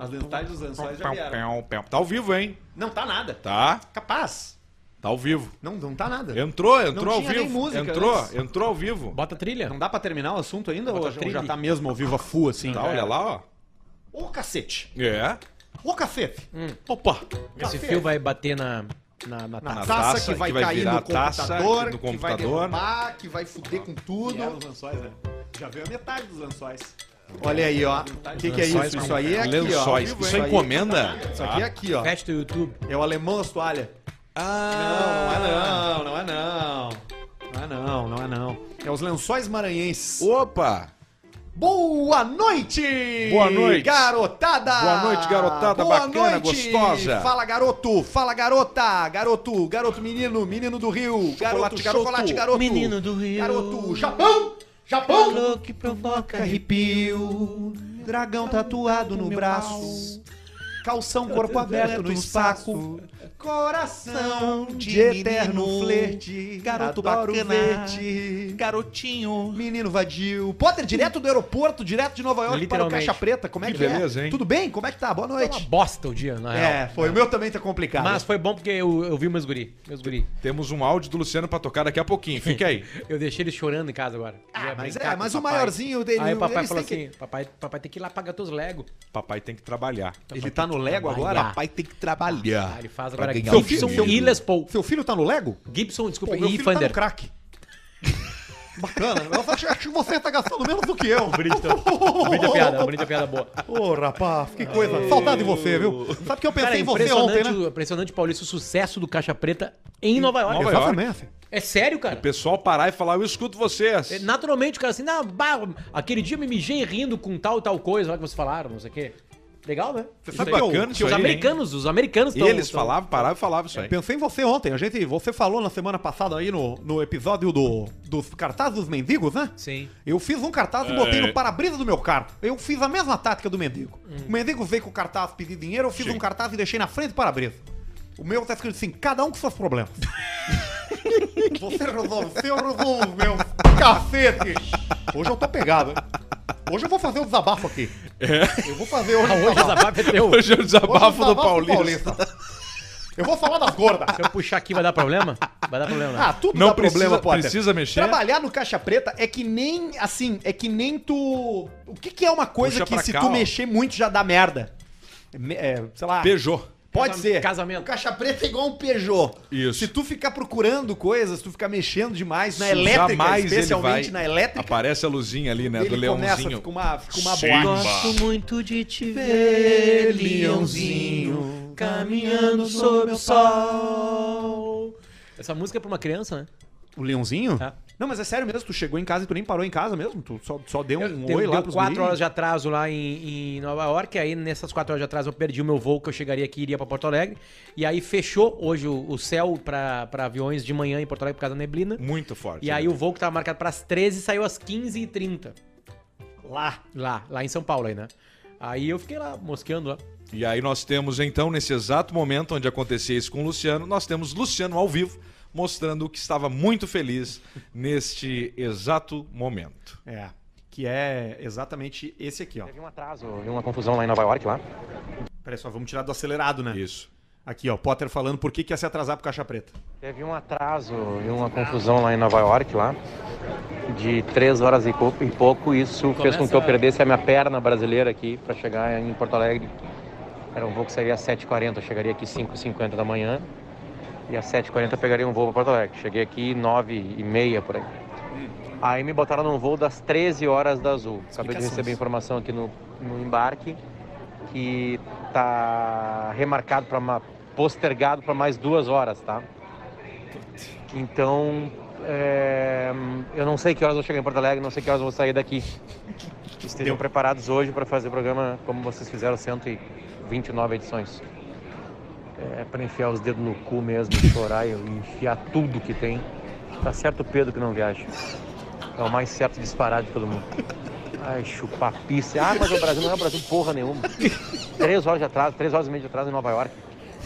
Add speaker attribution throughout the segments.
Speaker 1: As lentais dos lençóis já
Speaker 2: Pau,
Speaker 1: vieram.
Speaker 2: pau, pau. Tá ao vivo, hein?
Speaker 1: Não tá nada.
Speaker 2: Tá.
Speaker 1: Capaz.
Speaker 2: Tá ao vivo.
Speaker 1: Não, não tá nada.
Speaker 2: Entrou, entrou
Speaker 1: Não
Speaker 2: ao
Speaker 1: tinha
Speaker 2: vivo.
Speaker 1: nem música né?
Speaker 2: entrou,
Speaker 1: antes.
Speaker 2: entrou ao vivo.
Speaker 3: Bota a trilha.
Speaker 1: Não dá pra terminar o assunto ainda
Speaker 3: Bota
Speaker 1: ou já- ou
Speaker 3: trilha.
Speaker 1: já tá mesmo ao vivo a full assim?
Speaker 4: É.
Speaker 2: Tá, olha lá, ó.
Speaker 1: Ô cacete!
Speaker 2: É.
Speaker 1: Ô cacete!
Speaker 2: Opa.
Speaker 3: Esse
Speaker 1: Tá
Speaker 3: fio vai bater na, na, na
Speaker 1: Na
Speaker 3: taça.
Speaker 1: taça,
Speaker 2: taça
Speaker 1: que
Speaker 2: que
Speaker 1: vai
Speaker 2: vai
Speaker 1: cair
Speaker 2: virar
Speaker 1: no
Speaker 2: a taça
Speaker 1: computador,
Speaker 2: do
Speaker 1: que vai
Speaker 2: computador.
Speaker 1: derrubar, que vai fuder com tudo.
Speaker 4: Vieram os lençóis, né?
Speaker 1: Já veio a metade dos lençóis.
Speaker 4: Olha aí, ó. O que, que é isso?
Speaker 3: Lençóis,
Speaker 4: Isso aí é aqui, ó.
Speaker 2: Lençóis. Isso é
Speaker 4: aí-
Speaker 2: encomenda?
Speaker 4: Isso aqui é aqui, ó.
Speaker 3: Festa do YouTube.
Speaker 4: É o alemão das toalhas.
Speaker 2: Ah.
Speaker 1: não, não é não. Não é não, não é não.
Speaker 4: É os lençóis maranhenses.
Speaker 2: é- Opa.
Speaker 4: Boa noite!
Speaker 2: Boa noite.
Speaker 4: Garotada!
Speaker 2: Boa noite, garotada bacana, gostosa.
Speaker 4: Fala, garoto! Fala, garota! Garoto, garoto menino, menino do Rio. Garoto,
Speaker 2: Chocolate,
Speaker 4: chocolate,
Speaker 2: choco.
Speaker 4: garoto.
Speaker 3: Menino do Rio.
Speaker 4: Garoto, Japão! Japão!
Speaker 3: Calor que provoca
Speaker 4: Arrepio, dragão tatuado no braço, calção corpo aberto no saco, coração de eterno flerte, garoto bacana, verde,
Speaker 3: garotinho.
Speaker 4: menino vadio. Potter, direto do aeroporto, direto de Nova York para o
Speaker 3: Literalmente.
Speaker 4: Caixa Preta, como é que,
Speaker 2: Que beleza,
Speaker 4: é?
Speaker 2: hein?
Speaker 4: Tudo bem? Como é que tá? Boa
Speaker 3: Foi uma
Speaker 4: noite.
Speaker 3: bosta o dia, na real.
Speaker 4: É, foi, o meu também tá complicado.
Speaker 3: Mas foi bom porque eu, eu vi meus guri. Meus guri.
Speaker 2: Temos um áudio do Luciano pra tocar daqui a pouquinho. Fica aí.
Speaker 3: Eu deixei eles chorando em casa agora.
Speaker 4: Ah,
Speaker 3: Ia
Speaker 4: mas
Speaker 3: brincar
Speaker 4: é,
Speaker 3: com
Speaker 4: mas o
Speaker 3: papai.
Speaker 4: maiorzinho dele,
Speaker 3: Aí o papai
Speaker 4: eles
Speaker 3: falou
Speaker 4: têm
Speaker 3: assim: papai, papai tem que ir lá pagar teus Lego.
Speaker 2: Papai tem que trabalhar.
Speaker 4: Ele tá no Lego agora?
Speaker 3: Trabalhar.
Speaker 4: Papai tem que trabalhar.
Speaker 3: Ah, ele faz agora
Speaker 2: ganhar
Speaker 4: um
Speaker 3: Gibson
Speaker 4: dinheiro.
Speaker 3: e Les Paul.
Speaker 4: Seu filho tá no Lego?
Speaker 3: Gibson, desculpa,
Speaker 4: Pô, meu
Speaker 3: e
Speaker 4: filho tá no
Speaker 3: Fender.
Speaker 4: crack. Bacana. Eu acho, acho que você tá gastando menos do que eu.
Speaker 3: Bonita piada, bonita piada boa.
Speaker 4: Ô, rapaz, que coisa. Saudade de você, viu? Sabe que eu pensei
Speaker 3: Cara, é
Speaker 4: em você ontem,
Speaker 3: impressionante,
Speaker 4: né?
Speaker 3: o- impressionante, Paulista, o sucesso do Caixa Preta em Nova York.
Speaker 2: Nova York.
Speaker 4: Exatamente. assim.
Speaker 3: É sério, cara.
Speaker 2: O pessoal parar e falar, eu escuto vocês.
Speaker 3: É, Naturalmente, o cara assim, não, bah, aquele dia eu me mijei rindo com tal e tal coisa lá que vocês falaram, não sei o quê. Legal, né? Isso
Speaker 2: sabe
Speaker 3: aí.
Speaker 4: é
Speaker 2: que eu-
Speaker 3: Os
Speaker 2: isso aí, hein?
Speaker 3: americanos, os americanos tão-
Speaker 2: Eles
Speaker 3: tão-
Speaker 2: falavam, paravam e falavam isso aí.
Speaker 4: Pensei em você ontem. A gente, você falou na semana passada aí no, no episódio do, dos cartazes dos mendigos, né?
Speaker 3: Sim.
Speaker 4: Eu fiz um cartaz e botei
Speaker 2: É.
Speaker 4: no para-brisa do meu carro. Eu fiz a mesma tática do mendigo.
Speaker 2: Hum.
Speaker 4: O mendigo veio com o cartaz pedir dinheiro, eu fiz um cartaz e deixei na frente do para-brisa. O meu tá escrito assim, cada um com seus problemas. Você resolve o seu, eu resolvo o meu. Cacete! Hoje eu tô pegado. hein? Hoje eu vou fazer o desabafo aqui. Eu vou fazer hoje,
Speaker 3: Ah, hoje o desabafo é teu.
Speaker 2: Hoje
Speaker 4: Hoje o
Speaker 2: é o É? desabafo do Paulista.
Speaker 4: Eu vou falar das gordas.
Speaker 3: Se eu puxar aqui, vai dar problema? Vai dar problema,
Speaker 4: Ah,
Speaker 3: né?
Speaker 4: tudo
Speaker 2: Não
Speaker 4: dá
Speaker 2: precisa-
Speaker 4: problema, Potter.
Speaker 2: precisa mexer?
Speaker 4: Trabalhar no caixa preta é que nem, assim, é que nem tu... O que que é uma coisa
Speaker 2: Puxa
Speaker 4: que
Speaker 2: pra
Speaker 4: se
Speaker 2: cá,
Speaker 4: tu
Speaker 2: ó.
Speaker 4: mexer muito já dá merda? Me- É, sei lá...
Speaker 2: Peugeot.
Speaker 4: Pode
Speaker 3: Casam-
Speaker 4: ser.
Speaker 3: casamento.
Speaker 4: O caixa preta é igual um Peugeot.
Speaker 2: Isso.
Speaker 4: Se tu ficar procurando coisas, se tu ficar mexendo demais na
Speaker 2: Isso,
Speaker 4: elétrica,
Speaker 2: jamais ele
Speaker 4: especialmente
Speaker 2: vai-
Speaker 4: na elétrica,
Speaker 2: Aparece a luzinha ali, né, do
Speaker 4: ele começa,
Speaker 2: leãozinho.
Speaker 4: fica uma, fica uma
Speaker 2: Sim.
Speaker 4: boate.
Speaker 2: Gosto
Speaker 3: muito de te
Speaker 4: ver, leãozinho, caminhando sob o
Speaker 3: sol. Essa música é pra uma criança, né?
Speaker 4: O leãozinho?
Speaker 3: Tá.
Speaker 4: Não, mas é sério mesmo, tu chegou em casa e tu nem parou em casa mesmo? Tu só, só deu um
Speaker 3: Eu
Speaker 4: oi
Speaker 3: tenho,
Speaker 4: lá
Speaker 3: deu
Speaker 4: pros
Speaker 3: quatro
Speaker 4: guris?
Speaker 3: horas de atraso lá em, em Nova York, aí nessas quatro horas de atraso eu perdi o meu voo que eu chegaria aqui e iria pra Porto Alegre. E aí fechou hoje o, o céu pra pra aviões de manhã em Porto Alegre por causa da neblina.
Speaker 2: Muito
Speaker 4: Tá
Speaker 2: forte. né?
Speaker 3: E aí o voo que tava marcado pras 13 saiu às 15h30.
Speaker 4: Lá.
Speaker 3: Lá, lá em São Paulo aí, né? Aí eu fiquei lá, mosqueando lá.
Speaker 2: E aí nós temos, então, nesse exato momento onde acontecia isso com o Luciano, nós temos Luciano ao vivo mostrando que estava muito feliz neste exato momento.
Speaker 4: É. Que é exatamente esse aqui, ó.
Speaker 5: Teve um atraso, e uma confusão lá em Nova York lá.
Speaker 4: Peraí só, vamos tirar do acelerado, né?
Speaker 2: Isso.
Speaker 4: Aqui, ó, Potter falando por que, que ia se atrasar pro Caixa Preta.
Speaker 5: Teve um atraso e uma confusão lá em Nova York lá. De três horas e pouco, e pouco. isso fez com que eu
Speaker 3: Começa-
Speaker 5: perdesse a minha perna brasileira aqui para chegar em Porto Alegre. Era um voo que sairia às 7h40, eu chegaria aqui às 5h50 da manhã. E às 7h40 eu pegaria um voo para Porto Alegre. Cheguei aqui 9h30 por aí. Aí me botaram num voo das 13 horas da Azul. Acabei de
Speaker 4: Hum. Explicações.
Speaker 5: receber informação aqui no, no embarque que tá remarcado para postergado para mais duas horas, tá? Então é, eu não sei que horas eu vou chegar em Porto Alegre, não sei que horas eu vou sair daqui. Estejam
Speaker 4: Deu.
Speaker 5: preparados hoje para fazer o programa como vocês fizeram 129 edições. É para enfiar os dedos no cu mesmo, chorar e enfiar tudo que tem. Tá certo o Pedro que não viaja. É o mais certo disparado de todo mundo. Ai, chupar pizza. Ah, mas o Brasil não é o Brasil porra nenhuma. Três horas de atraso, três horas e meia de atraso em Nova York.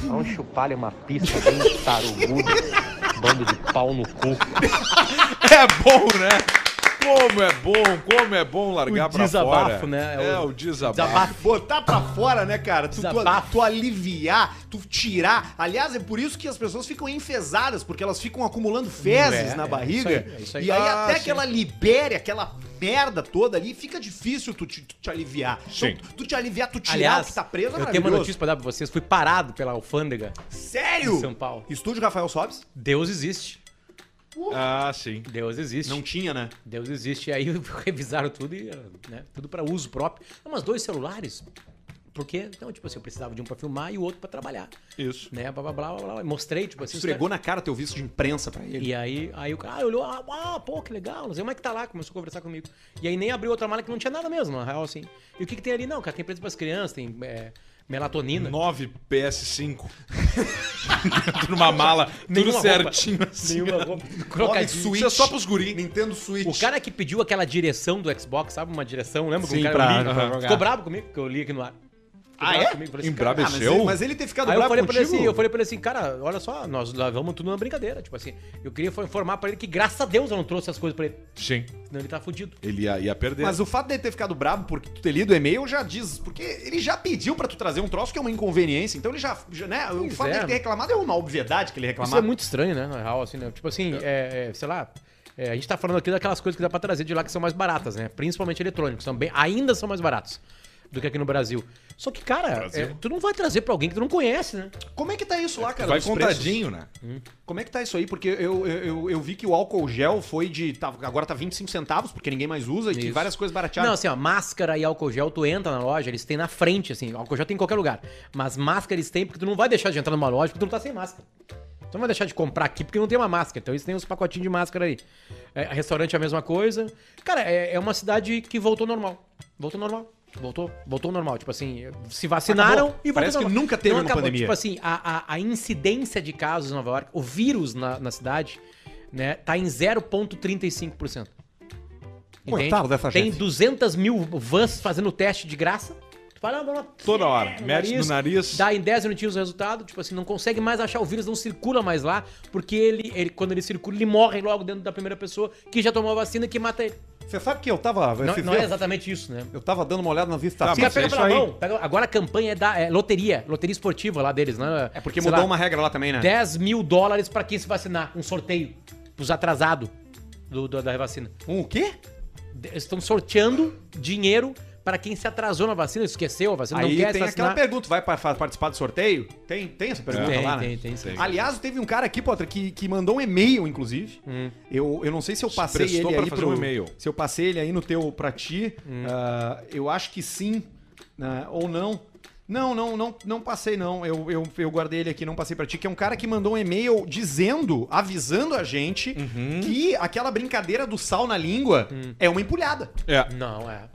Speaker 5: Vamos chupar uma um pista bem tarugudo. Bando de pau no cu.
Speaker 2: É bom, né? Como é bom, como é bom largar
Speaker 3: O
Speaker 2: pra
Speaker 3: desabafo,
Speaker 2: fora.
Speaker 3: né? É
Speaker 2: É,
Speaker 3: o-
Speaker 2: o desabafo.
Speaker 3: Desabafo.
Speaker 4: Botar pra fora, né, cara? Tu, tu-
Speaker 3: Desabafo.
Speaker 4: tu aliviar, tu tirar. Aliás, é por isso que as pessoas ficam enfesadas, porque elas ficam acumulando fezes
Speaker 3: É,
Speaker 4: na
Speaker 3: é,
Speaker 4: barriga.
Speaker 3: isso aí, é isso aí.
Speaker 4: E aí,
Speaker 2: Ah,
Speaker 4: até
Speaker 2: sim.
Speaker 4: que ela libere aquela merda toda ali, fica difícil tu te, tu te aliviar.
Speaker 2: Sim.
Speaker 4: Então, tu te aliviar, tu tirar o
Speaker 3: Aliás,
Speaker 4: que tá preso é
Speaker 3: eu tenho uma
Speaker 4: maravilhoso.
Speaker 3: notícia é um pra dar pra vocês. Fui parado pela alfândega.
Speaker 4: Sério?
Speaker 3: em São Paulo.
Speaker 4: Estúdio Rafael Sobes?
Speaker 3: Deus existe.
Speaker 2: Ah, sim.
Speaker 3: Deus existe.
Speaker 4: Não tinha, né?
Speaker 3: Deus existe. Aí revisaram tudo e né, tudo para uso próprio. Não, mas dois celulares. Porque, então, tipo assim, eu precisava de um pra filmar e o outro pra trabalhar.
Speaker 2: Isso.
Speaker 3: Né? Blá, blá, blá, blá, blá. Mostrei, tipo assim. os
Speaker 4: Esfregou na cara teu visto de imprensa pra ele.
Speaker 3: E aí, aí o cara olhou, ah, uau, pô, que legal, não sei como é que tá lá, começou a conversar comigo. E aí nem abriu outra mala que não tinha nada mesmo, na real, assim. E o que, que tem ali? Não, cara, tem preço pras crianças, tem é, melatonina.
Speaker 2: 9 PS5. Dentro de uma mala, tudo
Speaker 3: Nenhuma
Speaker 2: certinho assim.
Speaker 3: Nenhuma roupa.
Speaker 4: Olha,
Speaker 3: Crocadinho.
Speaker 4: Switch.
Speaker 2: Isso é só pros guri.
Speaker 4: Nintendo Switch.
Speaker 3: O cara que pediu aquela direção do Xbox, sabe? Uma direção, lembra?
Speaker 4: Sim,
Speaker 3: que o cara
Speaker 4: pra-
Speaker 3: li,
Speaker 4: pra jogar.
Speaker 3: Ficou brabo comigo, que eu li aqui no ar. Ficou
Speaker 4: Ah,
Speaker 3: bravo
Speaker 4: é?
Speaker 3: Comigo, falei assim, cara,
Speaker 4: Ah, mas,
Speaker 2: Embrabeceu?
Speaker 4: ele, mas ele ter ficado
Speaker 3: Aí eu
Speaker 4: bravo
Speaker 3: falei, pra ele assim,
Speaker 4: contigo?
Speaker 3: eu falei pra ele assim, cara, olha só, nós lavamos tudo na brincadeira. Tipo assim, eu queria foi informar pra ele que, graças a Deus, eu não trouxe as coisas pra ele.
Speaker 2: Sim.
Speaker 3: Senão ele tá fudido.
Speaker 2: Ele ia, ia perder.
Speaker 4: É. Mas o fato dele ter ficado bravo porque tu ter lido o e-mail já diz. Porque ele já pediu pra tu trazer um troço que é uma inconveniência. Então ele já. já, né, o
Speaker 3: Pois
Speaker 4: fato
Speaker 3: é.
Speaker 4: dele ter reclamado é uma obviedade que ele
Speaker 3: Isso é
Speaker 4: reclamava.
Speaker 3: muito estranho, né? Na real, assim, né? Tipo assim, é, é, sei lá. é, a gente tá falando aqui daquelas coisas que dá pra trazer de lá que são mais baratas, né? Principalmente eletrônicos. São bem, ainda são mais baratos do que aqui no Brasil. Só que, cara,
Speaker 2: Brasil.
Speaker 3: é, tu não vai trazer pra alguém que tu não conhece, né?
Speaker 4: Como é que tá isso lá, cara?
Speaker 2: Vai
Speaker 4: dos preços?
Speaker 2: contadinho, né?
Speaker 4: Como é que tá isso aí? Porque eu, eu, eu, eu vi que o álcool gel foi de. tá- agora tá 25 centavos, porque ninguém mais usa, e que
Speaker 3: Isso.
Speaker 4: várias coisas baratearam.
Speaker 3: Não, assim, ó, máscara e álcool gel, tu entra na loja, eles têm na frente, assim. Álcool gel tem em qualquer lugar. Mas máscara eles têm porque tu não vai deixar de entrar numa loja porque tu não tá sem máscara. Tu não vai deixar de comprar aqui porque não tem uma máscara. Então eles têm uns pacotinhos de máscara aí. É, restaurante é a mesma coisa. Cara, é, é uma cidade que voltou normal. Voltou normal. Voltou, voltou normal. Tipo assim, se vacinaram
Speaker 4: Acabou.
Speaker 3: e voltou
Speaker 4: Ah, tá Parece que
Speaker 3: normal.
Speaker 4: nunca teve
Speaker 3: Não
Speaker 4: uma
Speaker 3: acabou.
Speaker 4: pandemia.
Speaker 3: Tipo assim, a, a- a incidência de casos em Nova York, o vírus na, na cidade, né, tá em 0,35%. Entende?
Speaker 4: Coitado tá, dessa
Speaker 3: Tem
Speaker 4: gente.
Speaker 3: 200 mil vans fazendo teste de graça. Tu vai lá, vai lá,
Speaker 2: Toda
Speaker 4: É,
Speaker 2: hora. Mete no nariz.
Speaker 3: Dá em 10 minutinhos o resultado. Tipo assim, não consegue mais achar o vírus, não circula mais lá. Porque ele, ele quando ele circula, ele morre logo dentro da primeira pessoa que já tomou a vacina que mata ele.
Speaker 4: Você sabe que eu tava.
Speaker 3: assim, Não,
Speaker 4: esses
Speaker 3: não é
Speaker 4: dias-
Speaker 3: exatamente isso, né?
Speaker 4: Eu tava dando uma olhada nas
Speaker 3: Os caras
Speaker 4: estatísticas. Ah,
Speaker 3: pegam
Speaker 4: é isso
Speaker 3: pela
Speaker 4: aí.
Speaker 3: mão. pega- agora a campanha é da é, loteria, loteria esportiva lá deles, né?
Speaker 4: É porque
Speaker 3: Sei
Speaker 4: mudou
Speaker 3: lá,
Speaker 4: uma regra lá também, né?
Speaker 3: 10 mil dólares pra quem se vacinar. Um sorteio. Pros atrasados do, do- da vacina.
Speaker 4: Um o quê?
Speaker 3: De- Estão sorteando dinheiro para quem se atrasou na vacina, esqueceu a vacina,
Speaker 4: aí
Speaker 3: não quer
Speaker 4: tem
Speaker 3: se
Speaker 4: aquela
Speaker 3: vacinar.
Speaker 4: pergunta: vai pa- fa- participar do sorteio? Tem, tem essa pergunta
Speaker 3: Tem,
Speaker 4: lá, né?
Speaker 3: tem, tem, sim.
Speaker 2: Tem.
Speaker 4: Aliás, teve um cara aqui, Potter, que, que mandou um e-mail, inclusive. Eu, eu não sei se eu passei
Speaker 2: prestou
Speaker 4: ele
Speaker 2: pra
Speaker 4: aí
Speaker 2: fazer
Speaker 4: pro,
Speaker 2: um e-mail.
Speaker 4: Se eu passei ele aí no teu pra ti. ah, eu acho que sim. né, ou não. Não, não, não, não passei, não. Eu, eu, eu guardei ele aqui, não passei pra ti, que é um cara que mandou um e-mail dizendo, avisando a gente que aquela brincadeira do sal na língua é uma empulhada.
Speaker 2: É.
Speaker 3: Não, é.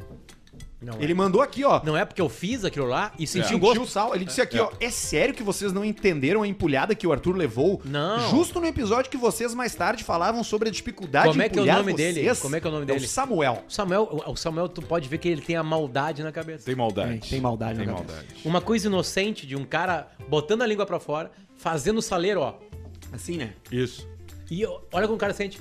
Speaker 3: Não
Speaker 4: Ele É.
Speaker 3: é.
Speaker 4: mandou aqui, ó.
Speaker 3: Não é porque eu fiz aquilo lá e senti
Speaker 4: Sentiu
Speaker 3: o gosto.
Speaker 4: o sal. Ele disse aqui, ó. É sério que vocês não entenderam a empulhada que o Arthur levou?
Speaker 3: Não.
Speaker 4: Justo no episódio que vocês mais tarde falavam sobre a dificuldade
Speaker 3: Como é que é o
Speaker 4: empulhar
Speaker 3: nome dele?
Speaker 4: vocês.
Speaker 3: Como é que é o nome
Speaker 4: o
Speaker 3: dele?
Speaker 4: Samuel.
Speaker 3: O Samuel, o Samuel, tu pode ver que ele tem a maldade na cabeça.
Speaker 2: Tem maldade.
Speaker 4: Tem- tem maldade,
Speaker 2: Tem
Speaker 4: né,
Speaker 2: maldade.
Speaker 3: Uma coisa inocente de um cara botando a língua pra fora, fazendo o saleiro, ó.
Speaker 4: Assim, né?
Speaker 2: Isso.
Speaker 3: E ó, olha como o cara sente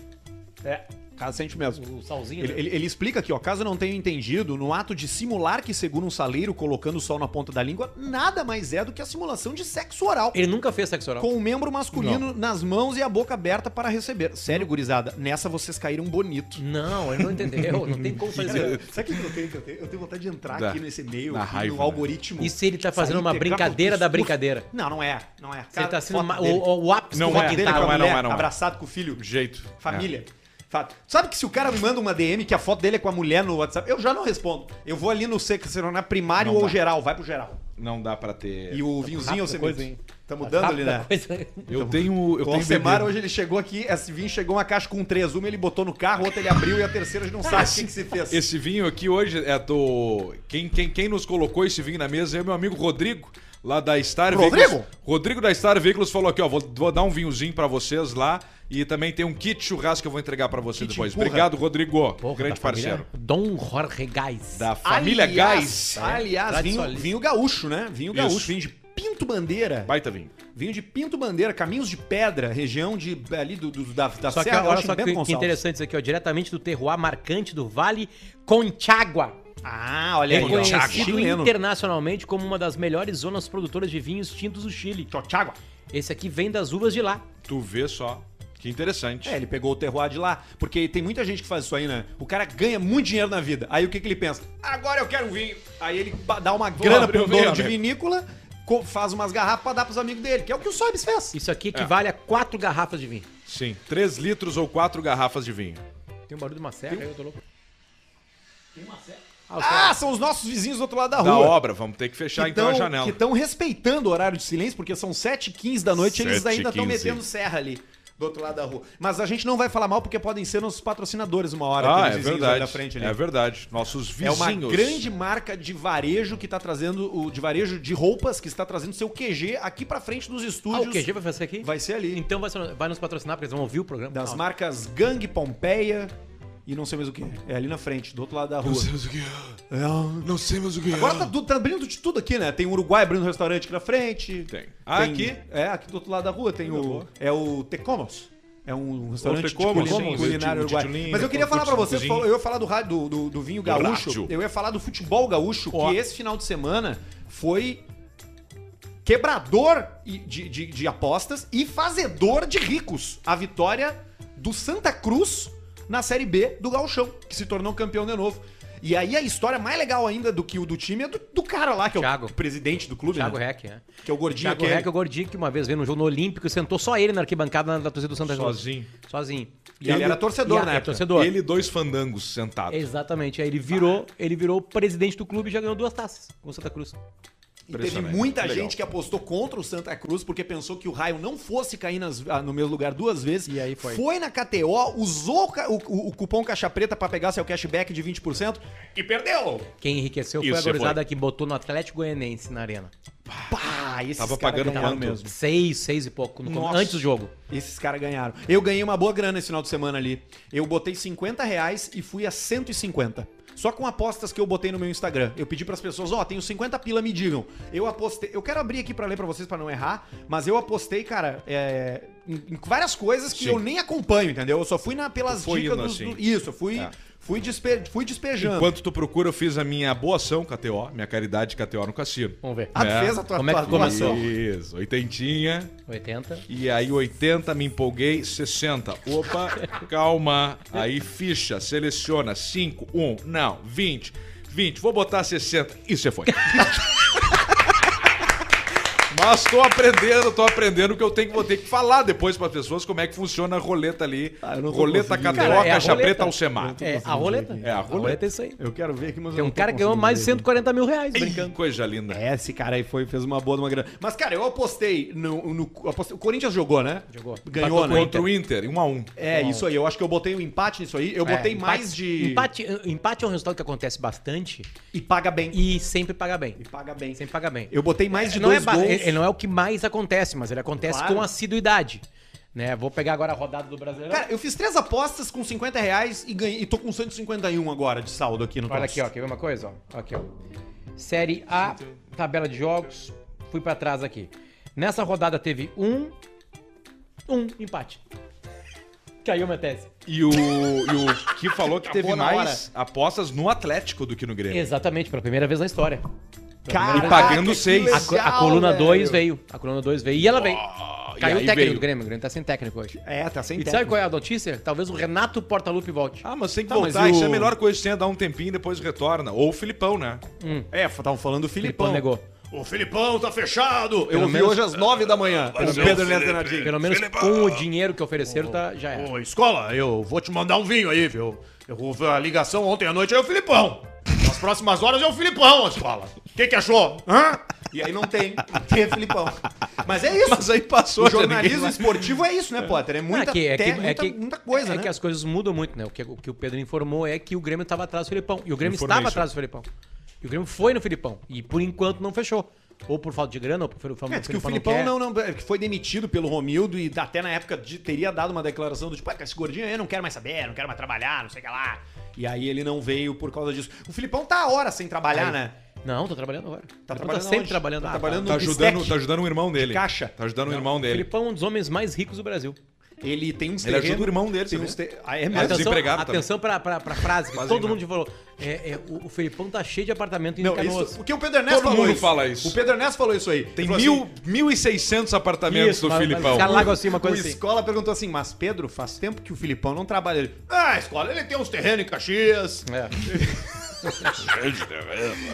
Speaker 4: É. Caso sente mesmo.
Speaker 3: o salzinho.
Speaker 4: Ele,
Speaker 3: né?
Speaker 4: ele- ele explica aqui, ó. Caso não tenham entendido, no ato de simular que segura um saleiro colocando o sol na ponta da língua, nada mais é do que a simulação de sexo oral.
Speaker 3: Ele nunca fez sexo oral.
Speaker 4: Com o membro masculino nas mãos e a boca aberta para receber. Sério, gurizada, nessa vocês caíram bonito.
Speaker 3: Não, ele não entendeu. não tem como fazer.
Speaker 4: Sabe o que eu tenho que eu tenho? Eu tenho vontade de entrar
Speaker 2: Dá.
Speaker 4: aqui nesse e-mail,
Speaker 2: Dá
Speaker 4: aqui
Speaker 2: raiva,
Speaker 4: no
Speaker 2: né?
Speaker 4: algoritmo.
Speaker 3: E se ele tá fazendo
Speaker 4: Sair,
Speaker 3: uma
Speaker 4: pegar
Speaker 3: brincadeira
Speaker 4: com-
Speaker 3: da brincadeira?
Speaker 4: Não, não é. Não é.
Speaker 3: Você tá sendo
Speaker 4: foto
Speaker 3: ma-
Speaker 4: dele.
Speaker 3: o, o- o ápice
Speaker 2: Não
Speaker 3: do
Speaker 2: é,
Speaker 4: Foto dele
Speaker 3: Maguintar.
Speaker 4: com a
Speaker 2: não é, não
Speaker 4: mulher,
Speaker 2: é, não é.
Speaker 4: Abraçado com o filho.
Speaker 2: Jeito.
Speaker 4: Família. Fato. Sabe que se o cara me manda uma DM que a foto dele é com a mulher no WhatsApp, eu já não respondo. Eu vou ali no seccionário primário
Speaker 2: Não
Speaker 4: ou
Speaker 2: dá.
Speaker 4: geral, vai pro geral.
Speaker 2: É. Não dá pra ter.
Speaker 4: E o vinhozinho, você
Speaker 3: rápido, coisa,
Speaker 4: me...
Speaker 3: hein?
Speaker 4: Tá mudando ali, né?
Speaker 3: Coisa-
Speaker 2: Eu tenho. Eu
Speaker 4: O
Speaker 2: tenho
Speaker 4: Alcemar
Speaker 2: bebido.
Speaker 4: hoje ele chegou aqui, esse vinho chegou uma caixa com três, uma ele botou no carro, outra ele abriu e a terceira a gente não sabe o que, que se fez.
Speaker 2: Esse vinho aqui hoje é do. Quem, quem, quem nos colocou esse vinho na mesa é meu amigo Rodrigo, lá da Star
Speaker 4: Rodrigo?
Speaker 2: Veículos. Rodrigo da Star Veículos falou aqui, ó, vou, vou dar um vinhozinho pra vocês lá e também tem um kit churrasco que eu vou entregar pra você
Speaker 4: Kit
Speaker 2: depois.
Speaker 4: empurra.
Speaker 2: Obrigado, Rodrigo,
Speaker 3: Porra,
Speaker 2: grande
Speaker 3: da família
Speaker 2: parceiro.
Speaker 3: Dom Jorge Gás.
Speaker 2: Da família
Speaker 4: né? aliás,
Speaker 2: Gás.
Speaker 4: Aliás, vinho,
Speaker 3: Tradicionalista.
Speaker 4: vinho gaúcho, né? Vinho
Speaker 2: é, Isso.
Speaker 4: gaúcho, vinho de Pinto Bandeira.
Speaker 2: Baita vinho.
Speaker 4: Vinho de Pinto Bandeira, Caminhos de Pedra, região de, ali do, do- da, da
Speaker 3: Só que
Speaker 4: Serra, eu
Speaker 3: olha
Speaker 4: acho,
Speaker 3: só
Speaker 4: em Bento
Speaker 3: que, que
Speaker 4: Gonçalves.
Speaker 3: interessante isso aqui, ó. Diretamente do terroir marcante do Vale Conchagua.
Speaker 4: Ah, olha
Speaker 3: É
Speaker 4: aí. ó.
Speaker 3: Reconhecido
Speaker 4: Chileno.
Speaker 3: internacionalmente como uma das melhores zonas produtoras de vinhos tintos do Chile.
Speaker 4: Chochagua.
Speaker 3: Esse aqui vem das uvas de lá.
Speaker 2: Tu vê só. Que interessante.
Speaker 4: É, ele pegou o terroir de lá, porque tem muita gente que faz isso aí, né? O cara ganha muito dinheiro na vida. Aí o que, que ele pensa? Agora eu quero um vinho. Aí ele ba- dá uma grana
Speaker 2: abrir
Speaker 4: pro
Speaker 2: o
Speaker 4: dono
Speaker 2: vinho,
Speaker 4: de
Speaker 2: né?
Speaker 4: vinícola, co- faz umas garrafas pra dar pros amigos dele, que é o que o Sobes fez.
Speaker 3: Isso aqui equivale a quatro garrafas de vinho.
Speaker 2: Sim. 3 litros ou 4 garrafas de vinho.
Speaker 3: Tem um barulho de uma serra aí, eu tô louco.
Speaker 4: Ah, são os nossos vizinhos do outro lado da
Speaker 2: Da
Speaker 4: rua.
Speaker 2: obra, vamos ter que fechar então a janela.
Speaker 4: Que estão respeitando o horário de silêncio, porque são 7h15 da noite e eles
Speaker 2: 7h15.
Speaker 4: ainda estão metendo serra ali. Do outro lado da rua. Mas a gente não vai falar mal porque podem ser nossos patrocinadores uma hora.
Speaker 2: Ah,
Speaker 4: aqueles
Speaker 2: é
Speaker 4: vizinhos ali
Speaker 2: verdade.
Speaker 4: Da frente ali.
Speaker 2: É verdade. Nossos
Speaker 4: É
Speaker 2: vizinhos.
Speaker 4: uma grande marca de varejo que está trazendo o de varejo de roupas que está trazendo seu QG aqui pra frente dos
Speaker 3: Ah,
Speaker 4: estúdios.
Speaker 3: o QG vai fazer aqui?
Speaker 4: vai ser ali
Speaker 3: Então vai, ser- vai nos patrocinar, porque eles vão ouvir o programa.
Speaker 4: das
Speaker 3: Não.
Speaker 4: marcas Gang Pompeia e não sei mais o que. É ali na frente, do outro lado da rua.
Speaker 2: o que é. Não sei mais o que é.
Speaker 4: Agora tá, tudo- tá abrindo de tudo aqui, né? Tem um Uruguai abrindo um restaurante aqui na frente.
Speaker 2: Tem.
Speaker 4: Ah,
Speaker 2: Aqui.
Speaker 4: aqui? É, aqui do outro lado da rua tem o. É o Tecomos. É um restaurante de
Speaker 2: Tecomos,
Speaker 4: culina-
Speaker 2: sim,
Speaker 4: culinário
Speaker 2: o de- o de
Speaker 4: uruguaio.
Speaker 2: Julinho,
Speaker 4: Mas eu queria
Speaker 2: o
Speaker 4: falar pra
Speaker 2: curso de
Speaker 4: vocês,
Speaker 2: cozinha.
Speaker 4: eu ia falar do rádio, do, do- do vinho gaúcho,
Speaker 2: rádio.
Speaker 4: eu ia falar do futebol gaúcho,
Speaker 3: Ó.
Speaker 4: que esse final de semana foi quebrador e- de, de- de apostas e fazedor de ricos. A vitória do Santa Cruz na Série B do Gauchão, que se tornou campeão de novo. E aí a história mais legal ainda do que o do time é do, do cara lá, que é o
Speaker 3: Thiago.
Speaker 4: presidente do clube,
Speaker 3: Thiago
Speaker 4: né?
Speaker 3: Reck, né?
Speaker 4: Que é o gordinho
Speaker 3: Thiago
Speaker 4: aquele.
Speaker 3: Reck é o gordinho que uma vez veio no jogo no Olímpico e sentou só ele na arquibancada da torcida do Santa Cruz.
Speaker 2: Sozinho.
Speaker 3: Sozinho.
Speaker 4: E ele era torcedor
Speaker 3: e a-
Speaker 4: na
Speaker 3: é
Speaker 4: época.
Speaker 3: torcedor.
Speaker 2: Ele e dois fandangos sentados.
Speaker 3: Exatamente. Aí ele virou, ele virou o presidente do clube e já ganhou duas taças com o Santa Cruz.
Speaker 4: E teve
Speaker 2: Impressionante.
Speaker 4: muita
Speaker 2: Legal.
Speaker 4: gente que apostou contra o Santa Cruz porque pensou que o raio não fosse cair nas- ah, no mesmo lugar duas vezes.
Speaker 3: E aí foi.
Speaker 4: na KTO, usou o ca- o, o- o cupom Caixa Preta pra pegar seu cashback de 20% e perdeu.
Speaker 3: Quem enriqueceu
Speaker 2: Isso,
Speaker 3: foi a
Speaker 2: você
Speaker 3: gurizada que botou no Atlético Goianense na arena. Então,
Speaker 4: Pá, esses
Speaker 2: Tava
Speaker 4: caras
Speaker 2: pagando
Speaker 4: ganharam
Speaker 2: quanto?
Speaker 4: mesmo.
Speaker 3: Seis, seis e pouco. no come-
Speaker 2: Nossa.
Speaker 3: antes do jogo.
Speaker 4: Esses caras ganharam. Eu ganhei uma boa grana esse final de semana ali. Eu botei 50 reais e fui a 150. Só com apostas que eu botei no meu Instagram. Eu pedi pras pessoas, ó, tenho 50 pila, me digam. Eu apostei. Eu quero abrir aqui pra ler pra vocês pra não errar, mas eu apostei, cara, é, em, em várias coisas que
Speaker 2: Sim.
Speaker 4: eu nem acompanho, entendeu? Eu só fui na, pelas
Speaker 2: Foi
Speaker 4: dicas
Speaker 2: indo
Speaker 4: dos,
Speaker 2: assim.
Speaker 4: do- Isso, eu fui,
Speaker 3: Tá.
Speaker 2: É.
Speaker 4: fui, despe- fui despejando.
Speaker 2: Enquanto tu procura, eu fiz a minha boa ação KTO, minha caridade KTO no cassino.
Speaker 3: Vamos ver.
Speaker 4: Ah, tu
Speaker 2: É.
Speaker 4: fez a tua
Speaker 3: Como é que
Speaker 4: tua-
Speaker 3: começou?
Speaker 2: Isso, oitentinha.
Speaker 3: 80.
Speaker 2: E aí 80, me empolguei, 60. Opa, calma. Aí ficha, seleciona, 5, 1, não, 20, 20. Vou botar 60. E você foi. Mas tô aprendendo, tô aprendendo que eu tenho que vou ter que falar depois para pessoas como é que funciona a roleta ali.
Speaker 4: Ah, eu não tô
Speaker 2: roleta
Speaker 4: conseguindo.
Speaker 2: KTO,
Speaker 3: Cara, é a
Speaker 2: caixa
Speaker 3: roleta.
Speaker 2: preta ao semar.
Speaker 3: É a roleta.
Speaker 2: É, a roleta
Speaker 3: é isso aí.
Speaker 4: Eu quero ver aqui, mas
Speaker 3: Tem um cara que ganhou mais de 140 mil reais brincando.
Speaker 2: Coisa linda.
Speaker 4: É, esse cara aí foi, fez uma boa de uma grana. Mas, cara, eu apostei no. no- apostei- o Corinthians jogou, né?
Speaker 3: Jogou.
Speaker 4: Ganhou,
Speaker 3: Empatou
Speaker 4: né?
Speaker 3: com
Speaker 2: Contra o Inter, 1 a 1
Speaker 4: É, isso aí. Eu acho que eu botei um empate nisso aí. Eu
Speaker 3: É,
Speaker 4: botei
Speaker 3: empate-
Speaker 4: mais de.
Speaker 3: Empate, empate é um resultado que acontece bastante
Speaker 4: E paga bem.
Speaker 3: e sempre paga bem.
Speaker 4: E paga bem.
Speaker 3: Sempre paga bem.
Speaker 4: Eu botei mais de
Speaker 3: não
Speaker 4: dois
Speaker 3: é ba-
Speaker 4: gols.
Speaker 3: Ele ele não é o que mais acontece, mas ele acontece
Speaker 4: Claro.
Speaker 3: com assiduidade. Né? Vou pegar agora a rodada do Brasileirão.
Speaker 4: Cara, eu fiz três apostas com 50 reais e, ganhei, e tô com 151 agora de saldo aqui no
Speaker 3: Olha
Speaker 4: troço.
Speaker 3: aqui, ó. Quer ver uma coisa? Ó, aqui, ó. Série A, tabela de jogos. Fui pra trás aqui. Nessa rodada teve um, um empate. Caiu minha tese.
Speaker 2: E o, e o que falou que teve
Speaker 4: Acabou na
Speaker 2: mais apostas no Atlético do que no Grêmio.
Speaker 3: Exatamente, pela primeira vez na história.
Speaker 4: Caraca,
Speaker 2: E pagando
Speaker 4: que
Speaker 2: seis.
Speaker 3: A,
Speaker 4: legal,
Speaker 3: co- a coluna
Speaker 4: velho.
Speaker 3: 2 veio. A coluna 2 veio. E ela veio.
Speaker 2: Ah, e
Speaker 3: Caiu o
Speaker 2: aí
Speaker 3: técnico
Speaker 2: veio.
Speaker 3: do Grêmio. O Grêmio tá sem técnico hoje.
Speaker 4: É, tá sem
Speaker 3: E
Speaker 4: tempo.
Speaker 3: sabe qual é a notícia? Talvez o Renato Portaluppi volte.
Speaker 2: Ah, mas tem que
Speaker 4: Tá, mas
Speaker 2: voltar.
Speaker 4: e
Speaker 2: Isso é a
Speaker 4: o-
Speaker 2: melhor coisa que tem é dar um tempinho e depois retorna. Ou o Filipão, né?
Speaker 4: É, estavam falando do Filipão.
Speaker 3: Filipão negou.
Speaker 4: O Filipão tá fechado. eu
Speaker 3: Pelo
Speaker 4: ouvi
Speaker 3: menos-
Speaker 4: hoje às 9 da manhã. O Pedro Ernesto Bernardinho.
Speaker 3: Pelo menos com o dinheiro que ofereceram, tá, já era.
Speaker 4: Ô, escola, eu vou te mandar um vinho aí, viu? Eu houve a ligação ontem à noite, aí é o Filipão. Nas próximas horas é o Filipão, a escola. O que, que achou? Hã? E aí não tem. Não tem Filipão. Mas é isso.
Speaker 2: Mas aí passou, né?
Speaker 4: O
Speaker 2: já ninguém
Speaker 4: jornalismo
Speaker 2: lá.
Speaker 4: esportivo é isso, né, Potter? É muita,
Speaker 3: Ah, que- é que-
Speaker 4: te-
Speaker 3: é
Speaker 4: muita,
Speaker 3: que-
Speaker 4: muita coisa,
Speaker 3: é
Speaker 4: né?
Speaker 3: que as coisas mudam muito, né? O que o, que o Pedro informou é que o Grêmio estava atrás do Filipão. E o Grêmio
Speaker 2: Informei
Speaker 3: estava
Speaker 2: isso.
Speaker 3: atrás do Filipão. E o Grêmio foi no Filipão. E por enquanto não fechou. Ou por falta de grana, ou por Filipão.
Speaker 4: É, diz que o Filipão não, não, é, que foi demitido pelo Romildo e até na época de- teria dado uma declaração do tipo, "Ah, esse gordinho aí eu não quero mais saber, não quero mais trabalhar, não sei o que lá. E aí ele não veio por causa disso. O Filipão tá há horas sem trabalhar, né?
Speaker 3: Não, tô trabalhando agora. Tá
Speaker 4: trabalhando
Speaker 3: sempre
Speaker 4: aonde?
Speaker 3: trabalhando.
Speaker 4: Tá
Speaker 3: Ah,
Speaker 4: trabalhando
Speaker 2: Tá
Speaker 4: no
Speaker 2: ajudando,
Speaker 4: bistec.
Speaker 2: tá ajudando o irmão dele.
Speaker 4: caixa.
Speaker 2: Tá ajudando o irmão
Speaker 3: O
Speaker 2: dele.
Speaker 3: Filipão é um dos homens mais ricos do Brasil.
Speaker 4: Ele tem uns
Speaker 2: Ele ajuda o irmão dele,
Speaker 4: Tem
Speaker 2: você
Speaker 4: uns te... ah, é
Speaker 2: É
Speaker 4: mesmo?
Speaker 3: Atenção,
Speaker 2: desempregado também.
Speaker 3: atenção pra, pra, pra frase que
Speaker 2: Quase
Speaker 3: todo
Speaker 2: não.
Speaker 3: mundo falou. É, é, o, o Felipão tá cheio de apartamento em
Speaker 4: Não,
Speaker 3: Canoas.
Speaker 4: isso, o que o Pedro Ernesto
Speaker 2: Todo
Speaker 4: falou
Speaker 2: mundo fala isso.
Speaker 4: O Pedro Ernesto falou isso aí.
Speaker 2: Tem
Speaker 4: Ele falou
Speaker 2: mil,
Speaker 4: assim,
Speaker 2: 1.600 apartamentos
Speaker 3: Isso,
Speaker 2: do
Speaker 3: mas- mas
Speaker 2: Filipão.
Speaker 3: fica lá- Lago assim, uma coisa
Speaker 4: o
Speaker 3: assim.
Speaker 4: um Escola perguntou assim, mas Pedro, faz tempo que o Filipão não trabalha. Ele, ah, Escola, ele tem uns terrenos em Caxias.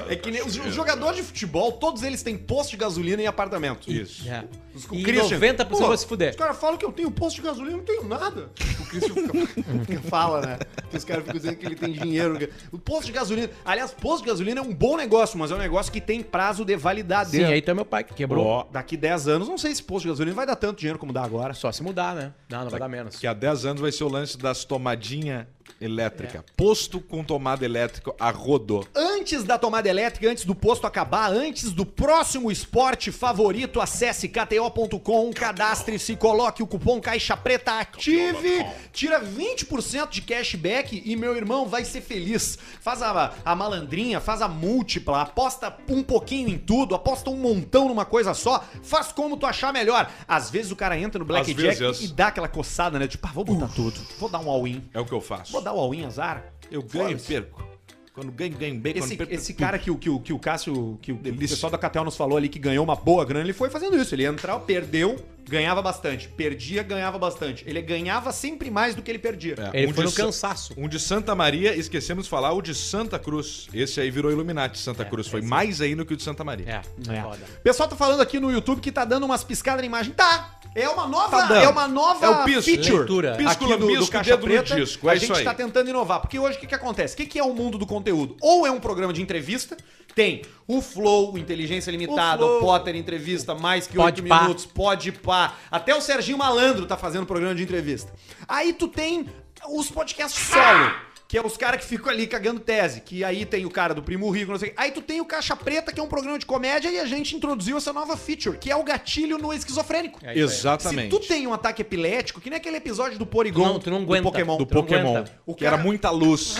Speaker 4: É que nem os, os jogadores de futebol, todos eles têm posto de gasolina em apartamento.
Speaker 2: Isso.
Speaker 3: É.
Speaker 4: Os-
Speaker 3: E
Speaker 4: Christian,
Speaker 3: 90%
Speaker 4: pô,
Speaker 3: vai se fuder.
Speaker 4: Os caras falam que eu tenho posto de gasolina, eu não tenho nada. O Christian fica, fica- fala, né? Que os caras ficam dizendo que ele tem dinheiro. O posto de gasolina. Aliás, posto de gasolina é um bom negócio, mas é um negócio que tem prazo de validade.
Speaker 3: Sim, aí tá meu pai que quebrou.
Speaker 2: Ó,
Speaker 4: Daqui 10 anos, não sei se posto de gasolina vai dar tanto dinheiro como dá agora.
Speaker 3: Só se mudar, né? Não, não vai dar menos.
Speaker 2: que há 10 anos vai ser o lance das tomadinha elétrica. Posto com tomada elétrica a rodô.
Speaker 4: Antes da tomada elétrica, antes do posto acabar, antes do próximo esporte favorito, acesse kto.com, cadastre-se, coloque o cupom Caixa Preta, ative, tira 20% de cashback e meu irmão vai ser feliz. Faz a, a malandrinha, faz a múltipla, aposta um pouquinho em tudo, aposta um montão numa coisa só, faz como tu achar melhor. Às vezes o cara entra no Blackjack
Speaker 2: vezes.
Speaker 4: e dá aquela coçada, né? Tipo, ah, vou botar tudo, vou dar um all-in,
Speaker 2: É o que eu faço.
Speaker 4: vou dar o all-in azar.
Speaker 2: Eu ganho e
Speaker 4: Foda-se.
Speaker 2: perco. Quando ganho, ganho bem.
Speaker 4: Esse,
Speaker 2: quando perco,
Speaker 4: esse
Speaker 2: perco.
Speaker 4: cara que, o- que, o- que o Cássio, que o,
Speaker 2: Delícia.
Speaker 4: pessoal da Catel nos falou ali que ganhou uma boa grana, ele foi fazendo isso. Ele entrava, perdeu, ganhava bastante. Perdia, ganhava bastante. Ele ganhava sempre mais do que ele perdia.
Speaker 2: É,
Speaker 3: Ele foi
Speaker 2: de
Speaker 3: no
Speaker 2: Sa-
Speaker 3: cansaço.
Speaker 2: Um de Santa Maria, esquecemos de falar o de Santa Cruz. Esse aí virou Illuminati, Santa Cruz. Foi mais ainda que o de Santa Maria.
Speaker 3: É,
Speaker 4: É.
Speaker 3: foda.
Speaker 4: O pessoal tá falando aqui no YouTube que tá dando umas piscadas na imagem. Tá! É uma nova,
Speaker 2: Tá dando.
Speaker 4: é uma nova
Speaker 2: É o piso.
Speaker 4: feature
Speaker 3: Leitura.
Speaker 4: aqui
Speaker 2: Pisco,
Speaker 4: do,
Speaker 2: lambisco,
Speaker 4: do Caixa
Speaker 2: dedo no
Speaker 4: Preta.
Speaker 2: disco, é
Speaker 4: a
Speaker 2: isso
Speaker 4: gente
Speaker 2: aí.
Speaker 4: tá tentando inovar, porque hoje o que, que acontece? O que, que é o mundo do conteúdo? Ou é um programa de entrevista, tem o Flow, o Inteligência Limitada, o,
Speaker 2: Flow.
Speaker 4: Potter Entrevista, mais que
Speaker 3: Pode
Speaker 4: oito
Speaker 3: pá.
Speaker 4: minutos, pode pá. Até o Serginho Malandro tá fazendo programa de entrevista. Aí tu tem os podcasts solo. Que é os caras que ficam ali cagando tese. Que aí tem o cara do Primo Rico, não sei. Aí tu tem o Caixa Preta, que é um programa de comédia, e a gente introduziu essa nova feature, que é o gatilho no esquizofrênico.
Speaker 3: É isso aí.
Speaker 2: Exatamente.
Speaker 4: Se tu tem um ataque epilético, que nem aquele episódio do Porygon
Speaker 3: Não, tu não aguenta.
Speaker 4: do Pokémon.
Speaker 2: do
Speaker 3: Tu não
Speaker 2: Pokémon.
Speaker 3: aguenta.
Speaker 2: O que era muita luz.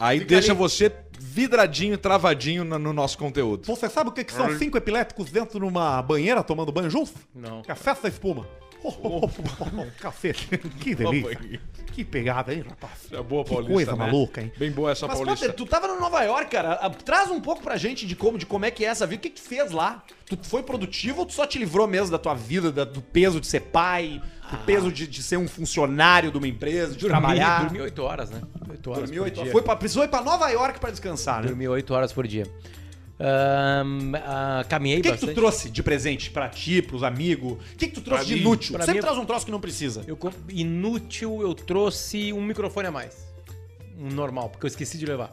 Speaker 2: Aí
Speaker 4: Fica
Speaker 2: deixa
Speaker 4: ali.
Speaker 2: você vidradinho, travadinho na- no nosso conteúdo.
Speaker 4: Você sabe o que, que
Speaker 3: Ah.
Speaker 4: são cinco epiléticos dentro de uma banheira tomando banho juntos?
Speaker 3: Não.
Speaker 4: Café da espuma. Oh, oh, oh, oh, oh, cacete. Que delícia. que pegada, hein, rapaz?
Speaker 2: É boa
Speaker 4: Que coisa maluca, hein?
Speaker 2: Bem boa essa
Speaker 4: Mas,
Speaker 2: paulista.
Speaker 4: Potter, tu tava no Nova York, cara. Ah, Traz um pouco pra gente de como, de como é que é essa vida. O que, que tu fez lá? Tu foi produtivo ou tu só te livrou mesmo da tua vida, da- do peso de ser pai, do
Speaker 3: Ah.
Speaker 4: peso de, de ser um funcionário de uma empresa, de trabalhar?
Speaker 3: Dormi 8 horas, né? 8 horas.
Speaker 4: Dormiu
Speaker 3: por
Speaker 4: oito
Speaker 3: dia.
Speaker 4: horas. Foi pra, precisou ir pra Nova York pra descansar, né?
Speaker 3: Dormi 8 horas por dia. Ahn, ah, caminhei
Speaker 4: O que, que
Speaker 3: bastante.
Speaker 4: tu trouxe de presente pra ti, pros amigos? O que, que tu trouxe
Speaker 2: Pra
Speaker 4: de
Speaker 2: mim,
Speaker 4: inútil?
Speaker 3: pra
Speaker 4: Sempre
Speaker 3: mim-
Speaker 4: traz um troço que não precisa.
Speaker 3: Eu comp- inútil, eu trouxe um microfone a mais. Um normal, porque eu esqueci de levar.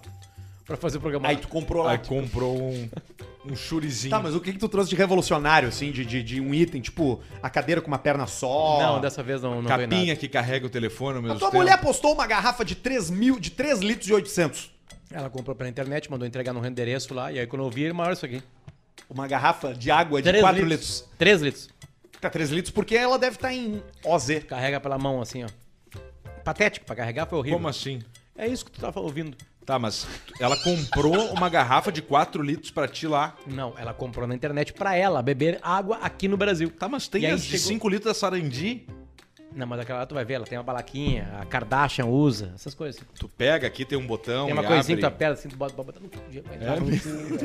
Speaker 3: Pra fazer o programa.
Speaker 4: Aí tu comprou lá.
Speaker 2: Aí comprou um, um churizinho.
Speaker 4: Tá, mas o que, que tu trouxe de revolucionário, assim, de, de, de um item, tipo a cadeira com uma perna só?
Speaker 3: Não, dessa vez não, não foi
Speaker 2: Capinha que carrega o telefone ao
Speaker 4: A
Speaker 2: mesmo
Speaker 4: tua
Speaker 2: tempo.
Speaker 4: mulher é postou uma garrafa de 3 mil, de 3 litros e 800.
Speaker 3: nada. Ela comprou pela internet, mandou entregar no endereço lá. E aí quando eu vi, era maior isso aqui.
Speaker 4: Uma garrafa de água de
Speaker 3: Três
Speaker 4: 4 litros.
Speaker 3: litros. 3 litros.
Speaker 4: Tá, 3 litros porque ela deve estar em OZ.
Speaker 3: Carrega pela mão assim, ó. Patético, pra carregar foi horrível.
Speaker 2: Como assim?
Speaker 3: É isso que tu tava ouvindo.
Speaker 2: Tá, mas ela comprou uma garrafa de 4 litros pra ti lá.
Speaker 3: Não, ela comprou na internet pra ela beber água aqui no Brasil.
Speaker 2: Tá, mas
Speaker 3: E
Speaker 2: tem
Speaker 3: aí
Speaker 2: as de
Speaker 3: chegou-
Speaker 2: 5 litros da Sarandi.
Speaker 3: Não, mas aquela lá tu vai ver, ela tem uma balaquinha, a Kardashian usa, essas coisas.
Speaker 2: Tu pega aqui, tem um botão.
Speaker 3: tem uma
Speaker 2: e
Speaker 3: coisinha que tu
Speaker 2: abre. É?
Speaker 3: aperta assim, tu bota, bota no cu.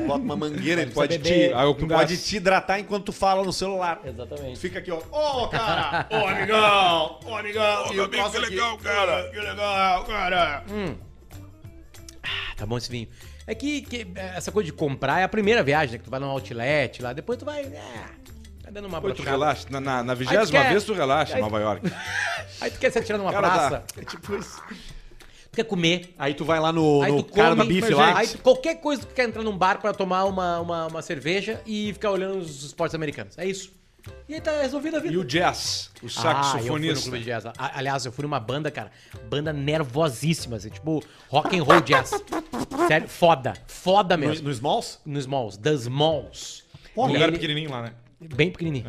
Speaker 4: Bota uma mangueira, ele
Speaker 3: Pode
Speaker 4: pode te,
Speaker 3: beber.
Speaker 2: Água com
Speaker 4: tu
Speaker 2: gás.
Speaker 4: pode te hidratar enquanto tu fala no celular. Tu
Speaker 3: Exatamente.
Speaker 4: Fica aqui, ó. Ô, cara! Ô, amigão! Ô, amigão! E o troço aqui.
Speaker 2: cara.
Speaker 4: Que legal, cara!
Speaker 3: Ah, tá bom esse vinho. É que, que essa coisa de comprar é a primeira viagem, né? Que tu vai num outlet lá, depois tu vai. Ah, tá dando uma
Speaker 2: Depois tu
Speaker 3: brochada.
Speaker 2: relaxa. Na, na, na vigésima
Speaker 3: quer-
Speaker 2: vez tu relaxa,
Speaker 3: aí-
Speaker 2: em Nova York.
Speaker 3: Aí tu quer se atirar numa
Speaker 2: Cara, dá.
Speaker 3: praça,
Speaker 4: É tipo isso.
Speaker 3: tu quer comer.
Speaker 4: Aí tu vai lá no,
Speaker 3: Aí
Speaker 4: no
Speaker 3: tu
Speaker 4: cara do
Speaker 3: come,
Speaker 4: bife lá.
Speaker 3: aí tu- qualquer coisa tu quer entrar num bar pra tomar uma, uma, uma cerveja e ficar olhando os esportes americanos. É isso. E aí tá resolvida a vida.
Speaker 2: E o jazz, o
Speaker 3: Ah, eu fui no
Speaker 2: saxofonista.
Speaker 3: clube de jazz. A- Aliás, eu fui numa banda, cara, banda nervosíssima, assim, tipo rock and roll jazz. Sério, foda, foda
Speaker 4: No,
Speaker 3: mesmo.
Speaker 4: no Smalls?
Speaker 3: No Smalls, The Smalls.
Speaker 2: um
Speaker 3: E
Speaker 2: lugar
Speaker 3: ele-
Speaker 2: pequenininho lá, né?
Speaker 3: Bem pequenininho.